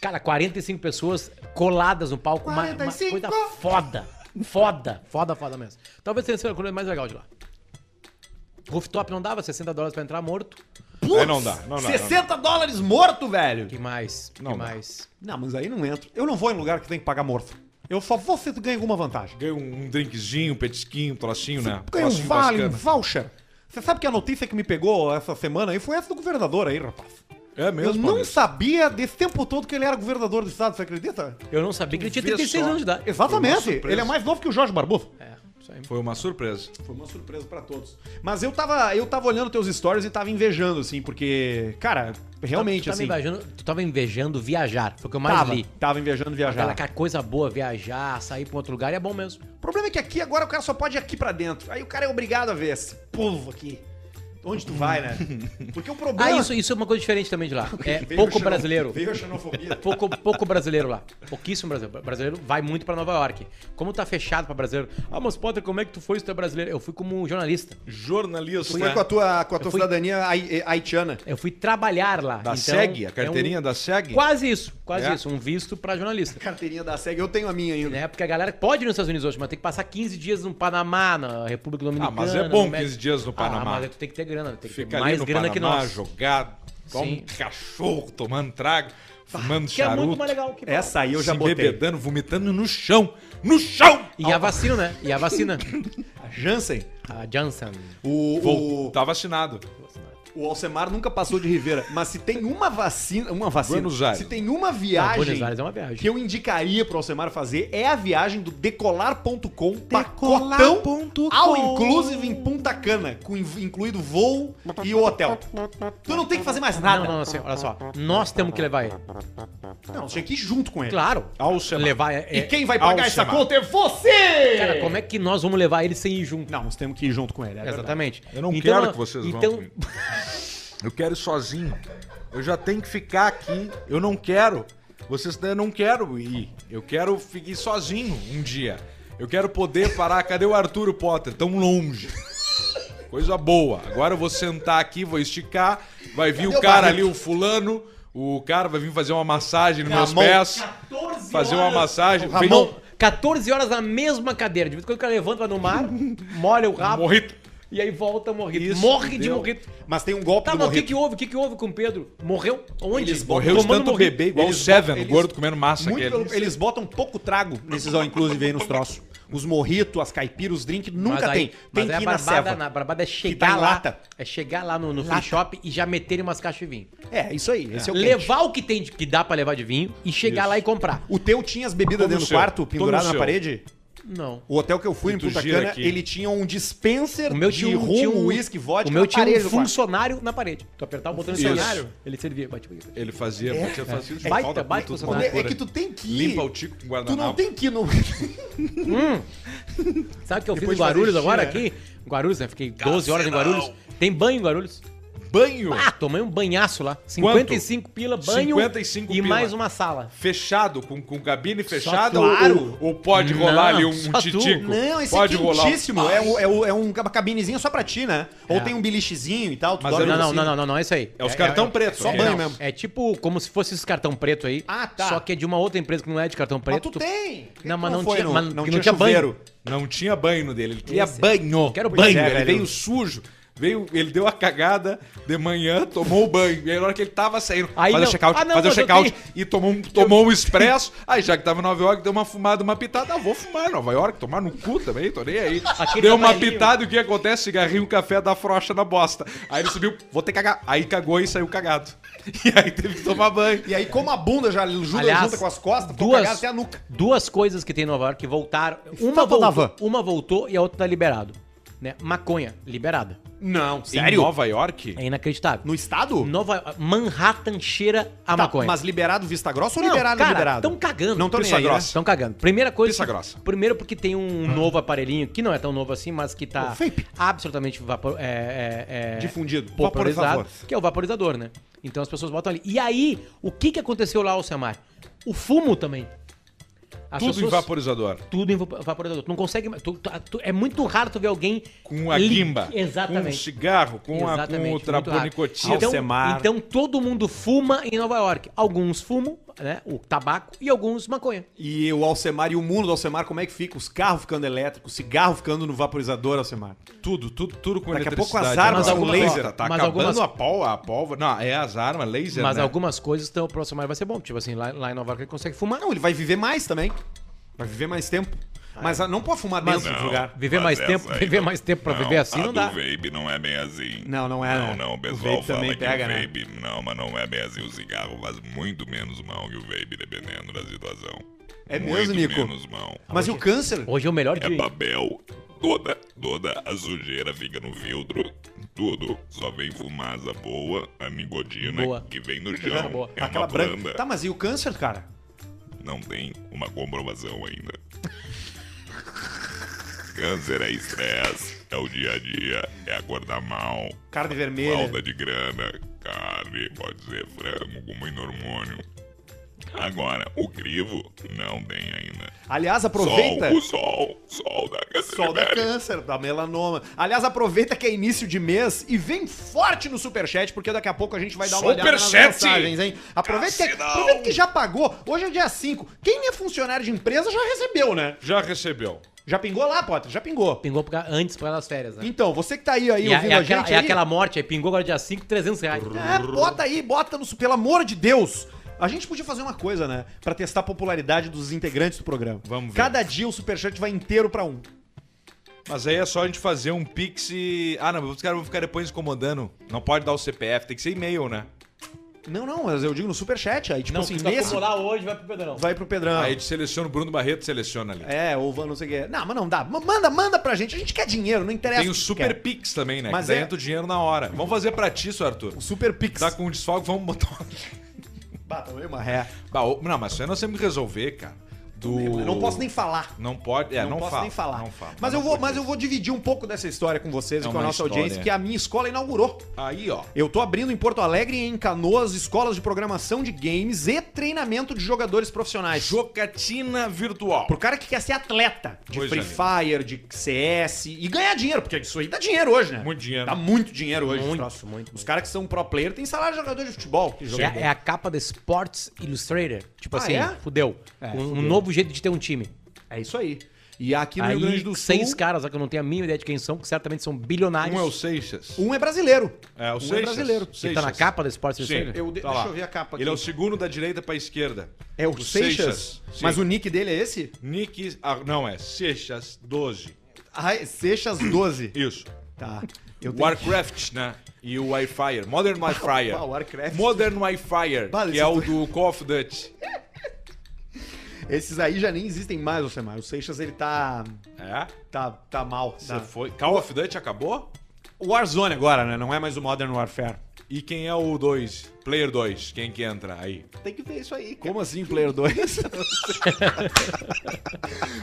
Speaker 3: Cara, 45 pessoas coladas no palco, uma, uma
Speaker 4: 45.
Speaker 3: coisa foda. Foda, foda, foda mesmo. Talvez tenha sido a coisa mais legal de lá. Rooftop não dava 60 dólares pra entrar morto.
Speaker 2: Aí não dá, não dá, não dá.
Speaker 4: 60 dólares morto, velho.
Speaker 3: Que mais? Que
Speaker 2: Não dá.
Speaker 3: mais?
Speaker 4: Não, mas aí não entro. Eu não vou em lugar que tem que pagar morto. Eu só vou se tu ganha alguma vantagem.
Speaker 2: Ganha um drinkzinho, um petisquinho, um trocinho, né?
Speaker 4: Ganha um
Speaker 2: Trocinho
Speaker 4: vale, um
Speaker 2: bacana.
Speaker 4: voucher. Você sabe que a notícia que me pegou essa semana aí foi essa do governador aí, rapaz.
Speaker 2: É mesmo?
Speaker 4: Eu não
Speaker 2: Paulista?
Speaker 4: sabia desse tempo todo que ele era governador do estado, você acredita?
Speaker 3: Eu não sabia que ele tinha
Speaker 2: vê
Speaker 3: 36
Speaker 2: só.
Speaker 3: anos de idade.
Speaker 4: Exatamente.
Speaker 2: Tá, surpresa.
Speaker 4: Ele é mais novo que o Jorge Barbosa.
Speaker 3: É, isso aí.
Speaker 2: Foi uma surpresa.
Speaker 4: Foi uma surpresa pra todos. Mas eu tava, eu tava olhando teus stories e tava invejando, assim, porque, cara, realmente,
Speaker 3: tu
Speaker 2: Tá,
Speaker 3: tava
Speaker 4: assim.
Speaker 3: Invejando, tu tava invejando viajar. Foi o que eu mais
Speaker 4: Tava,
Speaker 3: li.
Speaker 4: tava invejando viajar.
Speaker 3: Aquela é coisa boa, viajar, sair pra um outro lugar é bom mesmo.
Speaker 4: O problema é que aqui agora o cara só pode ir aqui pra dentro. Aí o cara é obrigado a ver esse povo aqui. Onde tu vai, né? Porque o
Speaker 3: Ah,
Speaker 4: problema.
Speaker 3: isso, isso é uma coisa diferente também de lá. É
Speaker 4: Veio
Speaker 3: pouco
Speaker 4: xeno-
Speaker 3: brasileiro. É
Speaker 4: Veio a xenofobia.
Speaker 3: Pouco, pouco brasileiro lá. Pouquíssimo brasileiro. Brasileiro vai muito pra Nova York. Como tá fechado pra brasileiro. Ah, mas Potter, como é que tu foi se tu é brasileiro? Eu fui como jornalista.
Speaker 2: Jornalista.
Speaker 4: Foi com a tua, com a tua
Speaker 3: fui-
Speaker 4: cidadania hai- eh, haitiana.
Speaker 3: Eu fui trabalhar lá.
Speaker 2: Da
Speaker 3: então,
Speaker 2: SEG? A carteirinha
Speaker 3: é um-
Speaker 2: da SEG?
Speaker 3: Quase isso, quase
Speaker 2: É?
Speaker 3: isso. Um visto pra jornalista.
Speaker 4: Carteirinha da SEG, eu tenho a minha ainda.
Speaker 3: Né? Porque a galera pode ir nos Estados Unidos hoje, mas tem que passar 15 dias no Panamá, na República
Speaker 2: Ah,
Speaker 3: Dominicana.
Speaker 2: mas é bom
Speaker 3: no México.
Speaker 2: 15 dias no
Speaker 3: Ah,
Speaker 2: Panamá.
Speaker 3: mas tu tem que ter grana, tem que ter
Speaker 2: Fica ali
Speaker 3: mais
Speaker 2: no
Speaker 3: grana
Speaker 2: Panamá,
Speaker 3: que nós.
Speaker 2: jogado, igual um
Speaker 3: Sim.
Speaker 2: cachorro, tomando trago, fumando
Speaker 3: Que é
Speaker 2: charuto.
Speaker 3: muito mais legal que
Speaker 4: Essa aí eu já
Speaker 2: se
Speaker 4: botei.
Speaker 2: bebedando, vomitando no chão. No chão!
Speaker 3: E a vacina, né? E a vacina.
Speaker 4: A Jansen.
Speaker 3: A Johnson.
Speaker 4: O,
Speaker 2: Vou,
Speaker 4: o,
Speaker 2: tá vacinado.
Speaker 4: o Alcemar nunca passou de Rivera. Mas se tem uma vacina. Uma vacina.
Speaker 2: Buenos Aires.
Speaker 4: Se tem uma
Speaker 3: Ah,
Speaker 4: viagem.
Speaker 3: Buenos Aires é uma viagem.
Speaker 4: que eu indicaria pro Alcemar fazer é a viagem do decolar.com pacotão ao inclusive em Punta Cana, com in- incluído voo e o hotel. Tu não tem que fazer mais nada.
Speaker 3: Não, não, não, assim, olha só. Nós temos que levar ele.
Speaker 4: Não, você tem que ir junto com ele.
Speaker 3: Claro.
Speaker 2: Alcemar.
Speaker 3: Levar é,
Speaker 4: E
Speaker 3: é-
Speaker 4: quem vai pagar essa
Speaker 2: Alcemar.
Speaker 4: conta é você!
Speaker 3: Cara, como é que nós vamos levar ele sem ir junto?
Speaker 4: Não, nós temos que ir junto com ele. é verdade.
Speaker 3: Exatamente.
Speaker 2: Eu não
Speaker 3: Então,
Speaker 2: quero que vocês vão
Speaker 3: então,
Speaker 2: comigo. Eu quero ir sozinho. Eu já tenho que ficar aqui. Eu não quero. Vocês eu não quero ir. Eu quero ficar sozinho um dia. Eu quero poder parar. Cadê o Arthur e o Potter? Tão longe. Coisa boa. Agora eu vou sentar aqui, vou esticar. Vai vir
Speaker 4: Cadê
Speaker 2: o
Speaker 4: o
Speaker 2: cara
Speaker 4: Barreto?
Speaker 2: ali, o fulano. O cara vai vir fazer uma massagem nos
Speaker 4: Ramon,
Speaker 2: meus pés.
Speaker 4: 14
Speaker 2: Fazer uma
Speaker 4: horas.
Speaker 2: massagem. Vem-
Speaker 3: Ramon, 14 horas na mesma cadeira. De vez em quando o cara levanta lá no mar, molha o rabo
Speaker 2: Morrito.
Speaker 3: e aí volta morrido.
Speaker 2: Isso,
Speaker 3: Morre de
Speaker 2: deu.
Speaker 3: morrido.
Speaker 4: Mas tem um golpe
Speaker 3: Tá,
Speaker 4: do
Speaker 3: mas o que
Speaker 4: Morrito.
Speaker 3: que houve? O que que houve com o Pedro? Morreu? Onde?
Speaker 4: Eles
Speaker 2: Morreu de
Speaker 3: Tomando
Speaker 2: tanto
Speaker 3: morrito.
Speaker 2: bebê, igual
Speaker 4: Eles
Speaker 2: o Seven,
Speaker 4: eles-
Speaker 2: o gordo comendo massa.
Speaker 4: Muito
Speaker 2: aquele.
Speaker 4: pelo- eles botam pouco trago nesses all inclusive aí nos troços. Os morritos, as caipiras, os drink, nunca
Speaker 3: Mas aí-
Speaker 4: tem.
Speaker 3: Mas
Speaker 4: Tem que
Speaker 3: aí
Speaker 4: ir
Speaker 3: a
Speaker 4: na
Speaker 3: barbada,
Speaker 4: ceva.
Speaker 3: na barbada é
Speaker 4: tá
Speaker 3: chegar
Speaker 4: em
Speaker 3: lá.
Speaker 4: lata.
Speaker 3: É chegar lá no, no free shop e já meterem umas caixas de vinho.
Speaker 4: É, isso aí. Esse é, o quente.
Speaker 3: levar o que tem de- que dá pra levar de vinho e chegar lá e comprar.
Speaker 4: O teu tinha as bebidas
Speaker 2: Todo
Speaker 4: dentro do
Speaker 2: seu.
Speaker 4: quarto,
Speaker 2: Todo
Speaker 4: pendurado na
Speaker 2: seu.
Speaker 4: parede?
Speaker 3: Não.
Speaker 4: O hotel que eu fui em
Speaker 2: E tu
Speaker 4: Punta
Speaker 2: gira
Speaker 4: Cana,
Speaker 2: aqui.
Speaker 4: ele tinha um dispenser
Speaker 3: O meu
Speaker 4: de
Speaker 3: tinha um, tinha
Speaker 4: rum,
Speaker 3: um
Speaker 4: uísque, vodka
Speaker 3: O meu
Speaker 4: na
Speaker 3: tinha um
Speaker 4: parede do quarto.
Speaker 3: funcionário na parede. Tu apertava o botão do
Speaker 2: Isso.
Speaker 3: funcionário, ele servia. tipo, Bate, bate.
Speaker 2: Ele fazia.
Speaker 4: É.
Speaker 2: batia, fazia de
Speaker 3: Baita,
Speaker 2: falta,
Speaker 3: baita
Speaker 2: puta,
Speaker 4: O ne-
Speaker 3: funcionário.
Speaker 2: loucura.
Speaker 4: É que tu tem que ir.
Speaker 2: Limpa o tico com
Speaker 4: tu não
Speaker 2: guardanapo.
Speaker 4: tem que ir no...
Speaker 3: Sabe o que eu
Speaker 4: Depois
Speaker 3: fiz em
Speaker 4: de
Speaker 3: Guarulhos
Speaker 4: fazer
Speaker 3: agora
Speaker 4: xixi,
Speaker 3: aqui? Guarulhos, né? Fiquei 12 horas em Guarulhos. Tem banho em Guarulhos?
Speaker 2: Banho
Speaker 3: Ah, tomei um banhaço lá. 55 pila, banho
Speaker 2: 55
Speaker 3: e
Speaker 2: pila.
Speaker 3: mais uma sala.
Speaker 2: fechado, com, com cabine fechada,
Speaker 4: tu?
Speaker 2: ou-
Speaker 4: Claro.
Speaker 2: ou, ou pode
Speaker 3: Não,
Speaker 2: rolar ali um, um
Speaker 3: só tu.
Speaker 2: titico?
Speaker 4: Não, esse
Speaker 2: pode
Speaker 4: é
Speaker 2: rolar. Ah,
Speaker 4: quentíssimo. É, um- é, um- é um- uma cabinezinha só pra ti, né? Ou
Speaker 3: É.
Speaker 4: tem um bilichezinho e tal. Tu
Speaker 2: Mas
Speaker 4: dorme assim.
Speaker 2: eu
Speaker 3: Não,
Speaker 4: no
Speaker 3: não,
Speaker 4: cinto.
Speaker 3: não, não, não, não é isso aí.
Speaker 2: É os cartão preto,
Speaker 4: Só
Speaker 2: ok.
Speaker 4: banho
Speaker 3: Não,
Speaker 4: mesmo.
Speaker 3: É tipo como se fosse esse cartão preto aí.
Speaker 4: Ah, tá.
Speaker 3: Só que é de uma outra empresa que não é de cartão
Speaker 4: Mas
Speaker 3: preto.
Speaker 4: tu tem. Por que
Speaker 3: Não,
Speaker 4: tu
Speaker 3: mas não
Speaker 4: foi
Speaker 3: tinha-
Speaker 4: no-
Speaker 3: mas
Speaker 4: não
Speaker 3: que
Speaker 4: tinha
Speaker 3: não tinha banho.
Speaker 4: chuveiro.
Speaker 2: Não tinha banho no dele, ele queria
Speaker 3: Esse-
Speaker 2: banho.
Speaker 3: Quero
Speaker 2: banho,
Speaker 3: banho,
Speaker 2: ele
Speaker 4: velho.
Speaker 2: veio sujo. Veio, ele deu a cagada de manhã, tomou o banho. E aí, na hora que ele tava saindo,
Speaker 3: Aí
Speaker 2: fazer
Speaker 3: não.
Speaker 2: check-out,
Speaker 3: Ah, não,
Speaker 2: fazer o
Speaker 3: mas eu
Speaker 2: check-out
Speaker 3: tenho-
Speaker 2: e tomou um, tomou um expresso. Aí, já que tava em Nova York, deu uma fumada, uma pitada. Ah, vou fumar em Nova York, tomar no cu também, tô nem aí.
Speaker 3: Aquele
Speaker 2: deu uma
Speaker 3: amarelinho.
Speaker 2: pitada e o que acontece? Cigarrinho, um café da frocha na bosta. Aí ele subiu, vou ter que cagar. Aí cagou e saiu cagado. E aí teve que tomar banho.
Speaker 4: E aí, como a bunda já ajuda
Speaker 3: Aliás,
Speaker 4: junta com as costas, ficou
Speaker 3: duas,
Speaker 4: cagado até a nuca.
Speaker 3: duas coisas que tem em Nova York que voltaram. Uma
Speaker 4: Faltou da
Speaker 3: voltou, uma voltou e a outra tá liberado. Né? Maconha, liberada.
Speaker 4: Não,
Speaker 2: Em Nova York?
Speaker 3: É inacreditável.
Speaker 4: No estado?
Speaker 3: Nova Manhattan cheira a
Speaker 4: Tá,
Speaker 3: maconha.
Speaker 4: Mas liberado vista grossa ou
Speaker 3: Não,
Speaker 4: liberado
Speaker 3: cara,
Speaker 4: liberado?
Speaker 3: Tão cagando.
Speaker 4: Não tão nem
Speaker 2: Pista
Speaker 4: aí, né?
Speaker 2: grossa.
Speaker 3: Estão cagando. Primeira coisa.
Speaker 2: Pizza grossa.
Speaker 3: Primeiro porque tem um novo aparelhinho, que não é tão novo assim, mas que tá
Speaker 4: O vape.
Speaker 3: absolutamente vapor, é, é, é,
Speaker 4: Difundido.
Speaker 3: Vaporizado,
Speaker 4: Vaporizador.
Speaker 3: que é o vaporizador, né? Então as pessoas botam ali. E aí, o que que aconteceu lá, Alcemar? O fumo também. As
Speaker 2: Tudo em
Speaker 3: pessoas-
Speaker 2: vaporizador.
Speaker 3: Tudo em va- vaporizador. Tu não consegue. mais- tu- tu- tu- é muito raro tu ver alguém.
Speaker 2: Com a
Speaker 3: li-
Speaker 2: guimba. Com o
Speaker 3: Exatamente.
Speaker 2: cigarro, com, a, com o
Speaker 3: muito raro.
Speaker 2: traponicotina.
Speaker 4: Então-
Speaker 3: Então,
Speaker 4: Alcemar.
Speaker 3: então todo mundo fuma em Nova York. Alguns fumam, né? O tabaco e alguns maconha.
Speaker 4: E o Alcemar e o mundo do Alcemar, como é que fica? Os carros ficando elétricos, cigarro ficando no vaporizador, Alcemar.
Speaker 2: Tudo, tudo, tudo com
Speaker 4: Daqui a pouco
Speaker 2: eletricidade.
Speaker 4: as armas
Speaker 2: Mas
Speaker 4: com
Speaker 2: algumas-
Speaker 4: laser.
Speaker 2: Tá
Speaker 3: Mas
Speaker 2: acabando
Speaker 3: algumas-
Speaker 2: a pólvora, a pólvora. Não, é as armas, laser,
Speaker 3: Mas
Speaker 2: né?
Speaker 3: algumas coisas, então o próximo ano vai ser bom. Tipo assim, lá, lá em Nova York ele consegue fumar.
Speaker 4: Não, ele vai viver mais também. Vai viver mais tempo. Mas ah, não pode fumar
Speaker 3: Mas-
Speaker 4: dentro do lugar.
Speaker 3: Viver
Speaker 6: é.
Speaker 3: mais
Speaker 6: Mas essa
Speaker 3: tempo,
Speaker 6: aí
Speaker 3: viver
Speaker 6: não-
Speaker 3: mais tempo pra viver assim
Speaker 6: a
Speaker 3: não dá.
Speaker 6: do vape não é bem assim.
Speaker 4: Não, não é, né?
Speaker 6: Não, não, o
Speaker 4: O
Speaker 6: pessoal
Speaker 4: vape
Speaker 6: fala
Speaker 4: também
Speaker 6: que
Speaker 4: pega,
Speaker 6: o
Speaker 4: né?
Speaker 6: vape... Não, mas não é bem assim. O cigarro faz muito menos mal que o vape, dependendo da situação.
Speaker 4: É
Speaker 6: muito
Speaker 4: mesmo, Nico?
Speaker 6: menos mal.
Speaker 4: Mas e o câncer?
Speaker 3: Hoje é o melhor
Speaker 6: É
Speaker 3: dia.
Speaker 6: papel. Toda, toda a sujeira fica no filtro. Tudo. Só vem fumaça boa, a nicotina
Speaker 3: Boa.
Speaker 6: que vem do chão.
Speaker 3: boa.
Speaker 6: É
Speaker 4: Aquela
Speaker 6: uma
Speaker 4: branca.
Speaker 6: planta.
Speaker 4: Tá, mas e o câncer, cara?
Speaker 6: Não tem uma comprovação ainda. Câncer é estresse, é o dia a dia, é acordar mal,
Speaker 4: Carne vermelha.
Speaker 6: falta de grana, carne, pode ser frango com muito hormônio. Agora, o crivo não tem ainda.
Speaker 4: Aliás, aproveita.
Speaker 6: Sol, o sol, sol da câncer.
Speaker 4: Sol da
Speaker 6: velho.
Speaker 4: câncer, da melanoma. Aliás, aproveita que é início de mês e vem forte no superchat, porque daqui a pouco a gente vai dar uma olhada nas
Speaker 6: Superchat!
Speaker 4: mensagens, hein? Aproveita que, é-
Speaker 6: Cassinão!
Speaker 4: aproveita que já pagou. Hoje é dia 5. Quem é funcionário de empresa já recebeu, né?
Speaker 2: Já recebeu.
Speaker 4: Já pingou lá, Potter? Já pingou.
Speaker 3: Pingou pra, antes pra nas férias, né?
Speaker 4: Então, você que tá aí, aí
Speaker 3: E é,
Speaker 4: ouvindo
Speaker 3: é
Speaker 4: a,
Speaker 3: aquela,
Speaker 4: gente
Speaker 3: é
Speaker 4: aí,
Speaker 3: aquela morte aí, pingou agora dia 5, 300 reais. Então,
Speaker 4: É, bota aí, bota no. Pelo amor de Deus! A gente podia fazer uma coisa, né? Pra testar a popularidade dos integrantes do programa.
Speaker 2: Vamos ver.
Speaker 4: Cada dia o superchat vai inteiro pra um.
Speaker 2: Mas aí é só a gente fazer um pix e... Ah, não, os caras vão ficar depois incomodando. Não pode dar o CPF, tem que ser e-mail, né?
Speaker 4: Não, não, mas eu digo no superchat. Aí, tipo
Speaker 3: Não,
Speaker 4: assim,
Speaker 3: se tu
Speaker 4: nesse
Speaker 3: acumular hoje, vai pro Pedrão.
Speaker 4: vai pro Pedrão.
Speaker 2: Aí a gente seleciona, o Bruno Barreto seleciona ali.
Speaker 4: Ah. É, ou van- não sei o quê. Não, mas não dá. Ma- Manda, manda pra gente. A gente quer dinheiro, não interessa.
Speaker 2: Tem o
Speaker 4: assim que tu
Speaker 2: Super
Speaker 4: quer.
Speaker 2: Pix também, né?
Speaker 4: Mas
Speaker 2: Mas que daí
Speaker 4: é-
Speaker 2: entra o dinheiro na hora. Vamos fazer pra ti, seu Arthur.
Speaker 4: O Super Pix.
Speaker 2: Tá com um desfalque, vamos botar... um-
Speaker 4: Bah, tomei uma ré.
Speaker 2: Bah, ô- Não, mas isso aí nós temos que resolver, cara. Do...
Speaker 4: Eu não posso nem falar.
Speaker 2: Não pode, é, não,
Speaker 4: posso
Speaker 2: fala,
Speaker 4: nem falar.
Speaker 2: Não fala.
Speaker 4: mas, eu
Speaker 2: não
Speaker 4: vou,
Speaker 2: pode.
Speaker 4: mas eu vou dividir um pouco dessa história com vocês
Speaker 2: É
Speaker 4: e com a
Speaker 2: uma
Speaker 4: nossa
Speaker 2: história.
Speaker 4: audiência, que a minha escola inaugurou.
Speaker 2: Aí, ó.
Speaker 4: Eu tô abrindo em Porto Alegre e em Canoas escolas de programação de games e treinamento de jogadores profissionais.
Speaker 2: Jocatina virtual.
Speaker 4: Pro cara que quer ser atleta de
Speaker 2: Coisa
Speaker 4: Free Fire, de CS e ganhar dinheiro, porque isso aí dá dinheiro hoje, né?
Speaker 2: Muito dinheiro.
Speaker 4: Dá muito dinheiro hoje.
Speaker 3: Muito,
Speaker 4: troço.
Speaker 3: muito,
Speaker 4: Os
Speaker 3: muito.
Speaker 4: caras que são pro player têm salário de jogador de futebol. Que
Speaker 3: É,
Speaker 4: joga bem.
Speaker 3: é a capa da Sports Illustrator. Tipo
Speaker 4: Ah,
Speaker 3: assim,
Speaker 4: é?
Speaker 3: fudeu.
Speaker 4: É,
Speaker 3: um, um
Speaker 4: fudeu.
Speaker 3: novo jeito de ter um time.
Speaker 4: É isso aí. E aqui no
Speaker 3: aí,
Speaker 4: Rio Grande do Sul,
Speaker 3: seis caras lá que eu não tenho a mínima ideia de quem são, que certamente são bilionários.
Speaker 2: Um é o Seixas.
Speaker 4: um é brasileiro.
Speaker 2: É, o
Speaker 4: Ah, um
Speaker 2: Seixas.
Speaker 4: é brasileiro.
Speaker 2: Seixas.
Speaker 3: que tá na capa da Sports Illustrator.
Speaker 4: Eu de-
Speaker 2: Tá
Speaker 4: deixa
Speaker 2: lá.
Speaker 4: eu ver a capa aqui.
Speaker 2: Ele é o segundo da direita pra esquerda.
Speaker 4: É o, Seixas.
Speaker 2: Sim.
Speaker 4: Mas o nick dele é esse?
Speaker 2: Nick... ah, não, é Seixas 12.
Speaker 4: Ah, é Seixas 12.
Speaker 2: Isso.
Speaker 4: tá. Eu tenho...
Speaker 2: Warcraft, né? E o Wi-Fi. Modern Wi-Fi.
Speaker 4: Ah, o Warcraft.
Speaker 2: Modern Wi-Fi,
Speaker 4: Vale,
Speaker 2: que
Speaker 4: esse
Speaker 2: é o do Call of Duty.
Speaker 4: Esses aí já nem existem mais, Alcemar. O Seixas, ele tá...
Speaker 2: É?
Speaker 4: Tá, tá mal.
Speaker 2: Você
Speaker 4: Tá.
Speaker 2: foi... Call of Duty acabou?
Speaker 4: Warzone agora, né? Não é mais o Modern Warfare.
Speaker 2: E quem é o 2? Player 2. Quem que entra aí?
Speaker 4: Tem que ver isso aí. Como assim, Player 2?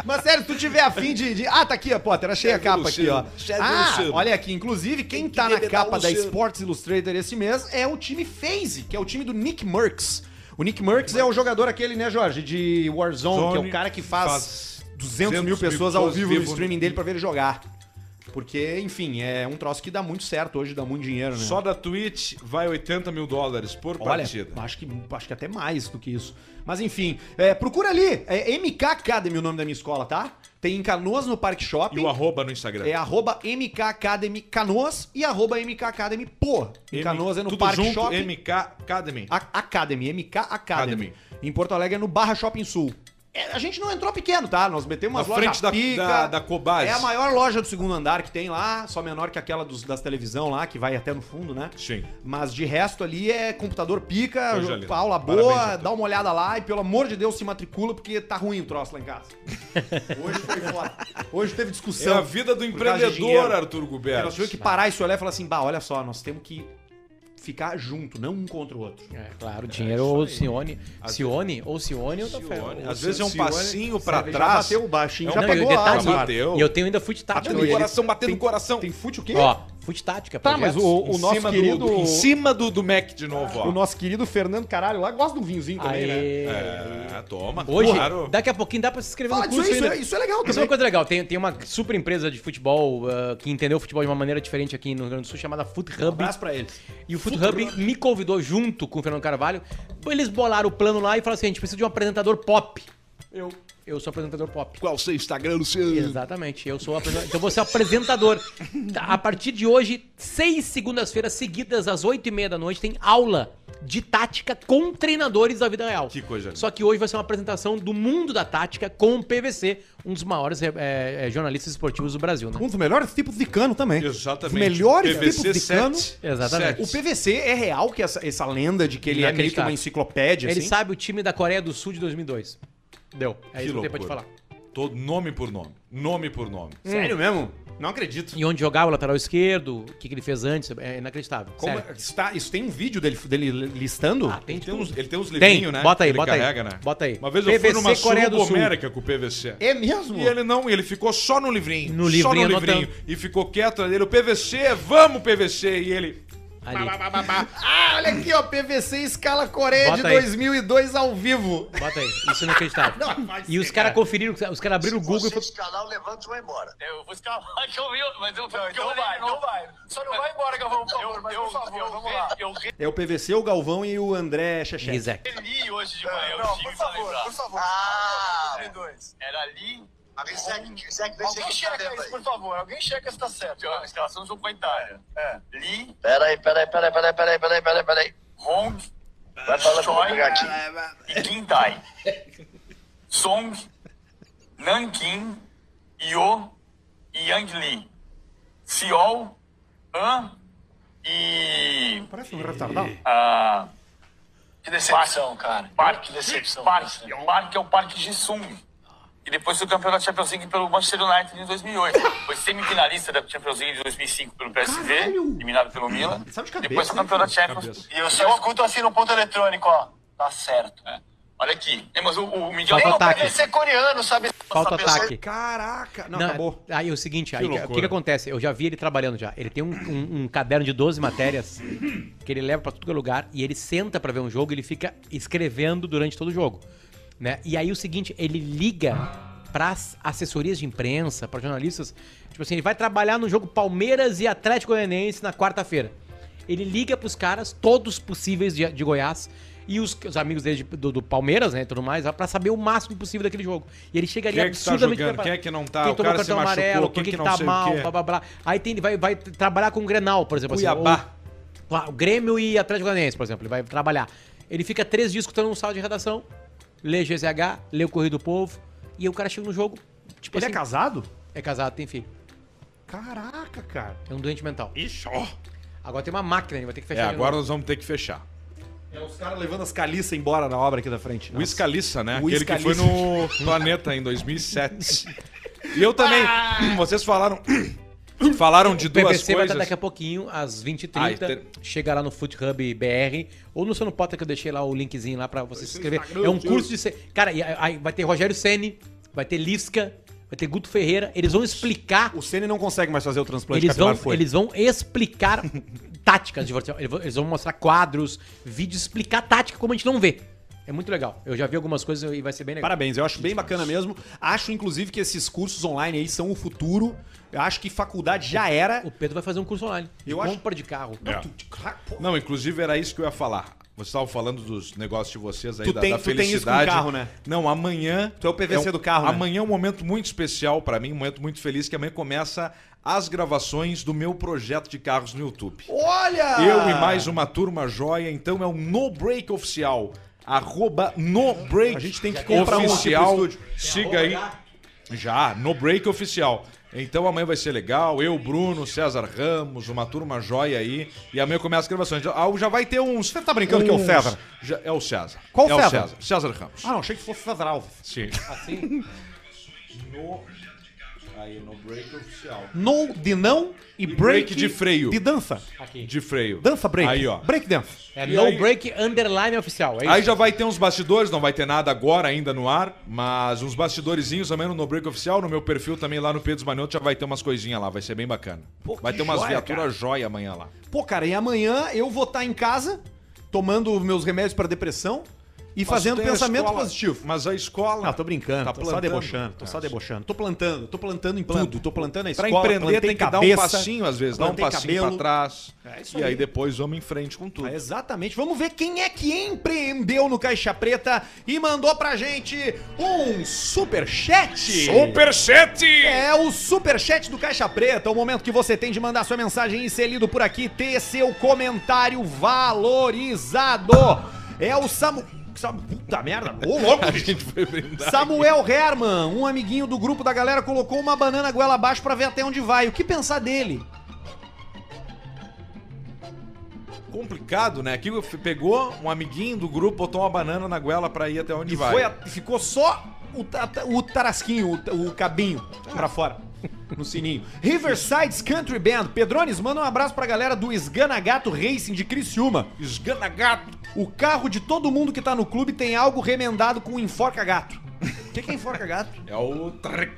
Speaker 4: Mas sério, se tu tiver afim de, de- Ah, tá aqui, ó, Potter, achei a
Speaker 2: Chefe
Speaker 4: capa aqui, ó.
Speaker 2: Luciano, chefe
Speaker 4: Ah,
Speaker 2: Luciano.
Speaker 4: olha aqui, inclusive, quem
Speaker 2: que
Speaker 4: tá na
Speaker 2: revelar
Speaker 4: capa
Speaker 2: o
Speaker 4: da
Speaker 2: Luciano.
Speaker 4: Sports Illustrator esse mês é o time FaZe, que é o time do Nick Merckx. O Nick Merckx é o jogador aquele, né, Jorge, de Warzone, que é o
Speaker 2: Zone,
Speaker 4: cara que faz,
Speaker 2: faz
Speaker 4: 200 mil
Speaker 2: 200
Speaker 4: pessoas ao vivo no
Speaker 2: vivo no-
Speaker 4: streaming dele pra ver ele jogar. Porque, enfim, é um troço que dá muito certo hoje, dá muito dinheiro, né?
Speaker 2: Só da Twitch vai 80 mil dólares por
Speaker 4: Olha,
Speaker 2: partida.
Speaker 4: acho que, acho que até mais do que isso. Mas enfim, é, procura ali. É MK Academy o nome da minha escola, tá? Tem em Canoas no Park
Speaker 2: E
Speaker 4: Shopping.
Speaker 2: o arroba no Instagram.
Speaker 4: É arroba MK Academy Canoas e arroba MK Academy Pô. Em
Speaker 2: M-
Speaker 4: Canoas é no
Speaker 2: tudo
Speaker 4: Park
Speaker 2: junto,
Speaker 4: Shopping. Ah,
Speaker 2: MK Academy.
Speaker 4: A- Academy, MK Academy.
Speaker 2: Academy.
Speaker 4: Em Porto Alegre é no Barra Shopping Sul. É, a gente não entrou pequeno, tá? Nós metemos
Speaker 2: Na
Speaker 4: umas lojas
Speaker 2: frente da-
Speaker 4: pica.
Speaker 2: da- da Cobase.
Speaker 4: É a maior loja do segundo andar que tem lá, só menor que aquela dos- das televisão lá, que vai até no fundo, né?
Speaker 2: Sim. É
Speaker 4: Mas de resto ali é computador pica,
Speaker 2: Coisa linda.
Speaker 4: aula
Speaker 2: Parabéns,
Speaker 4: boa,
Speaker 2: Arthur.
Speaker 4: dá uma olhada lá e pelo amor de Deus se matricula porque tá ruim o troço lá em casa. Hoje foi foda. Hoje teve
Speaker 2: É
Speaker 4: discussão.
Speaker 2: a vida do
Speaker 4: por causa de
Speaker 2: empreendedor,
Speaker 4: dinheiro.
Speaker 2: Arthur
Speaker 4: E
Speaker 2: Guberto.
Speaker 4: Nós tivemos que parar e se olhar e falar assim, bah, olha só, nós temos que ficar junto, não um contra o outro.
Speaker 3: É, claro, dinheiro ou Sione. Sione ou Sione ou Tafarel.
Speaker 2: Às vezes é um
Speaker 4: Sione-
Speaker 2: passinho pra
Speaker 4: Cerveja
Speaker 2: trás.
Speaker 4: bateu o baixinho,
Speaker 2: É um
Speaker 4: já
Speaker 3: Não, e o
Speaker 4: pegou a
Speaker 3: detalhe,
Speaker 2: água,
Speaker 4: água.
Speaker 2: bateu.
Speaker 3: E eu tenho ainda fute tático.
Speaker 2: Batendo no
Speaker 3: dele.
Speaker 2: coração, batendo no coração.
Speaker 4: Tem fute o quê?
Speaker 3: Ó, Fute Tática.
Speaker 1: Tá, mas
Speaker 3: projetos.
Speaker 1: o, o
Speaker 2: Em
Speaker 1: nosso
Speaker 2: cima do-
Speaker 1: querido.
Speaker 2: do- em cima do, do Mac de novo, ó.
Speaker 1: O nosso querido Fernando Caralho lá gosta de um vinhozinho também, né?
Speaker 3: Aê.
Speaker 2: É, toma,
Speaker 3: Hoje,
Speaker 2: claro.
Speaker 3: daqui a pouquinho dá pra se inscrever
Speaker 1: Fala
Speaker 3: no
Speaker 1: disso
Speaker 3: curso
Speaker 1: aí, isso,
Speaker 3: ainda.
Speaker 1: é, isso é legal
Speaker 3: Isso é uma
Speaker 1: também.
Speaker 3: coisa legal. Tem, tem uma super empresa de futebol ah, que entendeu o futebol de uma maneira diferente aqui no Rio Grande do Sul, chamada Foot Hub.
Speaker 1: pra eles.
Speaker 3: E o Foot Hub me convidou junto com o Fernando Carvalho. Eles bolaram o plano lá e falaram assim: a gente precisa de um apresentador pop. Eu. Eu sou apresentador pop.
Speaker 7: Qual o seu Instagram, Luciano?
Speaker 3: Exatamente, eu sou apresentador. Então você é apresentador. Tá, A partir de hoje, seis segundas-feiras seguidas, às oito e meia da noite, tem aula de tática com treinadores da vida real.
Speaker 2: Que coisa linda.
Speaker 3: Só que hoje vai ser uma apresentação do mundo da tática com o PVC, um dos maiores eh, eh, jornalistas esportivos do Brasil, né?
Speaker 4: Um dos melhores tipos de cano também. Os
Speaker 2: Exatamente.
Speaker 4: melhores
Speaker 2: PVC
Speaker 4: tipos de cano.
Speaker 2: 7.
Speaker 3: Exatamente.
Speaker 1: O PVC é real que essa, essa lenda de que ele é meio que uma
Speaker 3: Inacreditável.
Speaker 1: enciclopédia,
Speaker 3: Ele
Speaker 1: assim?
Speaker 3: sabe o time da Coreia do Sul de 2002. Deu. É
Speaker 2: Que
Speaker 3: isso que eu tenho pra te
Speaker 2: loucura.
Speaker 3: falar.
Speaker 2: Todo nome por nome. Nome por nome.
Speaker 1: Sério mesmo? Não acredito.
Speaker 3: E onde jogava o lateral esquerdo, o que, que ele fez antes, é inacreditável.
Speaker 1: Como
Speaker 3: sério.
Speaker 1: é- está, isso tem um vídeo dele, dele listando?
Speaker 3: Ah, tem
Speaker 2: Ele tem
Speaker 3: tudo.
Speaker 2: uns, ele tem uns
Speaker 3: Tem,
Speaker 2: livrinhos, né?
Speaker 3: bota aí,
Speaker 2: que ele
Speaker 3: bota aí,
Speaker 2: carrega, Né?
Speaker 3: bota aí.
Speaker 2: Uma vez eu
Speaker 3: PVC
Speaker 2: fui numa um
Speaker 3: Coreia do Sul.
Speaker 2: América com o PVC.
Speaker 1: É mesmo?
Speaker 2: E ele não, ele ficou só no livrinho.
Speaker 3: No livrinho,
Speaker 2: Só no livrinho. E ficou quieto ali. O PVC, vamos PVC. E ele.
Speaker 3: Ali.
Speaker 1: Ah, olha aqui, ó, PVC Escala Coreia
Speaker 3: Bota
Speaker 1: de
Speaker 3: aí.
Speaker 1: 2002 ao vivo.
Speaker 3: Bota aí. Isso é inacreditável. e os caras conferiram, os caras abriram o Google e falaram.
Speaker 8: Eu vou escalar que eu vi, mas eu não, então vai, não vai. Só não vai embora, Galvão, por favor, mas por favor, vamos lá. Eu
Speaker 1: É o PVC, o Galvão e o André Cheche.
Speaker 3: Isaac.
Speaker 8: reli hoje de manhã não, o time, por favor, por favor. Ah, era ali. Alguém checa isso, por favor. Alguém checa se tá certo. A escalação do comentário. É. Li.
Speaker 9: Peraí, peraí, peraí, peraí, peraí, peraí, peraí, peraí.
Speaker 8: Hong.
Speaker 9: Vai falar com o
Speaker 8: Choi
Speaker 9: Brigatti.
Speaker 8: e Kindai. Song, Nankin, Yo e Yang Li. Seol, An e.
Speaker 4: Parece um retardado.
Speaker 8: Ah, que decepção, cara. Parque, que decepção. Parque, parque é o Parque de Sung. E depois foi campeão da Champions League pelo Manchester United em 2008. Foi semifinalista da Champions League de 2005 pelo PSV, eliminado pelo Milan.
Speaker 1: Sabe de cabeça,
Speaker 8: depois foi
Speaker 1: né,
Speaker 8: campeão da Champions. E eu só escuto assim no ponto eletrônico, ó. Tá certo. É. Olha aqui. É, mas o, o Miguel...
Speaker 3: Falta
Speaker 8: Nem o
Speaker 3: ataque.
Speaker 8: PVC coreano, sabe?
Speaker 3: Falta
Speaker 8: Essa pessoa-
Speaker 3: ataque.
Speaker 1: Caraca. Não,
Speaker 3: Não,
Speaker 1: acabou.
Speaker 3: Aí é o seguinte, aí, o que,
Speaker 2: loucura.
Speaker 3: que acontece? Eu já vi ele trabalhando já. Ele tem um, um- um caderno de 12 matérias que ele leva pra todo lugar e ele senta pra ver um jogo e ele fica escrevendo durante todo o jogo. Né? E aí o seguinte, ele liga pras assessorias de imprensa, pra jornalistas. Tipo assim, ele vai trabalhar no jogo Palmeiras e Atlético Goianiense na quarta-feira. Ele liga pros caras, todos possíveis de, de Goiás. E os, os amigos dele de- do, do Palmeiras, né, e tudo mais, pra saber o máximo possível daquele jogo. E ele chega ali
Speaker 2: Quem é que tá
Speaker 3: absurdamente
Speaker 2: jogando?
Speaker 3: preparado.
Speaker 2: Quem é que não tá?
Speaker 3: Quem
Speaker 2: O
Speaker 3: tomou
Speaker 2: cara se
Speaker 3: cartão
Speaker 2: machucou,
Speaker 3: amarelo,
Speaker 2: quem
Speaker 3: por
Speaker 2: que
Speaker 3: que que
Speaker 2: não
Speaker 3: tá
Speaker 2: sei o
Speaker 3: mal,
Speaker 2: quê.
Speaker 3: blá blá blá. Aí tem, ele vai, vai trabalhar com o Grenal, por exemplo. assim,
Speaker 2: Cuiabá.
Speaker 3: ou- claro, Grêmio e Atlético Goianiense, por exemplo, ele vai trabalhar. Ele fica três dias escutando um saldo de redação, lê GZH, lê o Correio do Povo, e aí o cara chega no jogo, tipo
Speaker 4: Ele é
Speaker 3: assim,
Speaker 4: casado?
Speaker 3: é casado, tem filho.
Speaker 4: Caraca, cara.
Speaker 3: É um doente mental.
Speaker 2: Ixi, ó.
Speaker 3: Agora tem uma máquina, ele vai ter que
Speaker 2: É,
Speaker 3: fechar. de
Speaker 2: agora
Speaker 3: novo.
Speaker 2: nós vamos ter que fechar.
Speaker 1: É os caras levando as caliças embora na obra aqui da frente.
Speaker 2: O Escaliça, né?
Speaker 1: O
Speaker 2: Aquele que foi
Speaker 1: Scalissa.
Speaker 2: no Planeta em 2007. E eu também. Vocês falaram. Falaram de
Speaker 3: O
Speaker 2: duas
Speaker 3: PVC vai
Speaker 2: coisas.
Speaker 3: estar daqui a pouquinho, ààs 20h30.
Speaker 2: Ah, tem-
Speaker 3: Chega lá no Foot Hub BR. Ou no Luciano Potter, que eu deixei lá o linkzinho lá pra você se inscrever. É um curso de. se- Cara, e aí vai ter Rogério Ceni, vai ter Lisca, vai ter Guto Ferreira. Eles vão explicar.
Speaker 1: O Ceni não consegue mais fazer o transplante
Speaker 3: Eles vão,
Speaker 1: foi.
Speaker 3: eles vão explicar táticas de futebol. Eles vão- Eles vão mostrar quadros, vídeos, explicar tática como a gente não vê. É muito legal. Eu já vi algumas coisas e vai ser bem legal.
Speaker 1: Parabéns, eu acho bem bacana mesmo. Acho, inclusive, que esses cursos online aí são o futuro. Eu acho que faculdade já era.
Speaker 3: O Pedro vai fazer um curso online. de
Speaker 1: Eu acho-
Speaker 3: Compra de carro.
Speaker 2: É. Não, inclusive era isso que eu ia falar. Vocês estavam falando dos negócios de vocês aí,
Speaker 1: Tu
Speaker 2: da,
Speaker 1: tem-
Speaker 2: da
Speaker 1: tu tem isso
Speaker 2: felicidade.
Speaker 1: com carro, né?
Speaker 2: Não, amanhã.
Speaker 1: Tu é o PVC
Speaker 2: um-
Speaker 1: do carro, né?
Speaker 2: Amanhã é um momento muito especial pra mim, um momento muito feliz, que amanhã começa as gravações do meu projeto de carros no YouTube.
Speaker 1: Olha!
Speaker 2: Eu e mais uma turma joia, então é o No Break Oficial. Arroba No Break
Speaker 1: A gente tem que comprar um aqui pro
Speaker 2: Oficial.
Speaker 1: estúdio.
Speaker 2: Siga aí. Já, No Break Oficial. Então amanhã vai ser legal. Eu, Bruno, César Ramos, uma turma joia aí. E amanhã começa as gravações. Já- ah, Já vai ter uns. Você
Speaker 4: tá brincando que é o César?
Speaker 2: Já, é o César.
Speaker 4: Qual
Speaker 2: é
Speaker 4: César?
Speaker 2: o César? César Ramos.
Speaker 4: Ah, não, achei que fosse César Alves.
Speaker 2: Sim.
Speaker 3: Assim?
Speaker 2: No... Aí, no break oficial.
Speaker 10: No de não e break,
Speaker 2: break de freio.
Speaker 10: De dança.
Speaker 3: Aqui.
Speaker 2: De freio.
Speaker 10: Dança break.
Speaker 2: Aí, ó.
Speaker 10: Break dance.
Speaker 3: É
Speaker 2: E
Speaker 3: no
Speaker 2: aí-
Speaker 3: break underline oficial. É isso?
Speaker 2: Aí já vai ter uns bastidores, não vai ter nada agora ainda no ar, mas uns bastidorzinhos também no No Break Oficial, no meu perfil também lá no Pedro Manioto já vai ter umas coisinhas lá, vai ser bem bacana.
Speaker 4: Pô,
Speaker 2: vai
Speaker 4: que
Speaker 2: ter umas
Speaker 4: joia,
Speaker 2: viaturas
Speaker 4: cara.
Speaker 2: jóia amanhã lá.
Speaker 4: Pô, cara, e amanhã eu vou estar em casa tomando meus remédios para depressão e fazendo
Speaker 2: Mas tem a
Speaker 4: pensamento
Speaker 2: escola-
Speaker 4: positivo.
Speaker 2: Mas a escola.
Speaker 10: Não, tô brincando,
Speaker 2: Tá
Speaker 10: tô só
Speaker 2: plantando.
Speaker 10: debochando, tô só
Speaker 2: Cara.
Speaker 10: debochando. Tô plantando, tô plantando em tudo, tô plantando a
Speaker 2: Pra
Speaker 10: escola,
Speaker 2: empreender
Speaker 10: plantei
Speaker 2: tem que dar um
Speaker 10: cabeça,
Speaker 2: passinho às vezes, dar um
Speaker 10: plantei
Speaker 2: passinho
Speaker 10: cabelo.
Speaker 2: pra trás.
Speaker 10: É isso
Speaker 2: e
Speaker 10: aí.
Speaker 2: aí depois vamos em frente com tudo.
Speaker 4: Ah, Exatamente. Vamos ver quem é que empreendeu no Caixa Preta e mandou pra gente um superchat.
Speaker 11: Superchat!
Speaker 4: É o superchat do Caixa Preta, o momento que você tem de mandar sua mensagem e ser lido por aqui, ter seu comentário valorizado. É o Samu... Samu... Puta merda, ô louco!
Speaker 2: A gente foi brindar.
Speaker 4: Samuel Herman, um amiguinho do grupo da galera, colocou uma banana goela abaixo pra ver até onde vai. O que pensar dele?
Speaker 2: Complicado, né? Aqui pegou um amiguinho do grupo, botou uma banana na goela pra ir até onde
Speaker 4: E
Speaker 2: vai.
Speaker 4: foi a- ficou só o, ta- o tarasquinho, o, ta- o cabinho pra fora. No sininho. Riversides Country Band. Pedrones, manda um abraço pra galera do Esganagato Racing de Criciúma.
Speaker 2: Esgana gato.
Speaker 4: O carro de todo mundo que tá no clube tem algo remendado com enforca gato. O que, que é enforca gato?
Speaker 2: É o. Tarrec.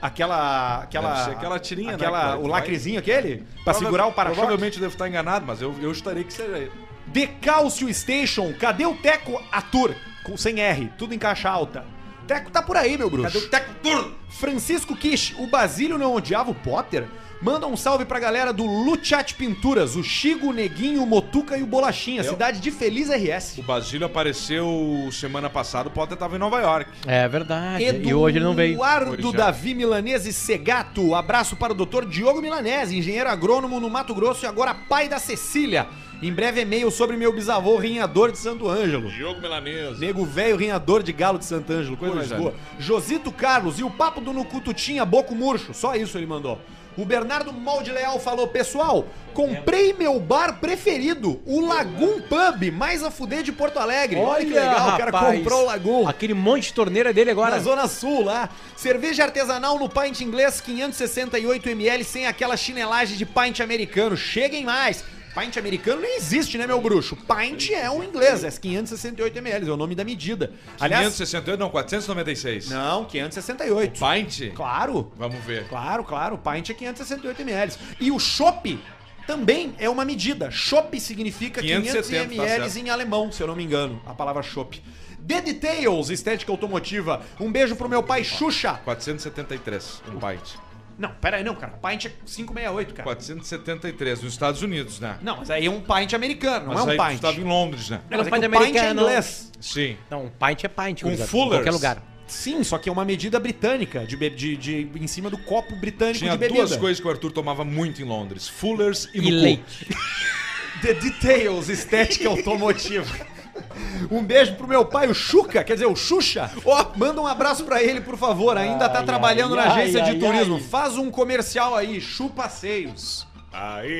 Speaker 4: Aquela.
Speaker 2: Deve
Speaker 4: Aquela.
Speaker 2: ser aquela tirinha, né,
Speaker 4: aquela,
Speaker 2: cara?
Speaker 4: O lacrezinho aquele? Pra
Speaker 2: Prova-
Speaker 4: segurar o para-choque?
Speaker 2: Provavelmente devo estar enganado, mas eu, eu estarei que seja.
Speaker 4: Decálcio Station, cadê o Teco Atur? Com sem R, tudo em caixa alta. Teco tá por aí, meu bruxo. Cadê o Teco Atur? Francisco Kish, o Basílio não odiava o Potter? Manda um salve pra galera do Luchat Pinturas, o Chigo, o Neguinho, o Motuca e o Bolachinha,
Speaker 2: Eu?
Speaker 4: cidade de Feliz RS.
Speaker 2: O Basílio apareceu semana passada, o Potter estava em Nova York.
Speaker 3: É verdade. E hoje ele não veio.
Speaker 4: Eduardo
Speaker 2: Orixá.
Speaker 4: Davi Milanese Segato, abraço para o doutor Diogo Milanese, engenheiro agrônomo no Mato Grosso e agora pai da Cecília. Em breve e-mail sobre meu bisavô rinhador de Santo Ângelo.
Speaker 11: Diogo Milanês.
Speaker 4: Nego velho, rinhador de galo de Sant'Ângelo, coisa
Speaker 2: Coisa
Speaker 4: boa. Josito Carlos e o papo do Nucututinha, boco murcho, só isso ele mandou. O Bernardo Malde Leal falou, pessoal, comprei meu bar preferido, o Lagoon Pub, mais a fuder de Porto Alegre. Olha, que legal, o cara
Speaker 3: rapaz,
Speaker 4: comprou o Lagoon.
Speaker 3: Aquele monte de torneira dele agora.
Speaker 4: Na Zona Sul, lá. Cerveja artesanal no pint inglês, 568ml, sem aquela chinelagem de pint americano. Cheguem mais. Pint americano nem existe, né, meu bruxo? Pint é um inglês, é 568ml, é o nome da medida. Aliás,
Speaker 2: 568, não, 496.
Speaker 4: não, 568.
Speaker 2: Pint?
Speaker 4: Claro,
Speaker 2: Vamos ver.
Speaker 4: claro, claro. Pint é 568ml. E o chopp também é uma medida. Chopp significa
Speaker 2: 570,
Speaker 4: 500ml
Speaker 2: tá certo.
Speaker 4: em alemão, se eu não me engano, a palavra chopp. The Details, estética automotiva. Um beijo pro meu pai Xuxa.
Speaker 2: 473, um pint.
Speaker 4: Não, pera aí, não, cara. Pint é 568, cara.
Speaker 2: 473, nos Estados Unidos, né?
Speaker 4: Não, mas aí é um pint americano, não
Speaker 2: mas
Speaker 4: é um
Speaker 2: aí tu
Speaker 4: pint.
Speaker 2: estava em Londres, né?
Speaker 4: Não, mas
Speaker 3: Era um
Speaker 4: que
Speaker 3: pint
Speaker 4: o pint é
Speaker 3: americano.
Speaker 4: inglês.
Speaker 2: Sim.
Speaker 3: Não, pint é pint.
Speaker 2: Com
Speaker 3: gurizada, em
Speaker 2: Fullers.
Speaker 3: Qualquer lugar.
Speaker 4: Sim, só que é uma medida britânica, de, be- de, de- em cima do copo britânico
Speaker 2: Tinha
Speaker 4: de bebida.
Speaker 2: duas coisas que o Arthur tomava muito em Londres: Fullers e,
Speaker 3: E
Speaker 2: no cu.
Speaker 3: leite.
Speaker 4: The Details, estética automotiva. Um beijo pro meu pai, o Xuca, quer dizer, o Xuxa. Ó, manda um abraço pra ele, por favor. Ainda tá
Speaker 3: Ai,
Speaker 4: trabalhando
Speaker 3: ai,
Speaker 4: na agência
Speaker 3: ai,
Speaker 4: de
Speaker 3: ai.
Speaker 4: turismo. Faz um comercial aí, chupa-seios.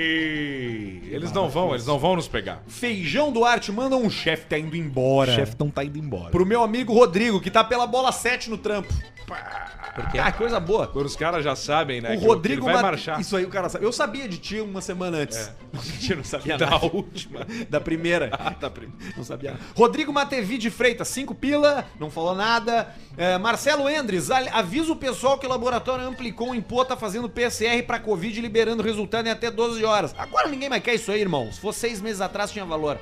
Speaker 2: Aí. Eles não vão, eles não vão nos pegar.
Speaker 4: Feijão Duarte, manda um chefe tá indo embora.
Speaker 2: não tá indo embora.
Speaker 4: Pro meu amigo Rodrigo, que tá pela bola 7 no trampo.
Speaker 3: Porque
Speaker 4: Ah, coisa boa.
Speaker 2: Quando os caras já sabem, né?
Speaker 4: o
Speaker 2: que
Speaker 4: Rodrigo
Speaker 2: ele vai
Speaker 4: Mat-
Speaker 2: marchar. É,
Speaker 4: Isso aí o cara sabe. Eu sabia de ti uma semana antes. Mentira, não sabia
Speaker 2: Da
Speaker 4: nada.
Speaker 2: última.
Speaker 4: Da primeira.
Speaker 2: Tá, primo.
Speaker 4: Não sabia. nada. Rodrigo Matevi de Freitas, 5 pila, não falou nada. É, Marcelo Endres, al- avisa o pessoal que o laboratório Amplicon em Pô tá fazendo PCR pra Covid, liberando o resultado em até 12 horas. Agora ninguém mais quer isso aí, irmão. Se fosse seis meses atrás, tinha valor.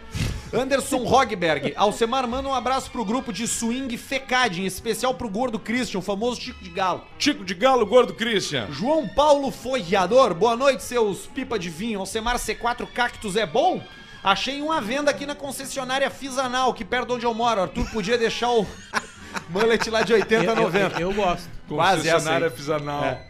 Speaker 4: Anderson Rogberg, Alcemar, manda um abraço pro grupo de swing Fecad, em especial pro gordo Christian, o famoso Chico de Galo.
Speaker 2: Tico de Galo, gordo Christian.
Speaker 4: João Paulo Folhador, boa noite, seus pipa de vinho. Alcemar C4 Cactus é bom? Achei uma venda aqui na concessionária Fisanal, que perto de onde eu moro. Arthur podia deixar o mullet lá de 80 a
Speaker 3: eu,
Speaker 4: 90.
Speaker 3: eu, eu gosto.
Speaker 4: Quase essa,
Speaker 2: Concessionária
Speaker 4: hein?
Speaker 2: artesanal.
Speaker 4: É.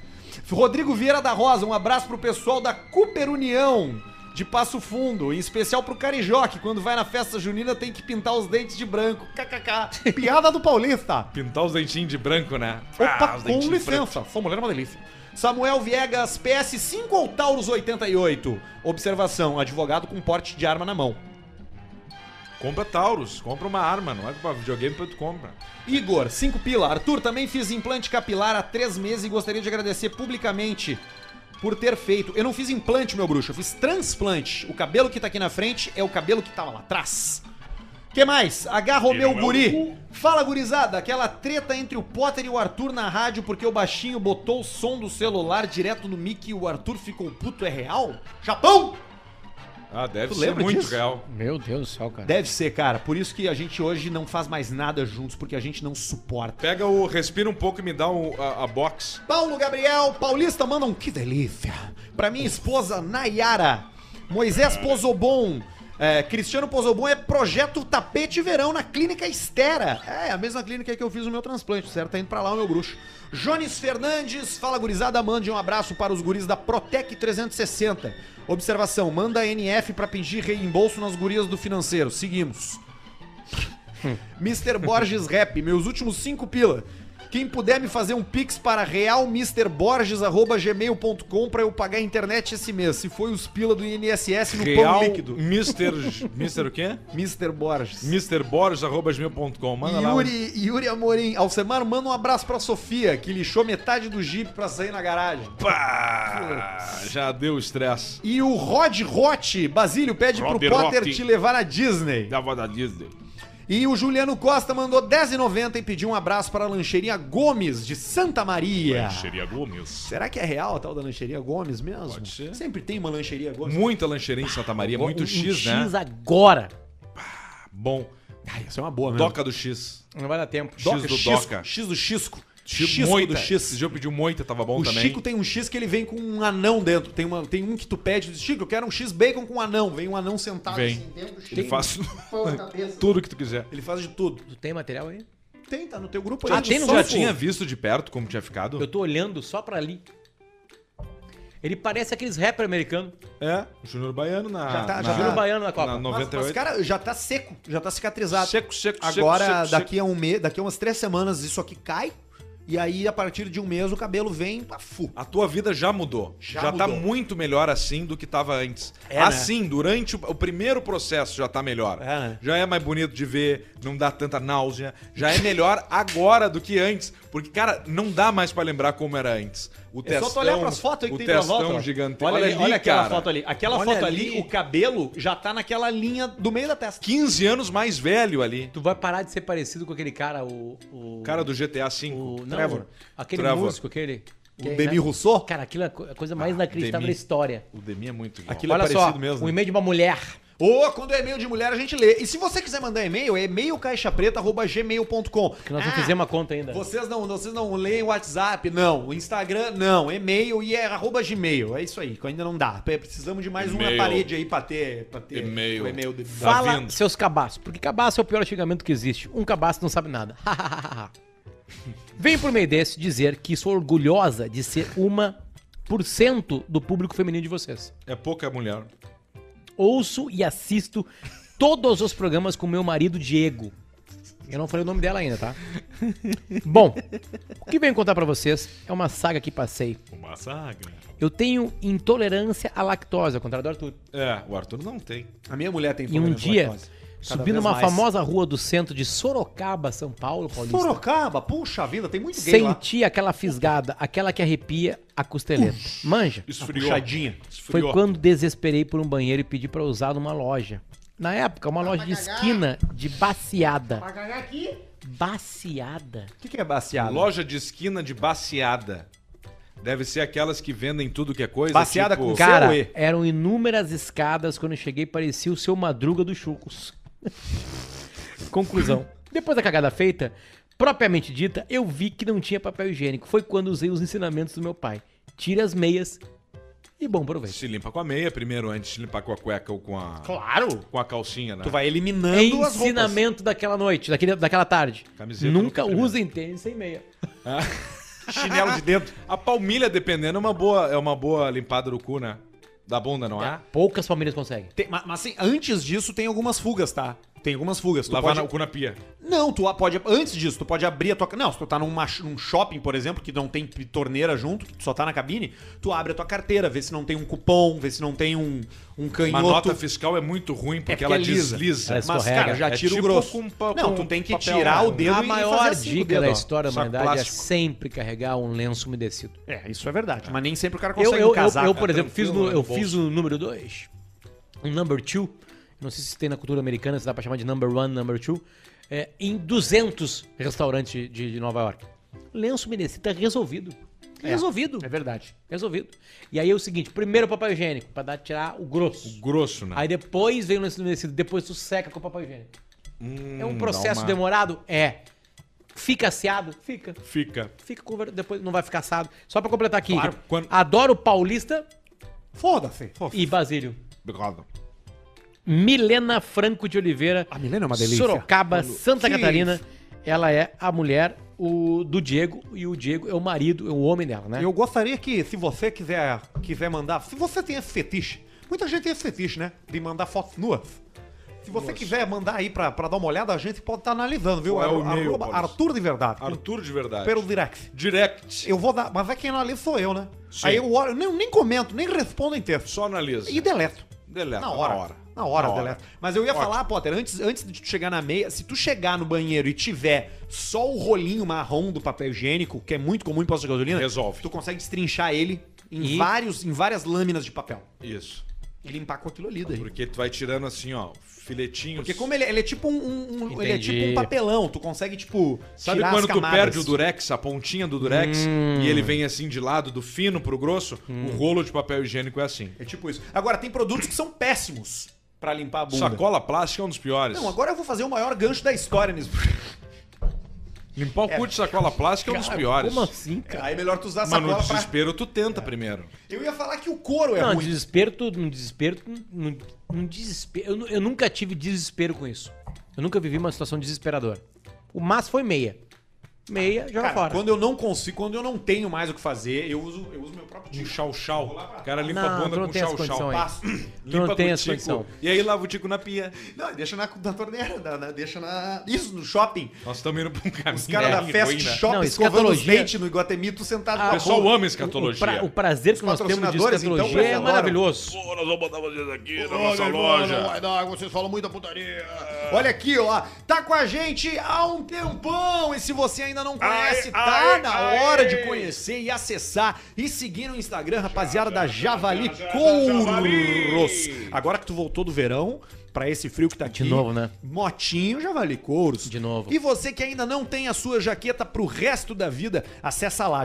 Speaker 4: Rodrigo Vieira da Rosa, um abraço pro pessoal da Cooper União de Passo Fundo, em especial pro Carijó, que quando vai na festa junina tem que pintar os dentes de branco. KKK. Piada do Paulista.
Speaker 2: Pintar os dentinhos de branco, né?
Speaker 4: Opa,
Speaker 2: Ah, os
Speaker 4: com
Speaker 2: dentinhos
Speaker 4: licença. Sua mulher é uma delícia. Samuel Viegas, PS5 ou Taurus 88? Observação, advogado com porte de arma na mão.
Speaker 2: pretos. Compra Taurus, compra uma arma, não é pra videogame que tu compra.
Speaker 4: Igor, 5 pila. Arthur, também fiz implante capilar há 3 meses e gostaria de agradecer publicamente por ter feito. Eu não fiz implante, meu bruxo, eu fiz transplante. O cabelo que tá aqui na frente é o cabelo que tava lá atrás. Que mais? Agarro
Speaker 12: Ele
Speaker 4: meu
Speaker 12: não é
Speaker 4: guri. Fala, gurizada, aquela treta entre o Potter e o Arthur na rádio porque o baixinho botou o som do celular direto no mic e o Arthur ficou puto é real? Japão!
Speaker 2: Ah, deve
Speaker 4: Tu
Speaker 2: ser
Speaker 4: lembra
Speaker 2: muito
Speaker 4: disso?
Speaker 2: real.
Speaker 3: Meu Deus do céu, cara.
Speaker 4: Deve ser, cara. Por isso que a gente hoje não faz mais nada juntos, porque a gente não suporta.
Speaker 2: Pega o. Respira um pouco e me dá o- a, a box.
Speaker 4: Paulo Gabriel Paulista manda um que delícia. Pra minha esposa Nayara. Moisés Pozobon. É, Cristiano Pozobon é projeto Tapete Verão na Clínica Estera. É, a mesma clínica que eu fiz o meu transplante, certo? Tá indo pra lá o meu bruxo. Jones Fernandes, fala gurizada, mande um abraço para os guris da Protec 360. Observação, manda a NF pra pedir reembolso nas gurias do financeiro. Seguimos. Mr. Borges Rap, meus últimos cinco pila. Quem puder me fazer um pix para realmrborges.gmail.com pra eu pagar a internet esse mês. Se foi os pila do INSS no Um
Speaker 2: Real
Speaker 4: pão líquido.
Speaker 2: Mr. Mr. o quê?
Speaker 4: Mr. Borges.
Speaker 2: MrBorges.gmail.com. Manda lá. um-
Speaker 4: Yuri, Yuri Amorim. Alcemar, manda um abraço pra Sofia, que lixou metade do Jeep pra sair na garagem.
Speaker 2: Pá! Já deu estresse.
Speaker 4: E o Rod Roth, Basílio, pede
Speaker 2: Rod
Speaker 4: pro Potter
Speaker 2: Roth.
Speaker 4: te levar na Disney.
Speaker 2: Da voz da Disney.
Speaker 4: E o Juliano Costa mandou 10,90 e pediu um abraço para a Lancheria Gomes, de Santa Maria.
Speaker 12: Seria Gomes.
Speaker 4: Será que é real a tal da Lancheria Gomes mesmo?
Speaker 2: Pode ser.
Speaker 4: Sempre tem uma Lancheria Gomes.
Speaker 2: Muita lancheirinha em Santa
Speaker 4: é
Speaker 2: Maria, muito
Speaker 3: um
Speaker 2: X,
Speaker 3: X
Speaker 2: né?
Speaker 3: agora.
Speaker 2: Bom.
Speaker 4: Ah, isso é uma boa mesmo.
Speaker 2: Doca do X.
Speaker 3: Não vai dar tempo.
Speaker 2: X do
Speaker 4: Xisco,
Speaker 2: Doca.
Speaker 4: X do Xisco.
Speaker 2: X
Speaker 4: Xisco
Speaker 2: moita.
Speaker 4: do X.
Speaker 2: Esse dia eu pedi um moita, tava bom
Speaker 4: O
Speaker 2: também.
Speaker 4: Chico tem um X que ele vem com um anão dentro. Tem, uma, tem um que tu pede, diz, Chico, eu quero um X bacon com anão. Vem um anão sentado
Speaker 2: Vem.
Speaker 4: assim dentro do X.
Speaker 2: Ele faz
Speaker 4: Põe na cabeça.
Speaker 2: tudo que tu quiser.
Speaker 4: Ele faz de tudo.
Speaker 3: Tu tem material aí?
Speaker 4: Tem, tá no teu grupo
Speaker 3: Ah, tem no
Speaker 4: Só
Speaker 2: Já
Speaker 3: Pô.
Speaker 2: tinha visto de perto como tinha ficado?
Speaker 3: Eu tô olhando só pra ali. Ele parece aqueles rapper americanos.
Speaker 2: É, o Júnior Baiano na.
Speaker 4: Já tá-
Speaker 2: na,
Speaker 4: já tá-
Speaker 3: Júnior Baiano na Copa.
Speaker 2: Na
Speaker 4: Mas,
Speaker 2: 98.
Speaker 4: mas, cara, já tá seco, já tá cicatrizado.
Speaker 2: Seco, seco, seco,
Speaker 4: Agora,
Speaker 2: seco,
Speaker 4: daqui a um mês, daqui a umas três semanas, isso aqui cai. E aí, a partir de um mês, o cabelo vem pra fu.
Speaker 2: A tua vida já mudou. Já,
Speaker 4: Já
Speaker 2: tá
Speaker 4: mudou.
Speaker 2: muito melhor assim do que tava antes.
Speaker 4: É, né?
Speaker 2: assim, durante o, o primeiro processo já tá melhor.
Speaker 4: É, né?
Speaker 2: Já é mais bonito de ver, não dá tanta náusea. Já é melhor agora do que antes. Porque, cara, não dá mais pra lembrar como era antes. O
Speaker 4: É só tu olhar pras fotos aí que
Speaker 2: o
Speaker 4: tem pra volta.
Speaker 2: testão
Speaker 4: ó.
Speaker 2: gigante.
Speaker 4: Olha, ali,
Speaker 2: ali,
Speaker 4: olha aquela
Speaker 2: cara.
Speaker 4: foto ali. Aquela
Speaker 2: Olha
Speaker 4: foto ali,
Speaker 2: ali.
Speaker 4: o cabelo já tá naquela linha do meio da testa.
Speaker 2: 15 anos mais velho ali.
Speaker 3: Tu vai parar de ser parecido com aquele cara, o. o
Speaker 2: O cara do GTA V.
Speaker 3: o, não,
Speaker 4: Trevor.
Speaker 3: Aquele
Speaker 2: Trevor.
Speaker 3: músico, aquele. é
Speaker 4: O
Speaker 3: né?
Speaker 4: Demi Rousseau?
Speaker 3: Cara, aquilo é a coisa mais inacreditável da
Speaker 2: Demi.
Speaker 3: história.
Speaker 2: O Demi é muito igual.
Speaker 4: Aquilo é
Speaker 3: Olha só,
Speaker 4: parecido mesmo,
Speaker 3: um
Speaker 4: né?
Speaker 3: e-mail de uma mulher.
Speaker 4: Ou quando é e-mail de mulher, a gente lê. E se você quiser mandar e-mail, é e-mail caixapreta.gmail.com.
Speaker 3: Que nós não
Speaker 4: Ah,
Speaker 3: fizemos a conta ainda.
Speaker 4: Vocês não, vocês não leem o WhatsApp, não. O Instagram, não. E-mail e é arroba gmail. É isso aí, que ainda não dá. Pe- Precisamos de mais uma
Speaker 12: E-mail.
Speaker 4: parede aí pra ter, pra ter
Speaker 12: E-mail.
Speaker 4: o e-mail. do-
Speaker 2: Tá
Speaker 3: Fala
Speaker 2: vindo.
Speaker 3: seus cabaços, porque cabaço é o pior xingamento que existe. Um cabaço não sabe nada. Vem por meio desse dizer que sou orgulhosa de ser uma por cento do público feminino de vocês.
Speaker 2: É pouca mulher.
Speaker 3: Ouço e assisto todos os programas com meu marido Diego. Eu não falei o nome dela ainda, tá? Bom, o que venho contar pra vocês é uma saga que passei.
Speaker 12: Uma saga.
Speaker 3: Eu tenho intolerância à lactose, ao contrário do Arthur.
Speaker 2: É, o Arthur não tem.
Speaker 4: A minha mulher tem
Speaker 3: E um
Speaker 4: intolerância à
Speaker 3: dia,
Speaker 4: lactose. Cada
Speaker 3: subi
Speaker 4: vez
Speaker 3: numa
Speaker 4: mais.
Speaker 3: famosa rua do centro de Sorocaba, São Paulo, Paulista,
Speaker 4: Sorocaba, puxa vida, tem muito gay lá.
Speaker 3: senti aquela fisgada, aquela que arrepia a costeleta. Manja,
Speaker 2: Esfriou.
Speaker 4: Puxadinha.
Speaker 3: foi
Speaker 2: Esfriou.
Speaker 3: quando desesperei por um banheiro e pedi pra usar numa loja. Na época, uma loja de esquina de baciada. Baciada.
Speaker 4: O que, que é baciada?
Speaker 2: Loja de esquina de baciada. Deve ser aquelas que vendem tudo que é coisa.
Speaker 4: Baciada com Você
Speaker 3: Cara,
Speaker 4: ou E?
Speaker 3: eram inúmeras escadas. Quando eu cheguei, parecia o seu Madruga dos Chucos. Conclusão. Depois da cagada feita, propriamente dita, eu vi que não tinha papel higiênico. Foi quando usei os ensinamentos do meu pai. Tira as meias e bom proveito.
Speaker 2: Se limpa com a meia primeiro, antes de limpar com a cueca ou com a,
Speaker 4: Claro.
Speaker 2: com a calcinha, né?
Speaker 4: Tu vai eliminando as roupas.
Speaker 3: É Ensinamento daquela noite, daquele, daquela tarde.
Speaker 2: Camiseta
Speaker 3: Nunca
Speaker 2: nunca
Speaker 3: usem tênis sem meia.
Speaker 4: Chinelo de dentro.
Speaker 2: A palmilha, dependendo, é uma boa, é uma boa limpada do cu, né? Da bunda, não é?
Speaker 4: Ah.
Speaker 3: Tá? Poucas famílias conseguem.
Speaker 4: Tem- ma- mas, assim, antes disso tem algumas fugas, tá? Tem algumas fugas. Tu
Speaker 2: Lavar
Speaker 4: pode-
Speaker 2: na- o cu na pia.
Speaker 4: Não, tu a- pode. Antes disso, tu pode abrir a tua. Não, se tu tá numa, sh- num shopping, por exemplo, que não tem p- torneira junto, que tu só tá na cabine, tu abre a tua carteira, vê se não tem um cupom, vê se não tem um, um
Speaker 2: Uma
Speaker 4: canhoto.
Speaker 2: nota fiscal é muito ruim porque
Speaker 4: porque
Speaker 2: ela
Speaker 4: é lisa.
Speaker 2: desliza.
Speaker 3: Ela
Speaker 4: Mas,
Speaker 3: escorrega.
Speaker 4: cara, já
Speaker 2: É
Speaker 4: tira o
Speaker 2: tipo
Speaker 4: grosso.
Speaker 2: com pa-
Speaker 4: não,
Speaker 2: com
Speaker 4: tu tem que
Speaker 2: papel,
Speaker 4: tirar
Speaker 2: né?
Speaker 4: o dedo
Speaker 3: A
Speaker 4: e
Speaker 3: maior
Speaker 4: fazer assim com o
Speaker 3: dica
Speaker 4: dedo,
Speaker 3: da
Speaker 4: ó.
Speaker 3: história da
Speaker 2: Saco
Speaker 3: humanidade
Speaker 2: plástico.
Speaker 3: é sempre carregar um lenço umedecido.
Speaker 4: É, isso é verdade. Mas nem sempre o cara
Speaker 3: Eu,
Speaker 4: consegue
Speaker 3: eu,
Speaker 4: um
Speaker 3: eu,
Speaker 4: casaco.
Speaker 3: eu, por
Speaker 4: É
Speaker 3: exemplo, fiz,
Speaker 4: tranquilo,
Speaker 3: no,
Speaker 4: né,
Speaker 3: eu
Speaker 4: bolso.
Speaker 3: fiz o número 2, um number 2, não sei se tem na cultura americana, se dá pra chamar de number 1, number 2, é, em 200 restaurantes de, de Nova York. Lenço umedecido tá resolvido. Resolvido.
Speaker 4: É verdade.
Speaker 3: Resolvido. E aí é o seguinte, primeiro papel higiênico, pra dar, tirar o grosso.
Speaker 2: Grosso, né?
Speaker 3: Aí depois vem o lenço umedecido, depois tu seca com o papel higiênico.
Speaker 2: Hum,
Speaker 3: É um
Speaker 2: dá
Speaker 3: processo
Speaker 2: uma-
Speaker 3: demorado? É. Fica asseado? Fica.
Speaker 4: um-
Speaker 2: Fica.
Speaker 3: Fica com... ver- Depois não vai ficar assado. Só pra completar aqui.
Speaker 2: Claro, quando-
Speaker 3: Adoro paulista
Speaker 13: Foda-se.
Speaker 3: e Basílio.
Speaker 2: Obrigado.
Speaker 3: Milena Franco de Oliveira.
Speaker 13: A Milena é uma delícia.
Speaker 3: Sorocaba, Santa
Speaker 13: Que
Speaker 3: Catarina. Ela é a mulher o, do Diego e o Diego é o marido, é o homem dela, né?
Speaker 13: Eu gostaria que, se você quiser, quiser mandar. Se você tem esse fetiche, muita gente tem esse fetiche, né? De mandar fotos nuas. Se você quiser mandar aí pra, pra dar uma olhada, a gente pode estar analisando, viu?
Speaker 2: Qual é o e-mail,
Speaker 13: Arroba
Speaker 2: Boris?
Speaker 13: Arthur de Verdade.
Speaker 2: Arthur de verdade.
Speaker 13: Pelo direct.
Speaker 2: Direct.
Speaker 13: Eu vou dar. Mas é quem analisa sou eu, né?
Speaker 2: Sim.
Speaker 13: Aí eu olho, nem, nem comento, nem respondo em texto.
Speaker 2: Só analisa.
Speaker 13: E deleto.
Speaker 2: Deleta.
Speaker 13: Na hora. Na hora, deleto. Mas eu ia
Speaker 2: Ótimo.
Speaker 13: falar, Potter,
Speaker 4: Antes, antes de tu chegar na meia, se tu chegar no banheiro e tiver só o rolinho marrom do papel higiênico, que é muito comum em posto de gasolina,
Speaker 2: Resolve.
Speaker 4: tu consegue destrinchar ele em,
Speaker 3: E?
Speaker 4: vários, em várias lâminas de papel.
Speaker 2: Isso.
Speaker 4: E limpar com aquilo ali daí.
Speaker 2: Porque tu vai tirando assim, ó, filetinhos.
Speaker 4: Porque como ele, ele é tipo um, um- um- ele é
Speaker 3: Entendi.
Speaker 4: tipo um papelão, tu consegue tipo
Speaker 2: Sabe
Speaker 4: tirar
Speaker 2: quando
Speaker 4: as
Speaker 2: tu
Speaker 4: camadas.
Speaker 2: perde o durex, a pontinha do durex, e ele vem assim de lado, do fino pro grosso? O rolo de papel higiênico é assim.
Speaker 4: É tipo isso. Agora tem produtos que são péssimos pra limpar a bunda.
Speaker 2: Sacola plástica é um dos piores.
Speaker 4: Não, agora eu vou fazer o maior gancho da história nesse.
Speaker 2: Limpar o cu de sacola plástica é um dos piores.
Speaker 3: Como assim, cara?
Speaker 4: Aí é melhor tu usar a
Speaker 2: Mas no
Speaker 4: sacola pra.
Speaker 2: desespero tu tenta primeiro.
Speaker 4: Eu ia falar que o couro é
Speaker 3: Não,
Speaker 4: ruim.
Speaker 3: desespero, tu- no desespero, tu- no, no desespero. Eu, nu- eu nunca tive desespero com isso. Eu nunca vivi uma situação desesperadora. O máximo foi meia. Meia, joga
Speaker 4: Cara,
Speaker 3: fora.
Speaker 4: quando eu não consigo, quando eu não tenho mais o que fazer, eu uso, eu uso meu próprio
Speaker 2: Um
Speaker 4: tio.
Speaker 2: chau-chau. O cara limpa
Speaker 3: Não,
Speaker 2: a bunda
Speaker 3: tu não
Speaker 2: com
Speaker 3: tem essa
Speaker 2: chau-chau.
Speaker 3: condição aí.
Speaker 2: Passa.
Speaker 3: Tu não
Speaker 2: com
Speaker 3: tem
Speaker 2: o
Speaker 3: essa
Speaker 2: tico,
Speaker 3: condição.
Speaker 2: E aí lava o tico na pia.
Speaker 4: Não, deixa na, na torneira, na- na- deixa na. Isso, no shopping.
Speaker 2: Nós estamos indo pra um caminho.
Speaker 4: Os caras
Speaker 2: aí
Speaker 4: da
Speaker 2: ruim,
Speaker 4: festa de
Speaker 2: né?
Speaker 4: shopping
Speaker 3: Não,
Speaker 4: escovando os
Speaker 3: escatologia-
Speaker 4: dentes no Iguatemi, tu sentado
Speaker 2: O
Speaker 4: na
Speaker 2: pessoal
Speaker 4: rua.
Speaker 2: ama
Speaker 3: o,
Speaker 2: escatologia.
Speaker 3: pra- o prazer que nós temos de
Speaker 4: patrocinadores, então,
Speaker 3: escatologia é
Speaker 4: adoram.
Speaker 3: maravilhoso.
Speaker 6: Pô, nós vamos botar vocês aqui na nossa loja.
Speaker 4: vai dar, vocês falam muita putaria. Olha aqui, ó. Tá com a gente há um tempão. E se você ainda não conhece,
Speaker 6: Ai,
Speaker 4: tá
Speaker 6: ai,
Speaker 4: na
Speaker 6: ai.
Speaker 4: hora de conhecer e acessar e seguir no Instagram, rapaziada da Javali
Speaker 6: já, já,
Speaker 4: Couros.
Speaker 6: Javali.
Speaker 4: Agora que tu voltou do verão, pra esse frio que tá aqui.
Speaker 3: De novo, né?
Speaker 4: Motinho Javali Couros.
Speaker 3: De novo.
Speaker 4: E você que ainda não tem a sua jaqueta pro resto da vida, acessa lá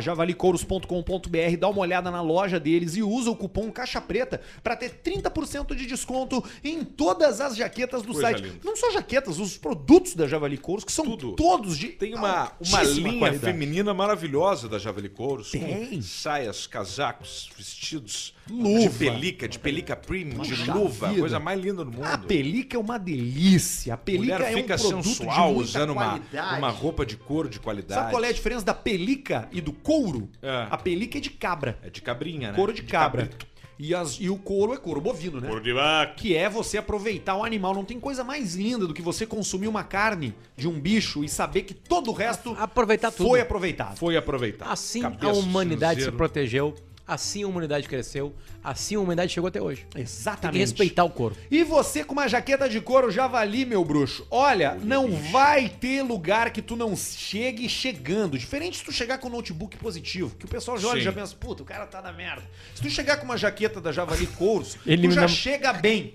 Speaker 4: javalicouros.com.br, dá uma olhada na loja deles e usa o cupom Caixa Preta pra ter 30% de desconto em todas as jaquetas do
Speaker 2: Coisa
Speaker 4: site.
Speaker 2: linda.
Speaker 4: Não só jaquetas, os produtos da Javali Couros, que são
Speaker 2: Tudo.
Speaker 4: todos de
Speaker 2: Tem uma, uma
Speaker 4: altíssima
Speaker 2: linha
Speaker 4: qualidade.
Speaker 2: feminina maravilhosa da Javeli Couros. com
Speaker 4: Tem.
Speaker 2: Saias, casacos, vestidos.
Speaker 4: Luva.
Speaker 2: De pelica, de pelica premium, de
Speaker 4: Puxa
Speaker 2: luva.
Speaker 4: vida.
Speaker 2: Coisa mais linda do mundo.
Speaker 4: A pelica é uma delícia. A pelica
Speaker 2: Mulher
Speaker 4: é um
Speaker 2: fica
Speaker 4: produto
Speaker 2: sensual
Speaker 4: de muita
Speaker 2: usando uma,
Speaker 4: qualidade.
Speaker 2: uma roupa de couro de qualidade.
Speaker 4: Sabe qual é a diferença da pelica e do couro?
Speaker 2: É.
Speaker 4: A pelica é de cabra.
Speaker 2: É de cabrinha, né?
Speaker 4: couro de, cabra.
Speaker 2: cabrito.
Speaker 4: E, as- e o couro é couro bovino, né?
Speaker 6: Por de vaca.
Speaker 4: Que é você aproveitar o animal. Não tem coisa mais linda do que você consumir uma carne de um bicho e saber que todo o resto
Speaker 3: Aproveitar tudo.
Speaker 4: foi aproveitado.
Speaker 2: Foi aproveitado.
Speaker 3: Assim
Speaker 2: Cabeça
Speaker 3: a
Speaker 2: de
Speaker 3: humanidade se
Speaker 2: cinzeiro.
Speaker 3: protegeu, assim a humanidade cresceu, assim a humanidade chegou até hoje. Tem
Speaker 4: Exatamente.
Speaker 3: que respeitar o corpo.
Speaker 4: E você com uma jaqueta de couro javali, meu bruxo. Olha, não vai ter lugar que tu não chegue chegando. Diferente se tu chegar com um notebook positivo, que o pessoal já olha e
Speaker 2: Sim.
Speaker 4: já pensa, puta, o cara tá na merda. Se tu chegar com uma jaqueta da Javali Couros, tu
Speaker 3: Elimina-
Speaker 4: já chega bem.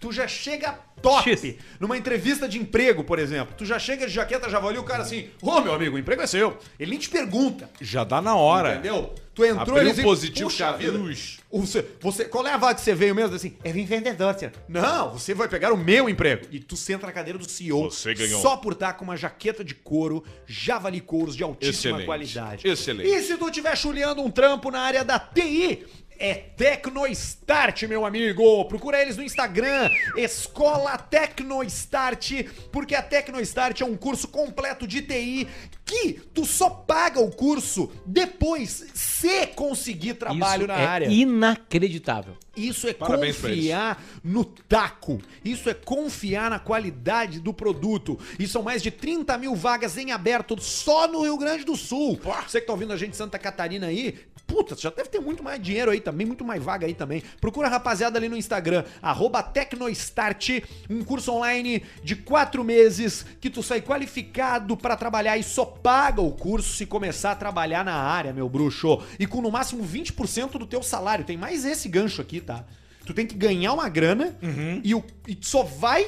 Speaker 4: Tu já chega top.
Speaker 3: X.
Speaker 4: Numa entrevista de emprego, por exemplo, tu já chega de jaqueta Javali, o cara assim, ô meu amigo, o emprego é seu. Ele nem te pergunta.
Speaker 2: Já dá na hora.
Speaker 4: Entendeu? Tu entrou
Speaker 2: Abriu um
Speaker 4: eles dizem,
Speaker 2: positivo,
Speaker 4: "Puxa vida,
Speaker 2: luz."
Speaker 4: o seu- você, qual é a vaga que você veio mesmo? Assim, é vim vendedor, senhor. Não, você vai pegar o meu emprego. E tu senta na cadeira do CEO
Speaker 6: Você ganhou.
Speaker 4: só por estar com uma jaqueta de couro, javali couros de altíssima
Speaker 2: Excelente.
Speaker 4: qualidade.
Speaker 2: Excelente.
Speaker 4: E se tu estiver chuleando um trampo na área da TI? É Tecnostart, meu amigo. Procura eles no Instagram, Escola Tecnostart, porque a Tecnostart é um curso completo de TI que Aqui, tu só paga o curso depois, se conseguir trabalho
Speaker 3: Isso
Speaker 4: na
Speaker 3: é
Speaker 4: área.
Speaker 3: inacreditável.
Speaker 4: Isso é
Speaker 2: Parabéns pra
Speaker 4: confiar no taco. Isso é confiar na qualidade do produto. E são mais de 30 mil vagas em aberto só no Rio Grande do Sul. Você que tá ouvindo a gente de Santa Catarina aí, puta, já deve ter muito mais dinheiro aí também, muito mais vaga aí também. Procura a rapaziada ali no Instagram, arroba Tecnostart, um curso online de quatro meses que tu sai qualificado para trabalhar e só paga o curso se começar a trabalhar na área, meu bruxo. E com no máximo 20% do teu salário. Tem mais esse gancho aqui, tá? Tu tem que ganhar uma grana
Speaker 2: Uhum.
Speaker 4: e, o, e só vai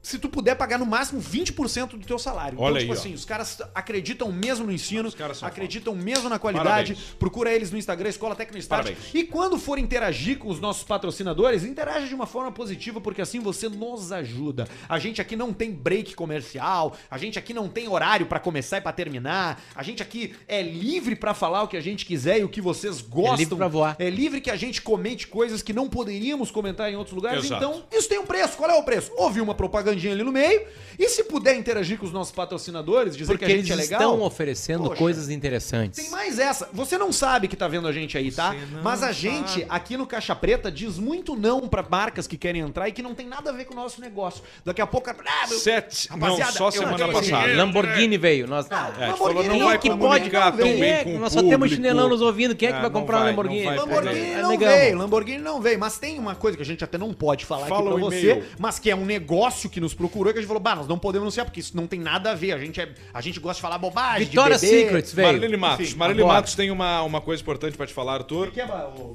Speaker 4: se tu puder pagar no máximo 20% do teu salário.
Speaker 2: Olha
Speaker 4: tipo
Speaker 2: aí, ó.
Speaker 4: assim, os caras acreditam mesmo no ensino,
Speaker 2: caras são
Speaker 4: acreditam mesmo na qualidade.
Speaker 2: Parabéns.
Speaker 4: Procura eles no Instagram, Escola Tecnostart.
Speaker 2: Parabéns.
Speaker 4: E quando for interagir com os nossos patrocinadores, interaja de uma forma positiva, porque assim você nos ajuda. A gente aqui não tem break comercial, a gente aqui não tem horário pra começar e pra terminar, a gente aqui é livre pra falar o que a gente quiser e o que vocês gostam.
Speaker 3: livre pra voar.
Speaker 4: É livre que a gente comente coisas que não poderíamos comentar em outros lugares,
Speaker 2: Exato.
Speaker 4: então isso tem um preço. Qual é o preço? Ouvir uma propagandinha ali no meio e se puder interagir com os nossos patrocinadores, dizer
Speaker 3: Porque
Speaker 4: que a gente
Speaker 3: eles
Speaker 4: é legal.
Speaker 3: estão oferecendo
Speaker 4: Poxa.
Speaker 3: coisas
Speaker 4: Tem
Speaker 3: interessantes.
Speaker 4: mais essa. Você não sabe que tá vendo a gente aí, tá? Mas a gente, aqui no Caixa Preta, diz muito não pra marcas que querem entrar e que não tem nada a ver com o nosso negócio. Daqui a pouco. Ah, meu...
Speaker 2: Sete. Não,
Speaker 4: Rapaziada,
Speaker 2: só
Speaker 4: eu
Speaker 2: semana
Speaker 3: um
Speaker 4: tenho
Speaker 2: passada.
Speaker 6: dinheiro.
Speaker 3: Lamborghini veio. Nós...
Speaker 2: É, a gente
Speaker 4: Lamborghini
Speaker 2: falou, não
Speaker 4: né? não
Speaker 2: vai
Speaker 4: que
Speaker 3: que
Speaker 4: pode
Speaker 3: pode um
Speaker 2: comunicar
Speaker 4: não
Speaker 2: tão
Speaker 4: vem.
Speaker 2: bem com o
Speaker 3: Nós só
Speaker 2: público.
Speaker 3: temos chinelão nos ouvindo. Quem é que
Speaker 2: Ah,
Speaker 3: vai
Speaker 2: não
Speaker 3: comprar um
Speaker 2: vai,
Speaker 3: Lamborghini?
Speaker 2: não vai,
Speaker 4: Lamborghini
Speaker 3: É,
Speaker 4: não
Speaker 3: negão.
Speaker 4: veio, Lamborghini não veio, mas tem uma coisa que a gente até não pode falar
Speaker 2: Fala
Speaker 4: aqui pra
Speaker 2: o
Speaker 4: você,
Speaker 2: e-mail.
Speaker 4: mas que é um negócio que nos procurou, que a gente falou, bah, nós não podemos anunciar, porque isso não tem nada a ver, a gente, é, a gente gosta de falar bobagem, de
Speaker 3: Vitória
Speaker 4: beber.
Speaker 3: Secrets
Speaker 2: Marilene
Speaker 3: veio.
Speaker 2: Matos.
Speaker 4: Sim,
Speaker 2: Marilene
Speaker 3: agora.
Speaker 2: Matos tem uma, uma coisa importante pra te falar, Arthur.
Speaker 4: Que é, o-